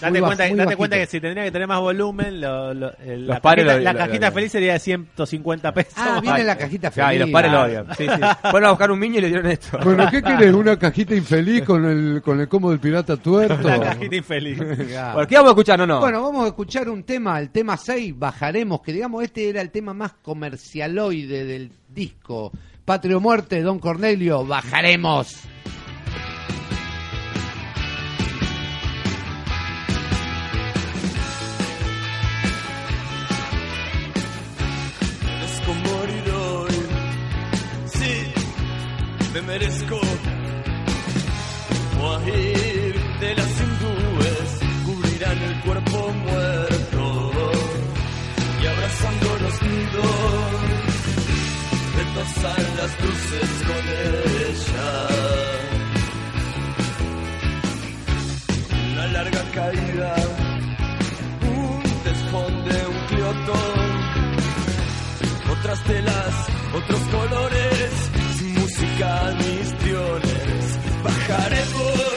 Date,
muy
cuenta,
bajo, muy
date cuenta que
bajito.
si tendría que tener más volumen, lo- lo- eh, la,
padres
cajita,
lo-
la
lo-
cajita
lo-
feliz sería de 150 pesos.
Ah, viene la cajita feliz.
Claro, y los padres lo odian. Sí, sí. Fueron a buscar un niño y le dieron esto.
Bueno, ¿qué querés? ¿Una cajita infeliz con el, con el combo del pirata tuerto?
La cajita infeliz.
Claro.
¿Por qué vamos a escuchar? No, no.
Bueno, vamos a escuchar un tema, el tema 6, bajaremos, que digamos este era el tema más comercialoide del disco. Patria o muerte, Don Cornelio, bajaremos.
merezco morir hoy. Sí, me merezco morir de las hindúes. Cubrirán el cuerpo muerto y abrazando los nidos, retozan las cruces con ella. Una larga caída, un desfón de un cleotón otras telas, otros colores, sin música mis triones. Bajaremos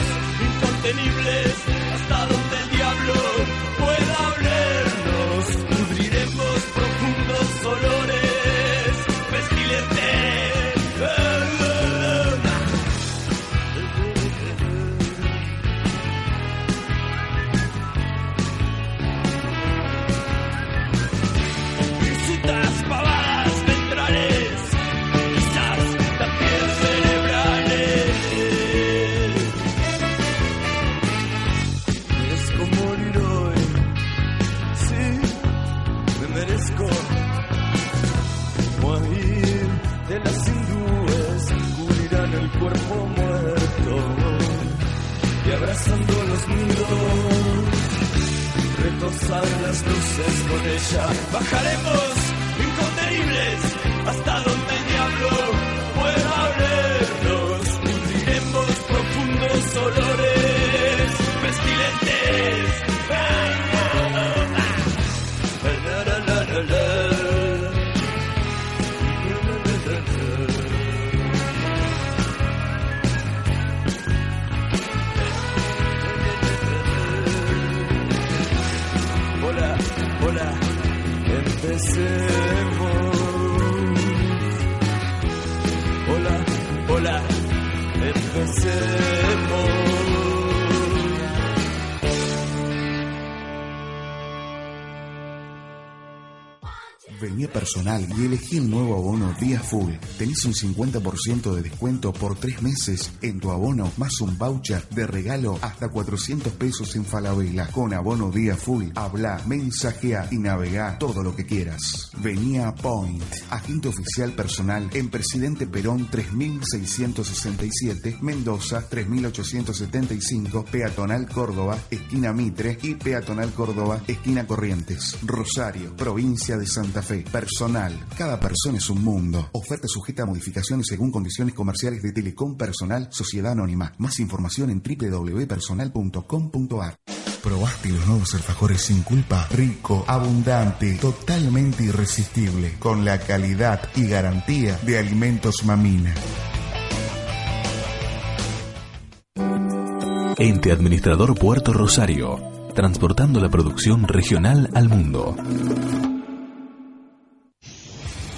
incontenibles hasta donde el diablo pueda olernos. Pudriremos profundos olores, pestilentes. Insultas pavadas centrales, quizás también cerebrales. Merezco morir hoy, sí, me merezco morir de las hindúes, cubrirán el cuerpo muerto y abrazando los nidos retozan las luces con ella. Bajaremos incontenibles hasta donde el diablo pueda olernos. Hundiremos profundos olores pestilentes. La, la, la, la, la. Hola, hola, empecemos. Hola, hola, empecemos.
Vení a personal y elegí el nuevo abono Día Full. Tenés un 50% de descuento por tres meses en tu abono, más un voucher de regalo hasta 400 pesos en Falabella. Con abono Día Full, habla, mensajea y navega todo lo que quieras. Vení a Point, agente oficial personal en Presidente Perón 3667, Mendoza 3875, Peatonal Córdoba, esquina Mitre y Peatonal Córdoba, esquina Corrientes. Rosario, provincia de Santa Fe. Personal. Cada persona es un mundo. Oferta sujeta a modificaciones según condiciones comerciales de Telecom Personal, Sociedad Anónima. Más información en www.personal.com.ar. ¿Probaste los nuevos alfajores sin culpa? Rico, abundante, totalmente irresistible, con la calidad y garantía de Alimentos Mamina.
Ente Administrador Puerto Rosario, transportando la producción regional al mundo.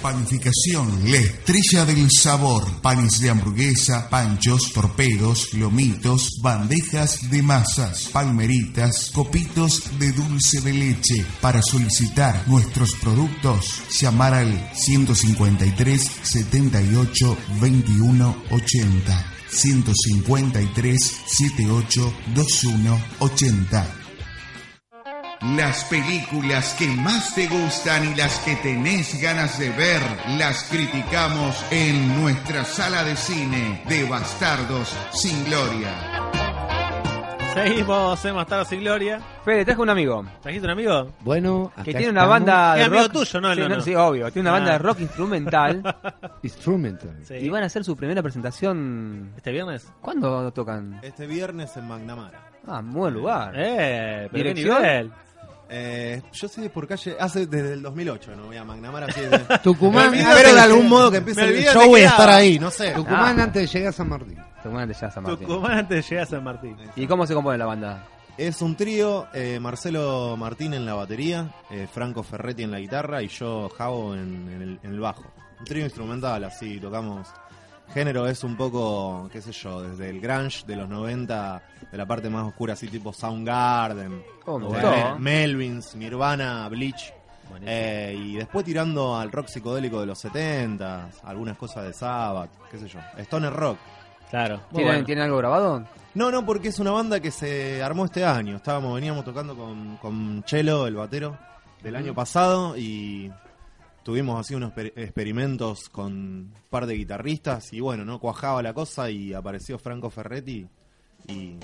Panificación, la estrella del sabor. Panes de hamburguesa, panchos, torpedos, lomitos, bandejas de masas, palmeritas, copitos de dulce de leche. Para solicitar nuestros productos, llamar al 153 78 21 80. 153 78 21 80. Las películas que más te gustan y las que tenés ganas de ver, las criticamos en nuestra sala de cine de Bastardos sin Gloria.
Seguimos en Bastardos sin Gloria.
Fede, traje un amigo.
¿Trajiste un amigo?
Bueno,
Que
acá
tiene una
estamos.
banda de
Es amigo
rock.
tuyo, no,
sí,
no, no.
sí, obvio. Tiene una
Ah.
banda de rock instrumental.
Instrumental.
Sí.
Y van a hacer su primera presentación.
¿Este viernes?
¿Cuándo tocan?
Este viernes en Magnamara.
Ah, muy buen lugar.
Eh, pero qué
¿Dirección?
nivel.
Eh, yo sé por calle, hace desde el 2008, no voy a Magnamara. así que-
Tucumán,
Me
antes
Espero de algún modo que
me
empiece el
olvidé
show
de
voy a
que
estar
era.
ahí, no sé.
Tucumán
Ah.
antes de llegar a San Martín.
Tucumán de Jazz, Martín.
Tucumán antes de llegar a San Martín.
¿Y cómo se compone la banda?
Es un trío, eh, Marcelo Martín en la batería, eh, Franco Ferretti en la guitarra y yo, Javo, en, en el, en el bajo. Un trío instrumental, así tocamos. Género es un poco, qué sé yo, desde el grunge de los 90, de la parte más oscura, así tipo Soundgarden,
Oh, me
o
gustó.
Mel- Melvins, Nirvana, Bleach. eh, y después tirando al rock psicodélico de los 70, algunas cosas de Sabbath, qué sé yo. Stoner Rock.
Claro. Muy
¿Tienen,
bueno.
tienen algo grabado?
No, no, porque es una banda que se armó este año. Estábamos, veníamos tocando con, con Chelo, el batero, del año pasado y tuvimos así unos per- experimentos con un par de guitarristas y bueno, no cuajaba la cosa y apareció Franco Ferretti y,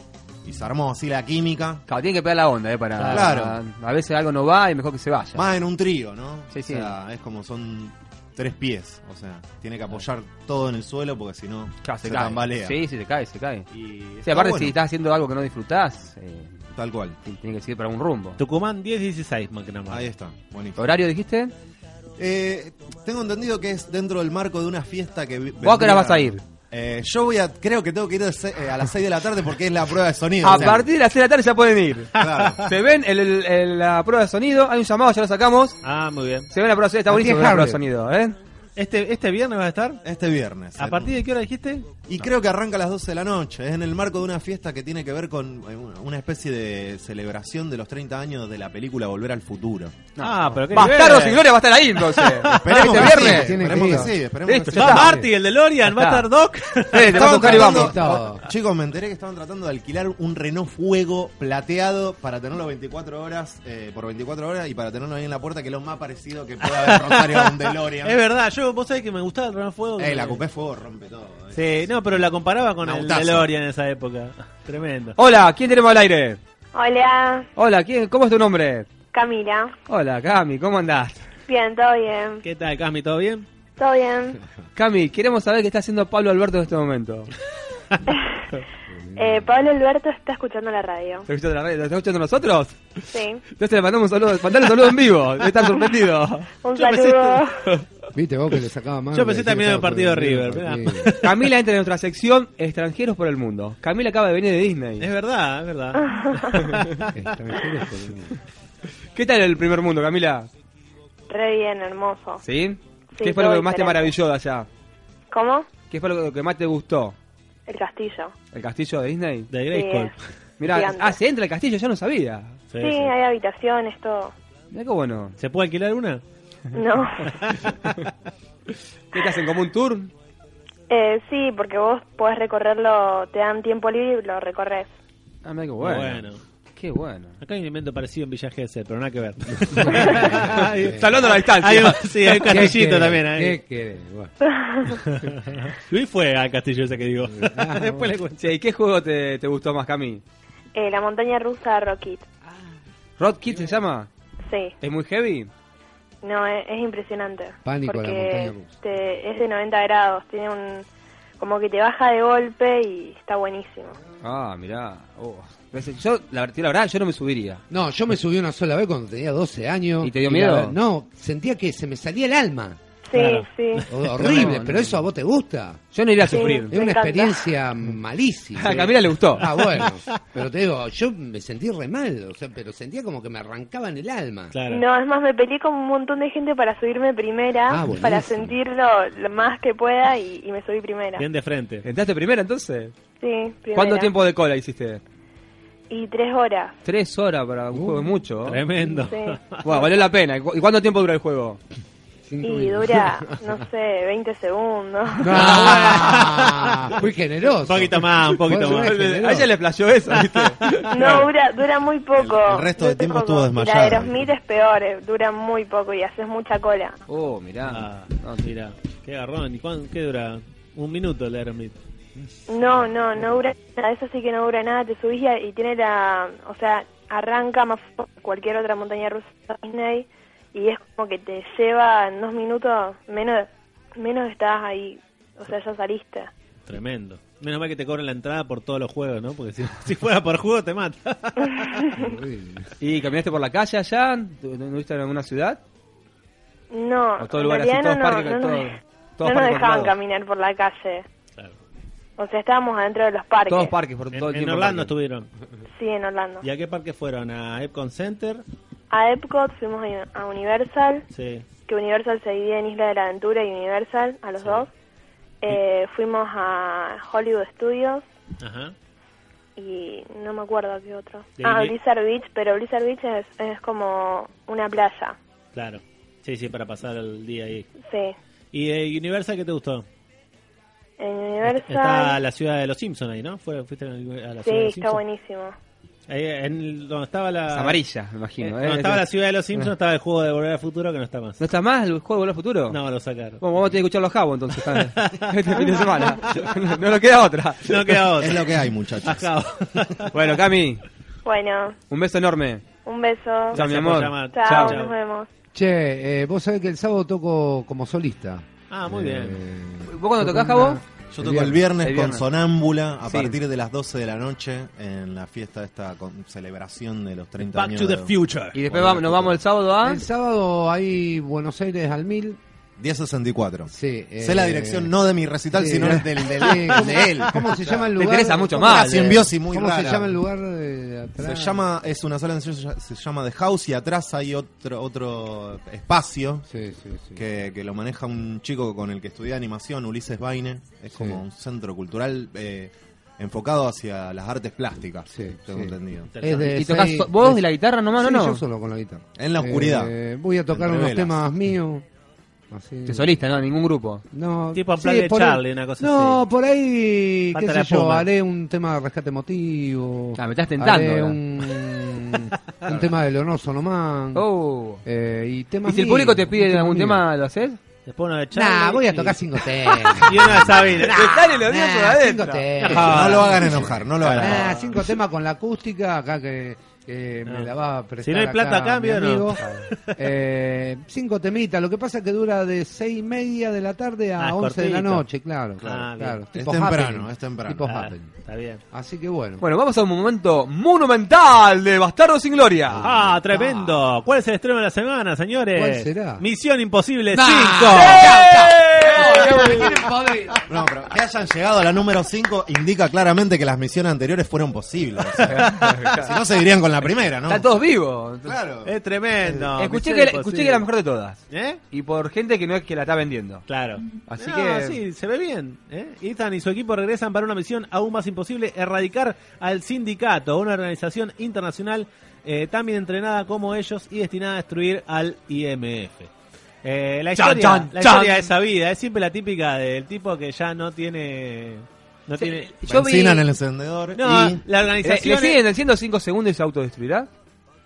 y se armó así la química.
Claro, tienen que pegar la onda, ¿eh? Para,
Claro.
para- a veces algo no va y mejor que se vaya.
Más en un trío, ¿no?
Sí, sí.
O sea, es como son tres pies, o sea, tiene que apoyar todo en el suelo porque si no
Claro,
se,
se, cae.
tambalea.
Sí, sí, se cae, se cae.
Y
Sí,
está
aparte,
bueno,
si estás haciendo algo que no disfrutás, eh,
tal cual.
tiene que seguir para un rumbo.
Tucumán 10-16, McNamara.
Ahí está, bonito.
¿Horario dijiste?
Eh, tengo entendido que es dentro del marco de una fiesta que. vi-
¿Vos a qué hora
vendría-
vas a ir?
Eh, yo voy a. Creo que tengo que ir de se- eh, a las 6 de la tarde porque es la prueba de sonido.
A
o sea,
partir de las 6 de la tarde ya pueden ir.
claro.
Se ven el, el- el- la prueba de sonido, hay un llamado, ya lo sacamos.
Ah, muy bien.
Se ven la prueba de sonido, está
Así
buenísimo
es,
la prueba de
Harry.
sonido, ¿eh?
¿Este, ¿Este viernes va a estar?
Este viernes.
¿A
eh,
partir de qué hora dijiste?
Y creo que arranca a las 12 de la noche. Es en el marco de una fiesta que tiene que ver con eh, una especie de celebración de los 30 años de la película Volver al Futuro.
ah, pero qué
Bastardos y
nivel.
Gloria va a estar ahí entonces.
Esperemos
este
que
viernes.
Tiene
sí,
que
esperemos que
ir.
sí, esperemos
Listo,
que sí.
ya
Va
está.
Marty, el de Lorian, va a
Está.
estar Doc.
Eh, te vas a
Estaban
tocar y vamos.
tratando-
Listo.
Chicos, me enteré que estaban tratando de alquilar un Renault Fuego plateado para tenerlo 24 horas, eh, por 24 horas y para tenerlo ahí en la puerta, que es lo más parecido que pueda haber Rosario a un DeLorean.
Es verdad, yo, vos sabés que me gustaba el Renault Fuego.
Eh, la
comparaba.
Coupé Fuego rompe todo. eh.
Sí, no, pero la comparaba con el
Nautazo.
DeLorean en esa época. Tremendo.
Hola, ¿quién tenemos al aire?
Hola,
Hola, ¿quién, ¿cómo es tu nombre?
Camila.
Hola, Cami, ¿cómo andás?
Bien, todo bien.
¿Qué tal, Cami? ¿Todo bien?
Todo bien.
Cami, queremos saber qué está haciendo Pablo Alberto en este momento.
Eh, Pablo Alberto está escuchando la radio.
¿Te escuchando la radio? ¿Lo estás escuchando nosotros?
Sí.
Entonces le mandamos un saludo, mandale un saludo en vivo, debe estar sorprendido.
Un
Yo pensé-
saludo.
Viste vos que le sacaba más.
Yo pensé también en el partido de River,
Camila entra en nuestra sección Extranjeros por el Mundo. Camila acaba de venir de Disney.
Es verdad, es verdad.
¿Qué tal el primer mundo, Camila?
Re bien, hermoso.
¿Sí?
Sí,
¿Qué fue lo
todo
que más te
diferente.
maravilló de allá?
¿Cómo?
¿Qué fue lo que más te gustó?
El castillo.
¿El castillo de Disney?
De Grayskull.
Sí,
Mirá,
Gigante.
ah, se entra al castillo, ya no sabía.
Sí,
Sí, sí.
hay habitaciones, todo.
Mirá qué bueno.
¿Se puede alquilar una?
No.
¿Qué te hacen como un tour?
Eh, sí, porque vos podés recorrerlo, te dan tiempo libre y lo recorres.
Ah, mirá qué bueno.
Bueno.
Qué bueno.
Acá hay un invento parecido en Villa Gesell, pero nada que ver.
Salvando la
Hay un,
distancia.
sí, hay un castillito también ahí.
¿Qué querés? Bueno.
Luis fue al castillo ese que digo. Después le cuento.
Ah, Che, ¿y qué juego te, te gustó más, Cami?
Eh, la montaña rusa Rocket.
¿Rod Kid se llama?
Sí,
¿Es muy heavy?
no, es, es impresionante.
Pánico a la montaña
porque
rusa.
te- es de 90 grados, tiene un... Como que te baja de golpe y está buenísimo.
Ah, mirá. Oh. Yo, la, ver- la verdad, yo no me subiría.
No, yo me subí una sola vez cuando tenía 12 años.
¿Y te dio
la
miedo?
ver- no, sentía que se me salía el alma.
Sí, sí.
Horrible, pero eso a vos te gusta.
Yo no iría a sufrir.
Es una
encanta.
experiencia malísima.
A Camila le gustó.
Ah, bueno. Pero te digo, yo me sentí re mal, o sea, pero sentía como que me arrancaban el alma.
Claro.
No, es más, me peleé con un montón de gente para subirme primera,
Ah, buenísimo.
para sentirlo lo más que pueda y, y me subí primera.
Bien de frente.
¿Entraste primero entonces?
Sí, primera.
¿Cuánto tiempo de cola hiciste?
Y tres horas.
Tres horas para un juego es mucho. ¿eh?
Uh, Tremendo.
Sí.
Bueno, valió la pena. ¿Y cu- y cuánto tiempo dura el juego?
Y dura, no sé, 20 segundos.
Ah, bueno. Muy generoso.
Un poquito más, un poquito
Vos
más.
sos un
A ella le flashó eso, ¿viste?
No, dura, dura muy poco.
El- el resto del
Dura
tiempo
poco.
estuvo
La
desmayada.
de Aerosmith es peor, eh, dura muy poco y haces mucha cola.
Oh, mirá.
Ah, mira, qué agarrón. ¿Y cuán- qué dura? Un minuto el Aerosmith.
No, no, no dura nada, eso sí que no dura nada, te subís y, y tiene la, o sea, arranca más fuerte que cualquier otra montaña rusa de Disney y es como que te lleva en dos minutos, menos, menos estás ahí, o sea, ya saliste.
Tremendo. Menos mal que te cobran la entrada por todos los juegos, ¿no? Porque si, si fuera por juego te mata.
¿Y caminaste por la calle allá? ¿Tu- ¿No viste en alguna ciudad?
No,
¿O todo
en
lugar así?
realidad
¿Todos
no, no,
parques?
no nos-
todos-
no
todos
nos
parques por
dejaban
todos lados?
caminar por la calle,
Claro.
o sea, estábamos adentro de los parques.
Todos parques, por todo el
En, en
tiempo.
Orlando
parques.
estuvieron.
Sí, en Orlando.
¿Y a qué parque fueron? ¿A Epcon Center?
A Epcot fuimos a- a Universal,
Sí.
que Universal se divide en Isla de la Aventura y Universal, a los dos. Eh, fuimos a Hollywood Studios
Ajá.
y no me acuerdo qué otro.
De
Ah,
Disney.
Blizzard Beach, pero Blizzard Beach es, es como una playa.
Claro. Sí, sí, para pasar el día ahí.
Sí.
¿Y de Universal qué te gustó?
En
Está
Universal.
la ciudad de los Simpsons ahí, ¿no? Fue- Fuiste a la ciudad
sí,
de los
está
Simpsons.
buenísimo.
Ahí, en el- donde estaba
Es
la.
amarilla, me
eh,
imagino. ¿eh?
donde estaba la ciudad de los Simpsons estaba el juego de Volver al Futuro que no está más.
¿No está más el juego de Volver al Futuro?
No, lo sacaron.
Bueno, vamos a tener que escuchar los jabos entonces. Jaime. este fin de semana. No, no nos queda otra.
No queda otro.
Es lo que hay, muchachos.
Ajá.
Bueno, Cami,
Bueno,
un beso enorme.
un beso.
Chao, mi
Gracias por
amor.
llamar.
Chao,
chao.
nos vemos.
Che, eh, vos sabés que el sábado toco como solista.
Ah, muy bien.
Eh,
¿Vos cuando
toco
tocás,
una-
Jabo?
Yo toco el viernes,
El
con
viernes.
Sonámbula a
Sí.
partir de las 12 de la noche en la fiesta esta con celebración de los 30
Back
años.
to the
de-
future.
Y después vamos- nos vamos el sábado ¿ah? a...
El sábado hay Buenos Aires al mil.
1064.
Sí. eh,
sé la dirección no de mi recital,
sí.
sino del, del,
Sí.
de él.
¿Cómo se llama el
Te
lugar?
interesa mucho
¿Cómo-
más. eh.
Una simbiosis muy
¿Cómo
rara.
se llama el lugar de
Se
atrás?
llama, es una sola canción, se ll- se llama The House y atrás hay otro, otro espacio
Sí, sí, sí.
que, que lo maneja un chico con el que estudié animación, Ulises Baine. Es
Sí.
como un centro cultural eh, enfocado hacia las artes plásticas,
Sí,
tengo
sí.
entendido.
Es de
¿Y tocás
seis-
so- vos y la
de-
guitarra nomás?
Sí,
no,
yo
no.
solo con la guitarra.
En la oscuridad.
Eh, voy a tocar
Entre
unos
velas.
temas míos. Así.
Te solista, ¿no? Ningún grupo.
No,
Tipo en plan de
por ahí-
Charlie, una cosa
No,
así.
por ahí,
Pata
qué
la
sé yo,
puma.
haré un tema de rescate emotivo.
Ah, me estás tentando,
Haré
ahora.
un, un tema de Leonor Sonomán.
Oh.
Eh, y temas
¿Y si el
míos,
público te pide
temas
algún
míos.
tema, lo haces?
Después uno de Charlie.
Nah, voy a
y-
tocar cinco temas.
Y uno de Sabina.
Dale, lo
Nah, cinco temas.
No lo hagan enojar, no lo hagan enojar.
Nah, cinco temas con la acústica, acá que, que
No.
me la va a prestar.
Si no hay plata a
acá mi
cambio, no.
amigo. Eh, cinco temitas, lo que pasa es que dura de seis y media de la tarde a
Ah, es
once de la
cortito.
noche, claro. claro,
Ah, bien.
claro.
Es
Tipo
temprano,
happening,
es temprano.
tipo
Ah,
happening.
está bien.
Así que bueno.
Bueno, vamos a un momento monumental de Bastardo sin Gloria.
Ah, tremendo. ¿Cuál es el estreno de la semana, señores?
¿Cuál será?
Misión Imposible
Nah.
5.
No, pero que hayan llegado a la número 5 indica claramente que las misiones anteriores fueron posibles. o sea, si no, seguirían con la primera, ¿no?
Están todos vivos.
Claro.
Es tremendo.
Eh, escuché,
Misión
que,
Imposible.
escuché que era la mejor de todas.
¿Eh?
Y por gente que no es que la está vendiendo.
Claro.
Así
No,
que-
Sí, se ve bien. ¿eh? Ethan y su equipo regresan para una misión aún más imposible: erradicar al sindicato, una organización internacional eh, tan bien entrenada como ellos y destinada a destruir al IMF. Eh, la
Chan,
historia,
chan,
la
chan.
historia de esa vida es siempre la típica del tipo que ya no tiene. No tiene.
Yo vi-
Bencina en el encendedor
No,
y...
la
¿Le,
organización.
le siguen haciendo 5 segundos y se autodestruirá?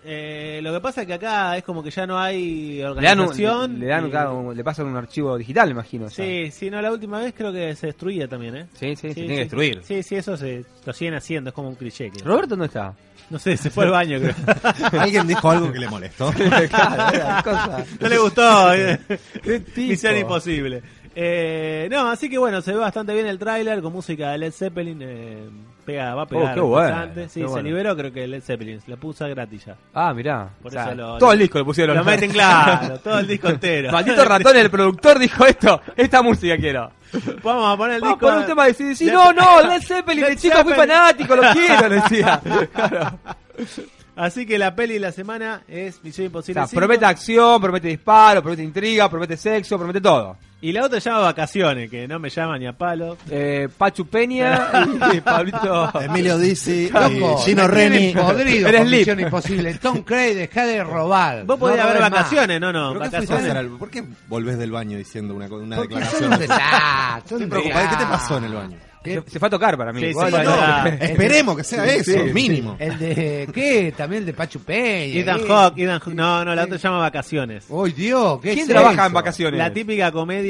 Eh, lo que pasa es que acá es como que ya no hay
Le dan, un-
organización.
le, dan
y-
cada un- le pasan un archivo digital, me imagino. o sea.
Sí, sí, no, la última vez creo que se destruía también, ¿eh?
Sí, sí, se tiene que destruir.
Sí, sí, eso se, lo siguen haciendo, es como un cliché. que-
¿Roberto no está?
No sé, se fue al baño, creo.
Alguien dijo algo que le molestó.
claro, era cosa.
no le gustó. eh.
Qué tipo.
Misión imposible. Eh, no, así que bueno, se ve bastante bien el tráiler con música de Led Zeppelin. eh, pega, va a pegar
Oh, qué bueno,
bastante. Sí,
qué
se
bueno.
liberó creo que Led Zeppelin. La puso gratis ya.
Ah, mirá.
Por
O sea,
eso lo-
todo el disco le pusieron.
Lo meten claro, todo el disco entero.
Maldito ratón, el productor dijo esto. Esta música quiero.
Vamos a poner el
Vamos
disco.
por un tema de sí, sí,
Led-
no, no, Led Zeppelin,
Led
de chico fui
Zeppelin.
fanático, lo quiero, le decía. Claro.
Así que la peli de la semana es Misión
O
Imposible.
sea,
5.
promete acción, promete disparo, promete intriga, promete sexo, promete todo.
Y la otra se llama Vacaciones, que no me llama ni a palo.
Eh, Pachu Peña y Pablito.
Ah,
Emilio Dizzi
Loco,
y Gino
me tienen
Reni.
podrido
Eres
con
Lip.
Misión Imposible. Tom Cruise, deja de robar.
Vos podías
No
haber
robes más.
vacaciones, no, no.
¿Pero qué fuiste a hacer
Vacaciones.
al- ¿Por qué volvés del baño diciendo una, co- una
Porque son
declaración?
un desastre, son
Estoy
un
preocupado. ¿Qué te
desastre.
pasó en el baño?
Se, se fue a tocar para mí.
Sí, sí,
Igual,
sí,
no.
no.
Esperemos que sea eso, mínimo.
El de, ¿qué? También el de Pachu Peña.
Ethan
¿qué?
Hawke, Ethan Hawke. No, no, la otra se llama Vacaciones.
¡Ay, Dios! ¿qué
¿Quién
es
trabaja
eso?
en vacaciones?
La típica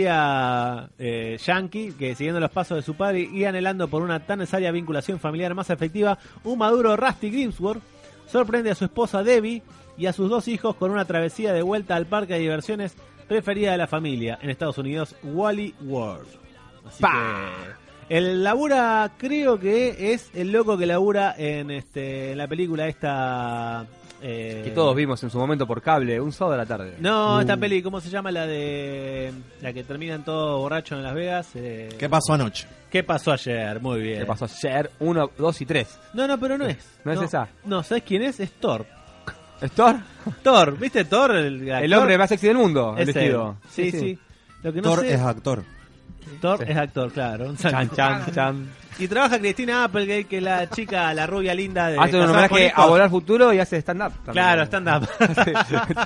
comedia eh, yankee que siguiendo los pasos de su padre y anhelando por una tan necesaria vinculación familiar más efectiva, un maduro Rusty Grimsworth sorprende a su esposa Debbie y a sus dos hijos con una travesía de vuelta al parque de diversiones preferida de la familia en Estados Unidos, Wally World. Así que el labura creo que es el loco que labura en este en la película esta eh,
Que todos vimos en su momento por cable, un sábado de la tarde.
no,
Mm.
esta peli, ¿cómo se llama? La de. La que terminan todos borrachos en Las Vegas. eh,
¿Qué pasó anoche?
¿Qué pasó ayer? Muy bien.
Que pasó ayer, uno, dos y tres.
No, no, pero no es.
¿No es esa?
No, ¿sabes quién es? Es Thor.
¿Thor?
Thor, ¿viste Thor? El,
El hombre más sexy del mundo,
es
el
él.
vestido.
Sí, sí. Lo que no
Thor
sé,
es actor.
Thor
sí.
es actor, claro. un
Chan,
santo.
chan, chan.
Y trabaja Cristina Applegate, que es la chica, la rubia linda de.
Hace un
Casados
homenaje
con
a
Hijos.
Volar Futuro y hace stand-up. también.
Claro, stand-up.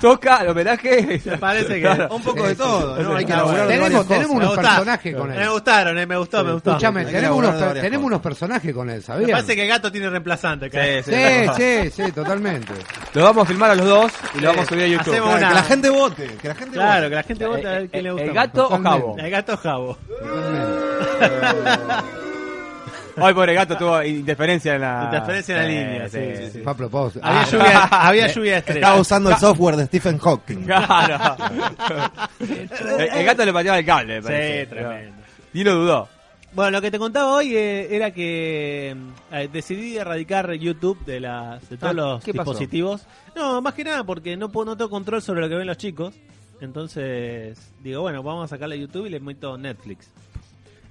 Toca el homenaje.
Me parece que.
Claro.
Un poco de todo, ¿no? Hay que
Ah,
laburar de
Tenemos,
varias
tenemos
cosas.
unos
gusta.
personajes con
Me
él.
gustaron, eh, me gustó, me gustó.
Escúchame,
Hay que
tenemos, unos,
laburar de
per-
varias
tenemos
cosas.
unos personajes con él,
Me
¿sabías?
parece que el gato tiene reemplazante. acá.
Sí, sí.
Sí, sí, sí, totalmente.
Lo vamos a filmar a los dos y lo vamos a subir a YouTube.
Hacemos
Claro,
una-
Que la gente vote, que la gente
Claro,
vote.
que la gente vote a ver quién le gusta.
Eh, El
más.
gato o
Totalmente.
Jabo.
El gato jabo.
totalmente.
Hoy pobre gato tuvo interferencia en la.
Interferencia en
Eh,
la línea, sí, sí, sí.
Fue a propósito.
Había
Ah,
lluvia, había lluvia de
Estaba
estrellas.
usando el software de Stephen Hawking.
Claro. el, el gato le pateaba el cable, me
Sí,
parece.
tremendo.
Ni lo dudó.
Bueno, lo que te contaba hoy eh, era que mm, eh, decidí erradicar YouTube de, las, de todos
Ah,
los
¿qué pasó?
dispositivos. No, más que nada porque no, puedo, no tengo control sobre lo que ven los chicos. Entonces digo, bueno, vamos a sacarle YouTube y le meto Netflix.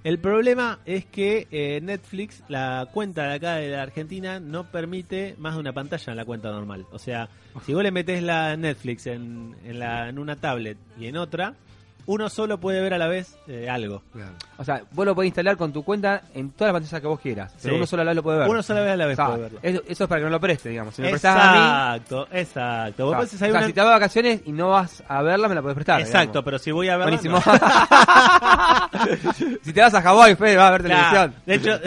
El problema es que eh, Netflix, la cuenta de acá de la Argentina, no permite más de una pantalla en la cuenta normal. O sea, si vos le metés la Netflix en, en la, en una tablet y en otra, uno solo puede ver a la vez eh, algo.
claro.
O sea, vos lo podés instalar con tu cuenta en todas las pantallas que vos quieras. Pero
Sí.
uno solo a la vez lo puede ver.
Uno sola vez a la vez
O sea,
puede verlo.
Eso, eso es para que no lo preste, digamos. Si me prestás a mí.
Exacto, exacto.
o
Vos
sea,
pensás, hay
o sea,
una-
Si te vas de vacaciones y no vas a verla, me la podés prestar.
Exacto,
digamos.
pero si voy a ver.
Buenísimo. si te vas a Hawái, Fede, vas a ver televisión.
De hecho,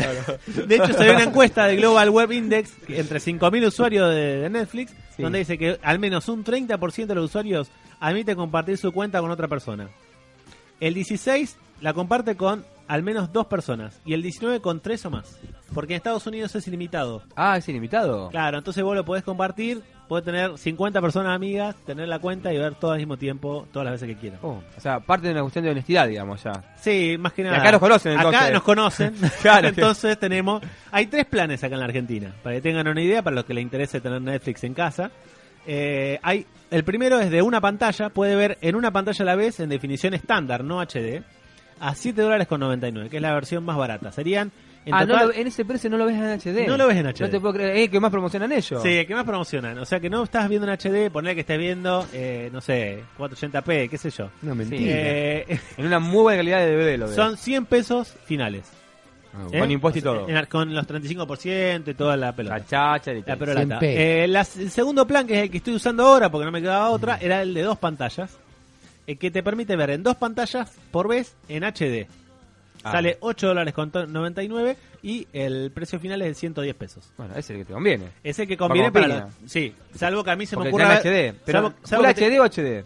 de hecho se ve una encuesta de Global Web Index que entre 5.000 usuarios de, de Netflix,
Sí.
donde dice que al menos un 30% de los usuarios admite compartir su cuenta con otra persona. El 16 la comparte con al menos dos personas y el 19 con tres o más, porque en Estados Unidos es ilimitado.
Ah, es ilimitado.
Claro, entonces vos lo podés compartir, podés tener 50 personas amigas, tener la cuenta y ver todo al mismo tiempo, todas las veces que quieras.
Oh, o sea, parte de una cuestión de honestidad, digamos, ya.
Sí, más que nada.
acá nos conocen,
Acá
entonces.
nos conocen.
Claro.
entonces tenemos. Hay tres planes acá en la Argentina. Para que tengan una idea, para los que les interese tener Netflix en casa. Eh, hay, el primero es de una pantalla. Puede ver en una pantalla a la vez en definición estándar, no HD. A 7 dólares con 99, que es la versión más barata. Serían. En
ah, no
total-
lo- en ese precio no lo ves en HD.
No lo ves en HD.
No te puedo creer. Eh, que más promocionan ellos.
Sí, que más promocionan. O sea que no estás viendo en HD, poner que estés viendo, eh, no sé, 480p, qué sé yo.
Una
Sí.
mentira.
Eh,
En una muy buena calidad de DVD lo ves.
son 100 pesos finales.
Ah,
¿eh?
Con impuesto
O
y
sea,
todo.
en- con los 35% y toda la pelota.
La chacha y
La
tal.
perolata.
100 pesos.
Eh, las- el segundo plan, que es el que estoy usando ahora porque no me quedaba otra, era el de dos pantallas. eh, que te permite ver en dos pantallas por vez en HD.
Ah.
Sale 8 dólares con to- 99 y el precio final es de 110 pesos.
Bueno, ese es el que te conviene.
Es el que conviene para
opina.
los- Sí, salvo que a mí se
Porque
me ocurra...
está en HD. Pero,
salvo-
¿Full
salvo que te-
HD o HD?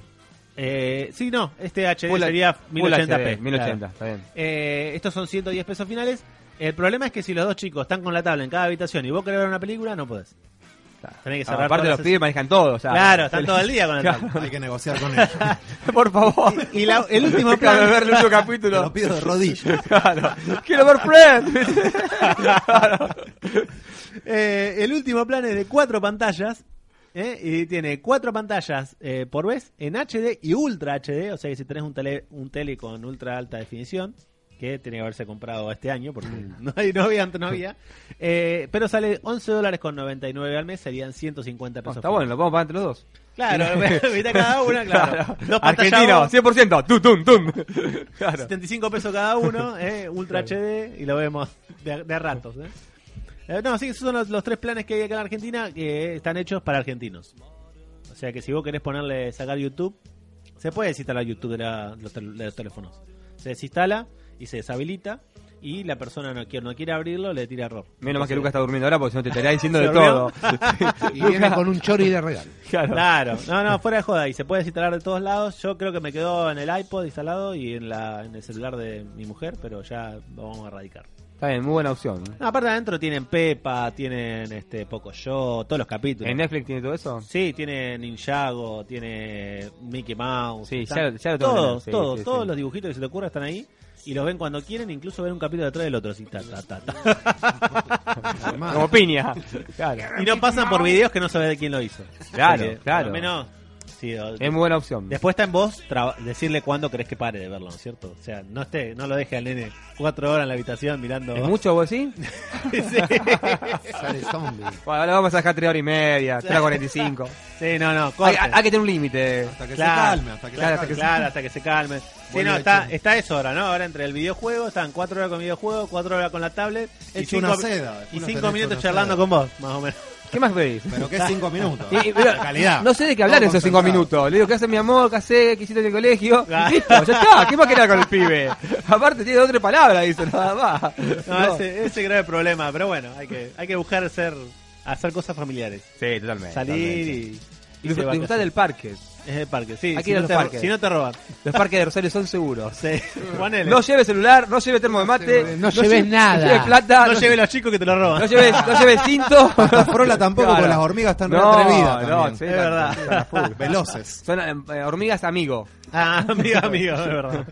eh, sí, no, este HD
Full
sería
Full
1080p.
HD, 1080,
claro.
está bien.
Eh, estos son 110 pesos finales. El problema es que si los dos chicos están con la tabla en cada habitación y vos querés ver una película, no podés. Tenés que cerrar
Ah, Aparte
todas
los
las-
pibes manejan todo. o sea,
Claro, están todo el día con el
Claro.
tablet.
Hay que negociar con ellos.
Por favor.
Y la- el último
Déjame
plan-
ver el último
Te
capítulo.
lo pido de rodillas.
Claro. Quiero ver Friends. Claro.
Eh, el último plan es de cuatro pantallas. ¿eh? Y tiene cuatro pantallas eh, por vez en HD y Ultra HD. O sea que si tenés un tele, un tele con ultra alta definición, que tiene que haberse comprado este año porque no, hay- no había, antes no había. Eh, pero sale 11 dólares con 99 al mes, serían 150
No,
pesos.
Oh, está bueno, lo podemos pagar entre los dos.
Claro, mitad cada una, claro. Dos
Argentino,
pantallas.
100%. Tum, tum, tum. Claro.
75 pesos cada uno, eh, Ultra HD, y lo vemos de, a- de a ratos. eh. Eh, no, sí, esos son los, los tres planes que hay acá en Argentina que están hechos para argentinos. O sea que si vos querés ponerle, sacar YouTube, se puede desinstalar YouTube de, la- los, tel- de los teléfonos. Se desinstala y se deshabilita, y la persona no quiere, no quiere abrirlo, le tira error.
Menos mal que Lucas está durmiendo ahora porque si no te estaría diciendo de
¿Se durmió?
todo.
Y viene con un chori de regalo.
Claro, no, no, fuera de joda, y se puede desinstalar de todos lados. Yo creo que me quedó en el iPod instalado y en, la, en el celular de mi mujer, pero ya lo vamos a erradicar.
Está bien, muy buena opción.
No, aparte adentro tienen Pepa, tienen este Pocoyo, todos los capítulos.
¿En Netflix tiene todo eso?
Sí, tiene Ninjago, tiene Mickey Mouse.
Sí,
están-
ya lo- ya lo tengo que ver,
Todos,
sí,
todos,
sí,
todos
sí.
los dibujitos que se te ocurra están ahí y los ven cuando quieren, incluso ven un capítulo detrás del otro. así, ta, ta, ta, ta.
Como piña. Claro.
Y no pasan por videos que no sabes de quién lo hizo.
Claro,
Porque,
claro.
por lo menos, sí, o-
Es muy buena opción.
Después está en vos tra- decirle cuándo querés que pare de verlo, ¿no es cierto? O sea, no esté, no lo deje al nene cuatro horas en la habitación mirando.
¿Es mucho vos sí?
Sí.
Sale zombie.
Bueno, ahora vamos a dejar 3 horas y media, 3 horas 45.
Sí, no, no,
Hay,
corte.
hay- hay que tener un límite.
Hasta que
Claro,
se calme, hasta que
claro,
se calme.
claro, hasta que se calme. Sí,
Vuelve
no,
a
está,
echar.
está eso ahora, ¿no? Ahora entre el videojuego, están cuatro horas con videojuego, cuatro horas con la tablet y
Hecho
cinco,
una seda,
y
uno
cinco
tenés
minutos
una
charlando
seda.
con vos, más o menos.
¿Qué más pedís?
Pero que es cinco minutos.
Y- y- pero
La calidad.
No sé de qué hablar en
Todo
esos cinco
concentrado.
minutos. Le digo, ¿qué haces, mi amor? ¿Qué haces? ¿Qué hiciste en el colegio?
Ah.
Y Listo, ya está. ¿Qué más querés con el pibe? Aparte, tiene dos o tres palabras, dice, nada más.
No,
No.
Ese, ese grave problema, pero bueno, hay que, hay que buscar ser, hacer cosas familiares.
Sí, totalmente.
Salir y, y se va a
Disfrutar
casa.
del parque.
Es el parque, sí.
Hay que
si,
ir
no
a los
te, ro-
parques.
si no te roban.
Los parques de Rosario son seguros.
Sí. Ponele.
No lleves celular, no lleves termo de mate.
No lleves nada.
No lleves plata.
No
no-
lleve los chicos que te lo roban.
No lleves, no lleves cinto.
Frola tampoco, porque las hormigas están re atrevidas
No,
también.
sí,
Es
la-
verdad.
la- la- la-
Veloces.
Son eh, hormigas amigo.
Ah, amigo, amigo, de verdad.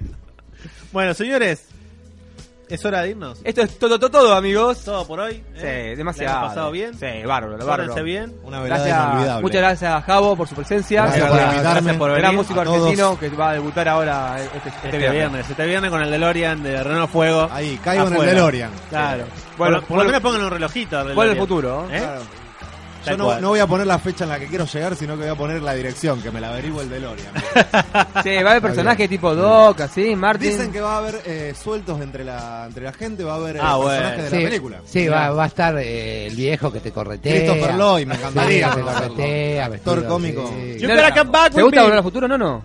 Bueno, señores, es hora de irnos.
Esto es todo, todo, todo, amigos.
todo por hoy.
Sí,
¿eh?
demasiado.
¿La hemos pasado bien?
Sí, bárbaro,
Pórtense
bárbaro.
bien.
Una velada
Gracias,
inolvidable.
muchas gracias a Javo por su presencia.
Gracias por invitarme.
Gracias por venir. Gran músico
A todos.
argentino que va a debutar ahora este, este
Este
viernes.
viernes, este viernes con el DeLorean de Renault Fuego.
Ahí, caigo en
Afuera.
el DeLorean.
Claro.
Bueno,
Bueno, por, lo
vuelve-
menos pongan un relojito. al
¿Cuál es el
DeLorean.
futuro?
¿Eh?
Claro. Yo
Tal
no,
cual.
no voy a poner la fecha en la que quiero llegar, sino que voy a poner la dirección, que me la averigüe el DeLorean.
Sí, va a haber personajes tipo Doc, así, Martin.
Dicen que va a haber eh, sueltos entre la, entre la gente, va a haber eh,
Ah, bueno.
personajes de la película.
sí va, va a estar eh, el viejo que te corretea.
Christopher Lloyd, me
Sí,
encantaría
que te
conocerlo.
corretea,
Actor
vestido
cómico.
así.
You better come back
¿Te
with
gusta
me.
volver al futuro? No, no.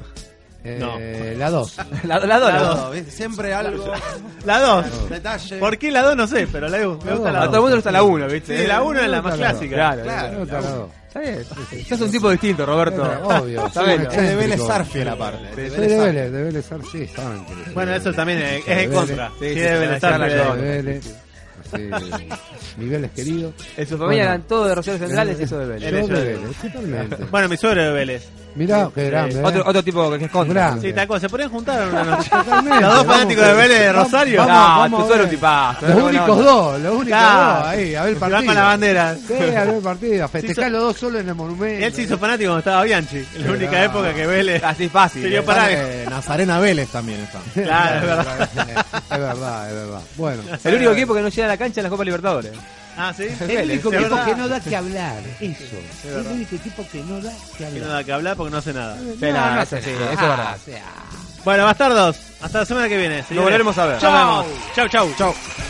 Eh, La 2.
La, la dos, la dos.
Todo, ¿ves? Siempre algo,
La 2.
detalle.
¿Por qué la 2? No sé, pero la, me gusta
A
la
todo el mundo le
2.
gusta la 1, ¿viste?
Sí, la 1 es la más clásica.
Claro,
Claro,
La 2.
Está bien. Sos un tipo distinto, Roberto.
Obvio.
Está bien.
Es de Vélez
Céntrico.
Sarfield, aparte.
Sí,
Es de
de
Vélez
Vélez, de Vélez Ar- sí, saben que-
Bueno, eso también es, es en
Vélez.
contra.
Sí,
Sí,
sí,
deben
sí,
estar
sí,
peleados.
sí,
de Vélez. Sí, mi Vélez querido.
En su
Bueno.
familia eran todos de Rosario Central, es eso de Vélez.
Eres
Yo de
yo.
Vélez, totalmente.
Bueno, mi suegro de Vélez.
Mirá, qué grande. ¿eh?
Otro, otro tipo que es contra.
Grande.
Sí, tal cosa. Se podrían juntar una noche.
Totalmente,
Los dos
vamos,
fanáticos de Vélez de
vamos,
Rosario.
vamos,
Ah,
vamos
tú
a
solo
ver.
un tipazo,
Los
no,
únicos
no, no.
dos, los únicos
Claro.
dos. Ahí, a ver el
Se va
partido.
con la bandera.
Sí, a ver el partido. A
Sí,
festejar
so-
los dos solos en el monumento.
Él se hizo fanático cuando estaba Bianchi. En la única época que Vélez.
Así es fácil.
Se dio
¿eh?
para-
Eh, Nazarena Vélez también está.
Claro, es verdad.
es verdad, es verdad. Bueno,
El único equipo que no llega a la cancha en la Copa Libertadores.
Ah, sí. Es
Eh, el único
es
equipo
verdad.
que no da que hablar. Eso. El único equipo que no da que
Que no
hablar. Ah,
da que hablar porque no hace nada.
Sí, no, no es así, eso es verdad.
O sea.
Bueno, bastardos. Hasta la semana que viene. señores.
volveremos a ver.
Nos vemos. Chau, chau. Chau.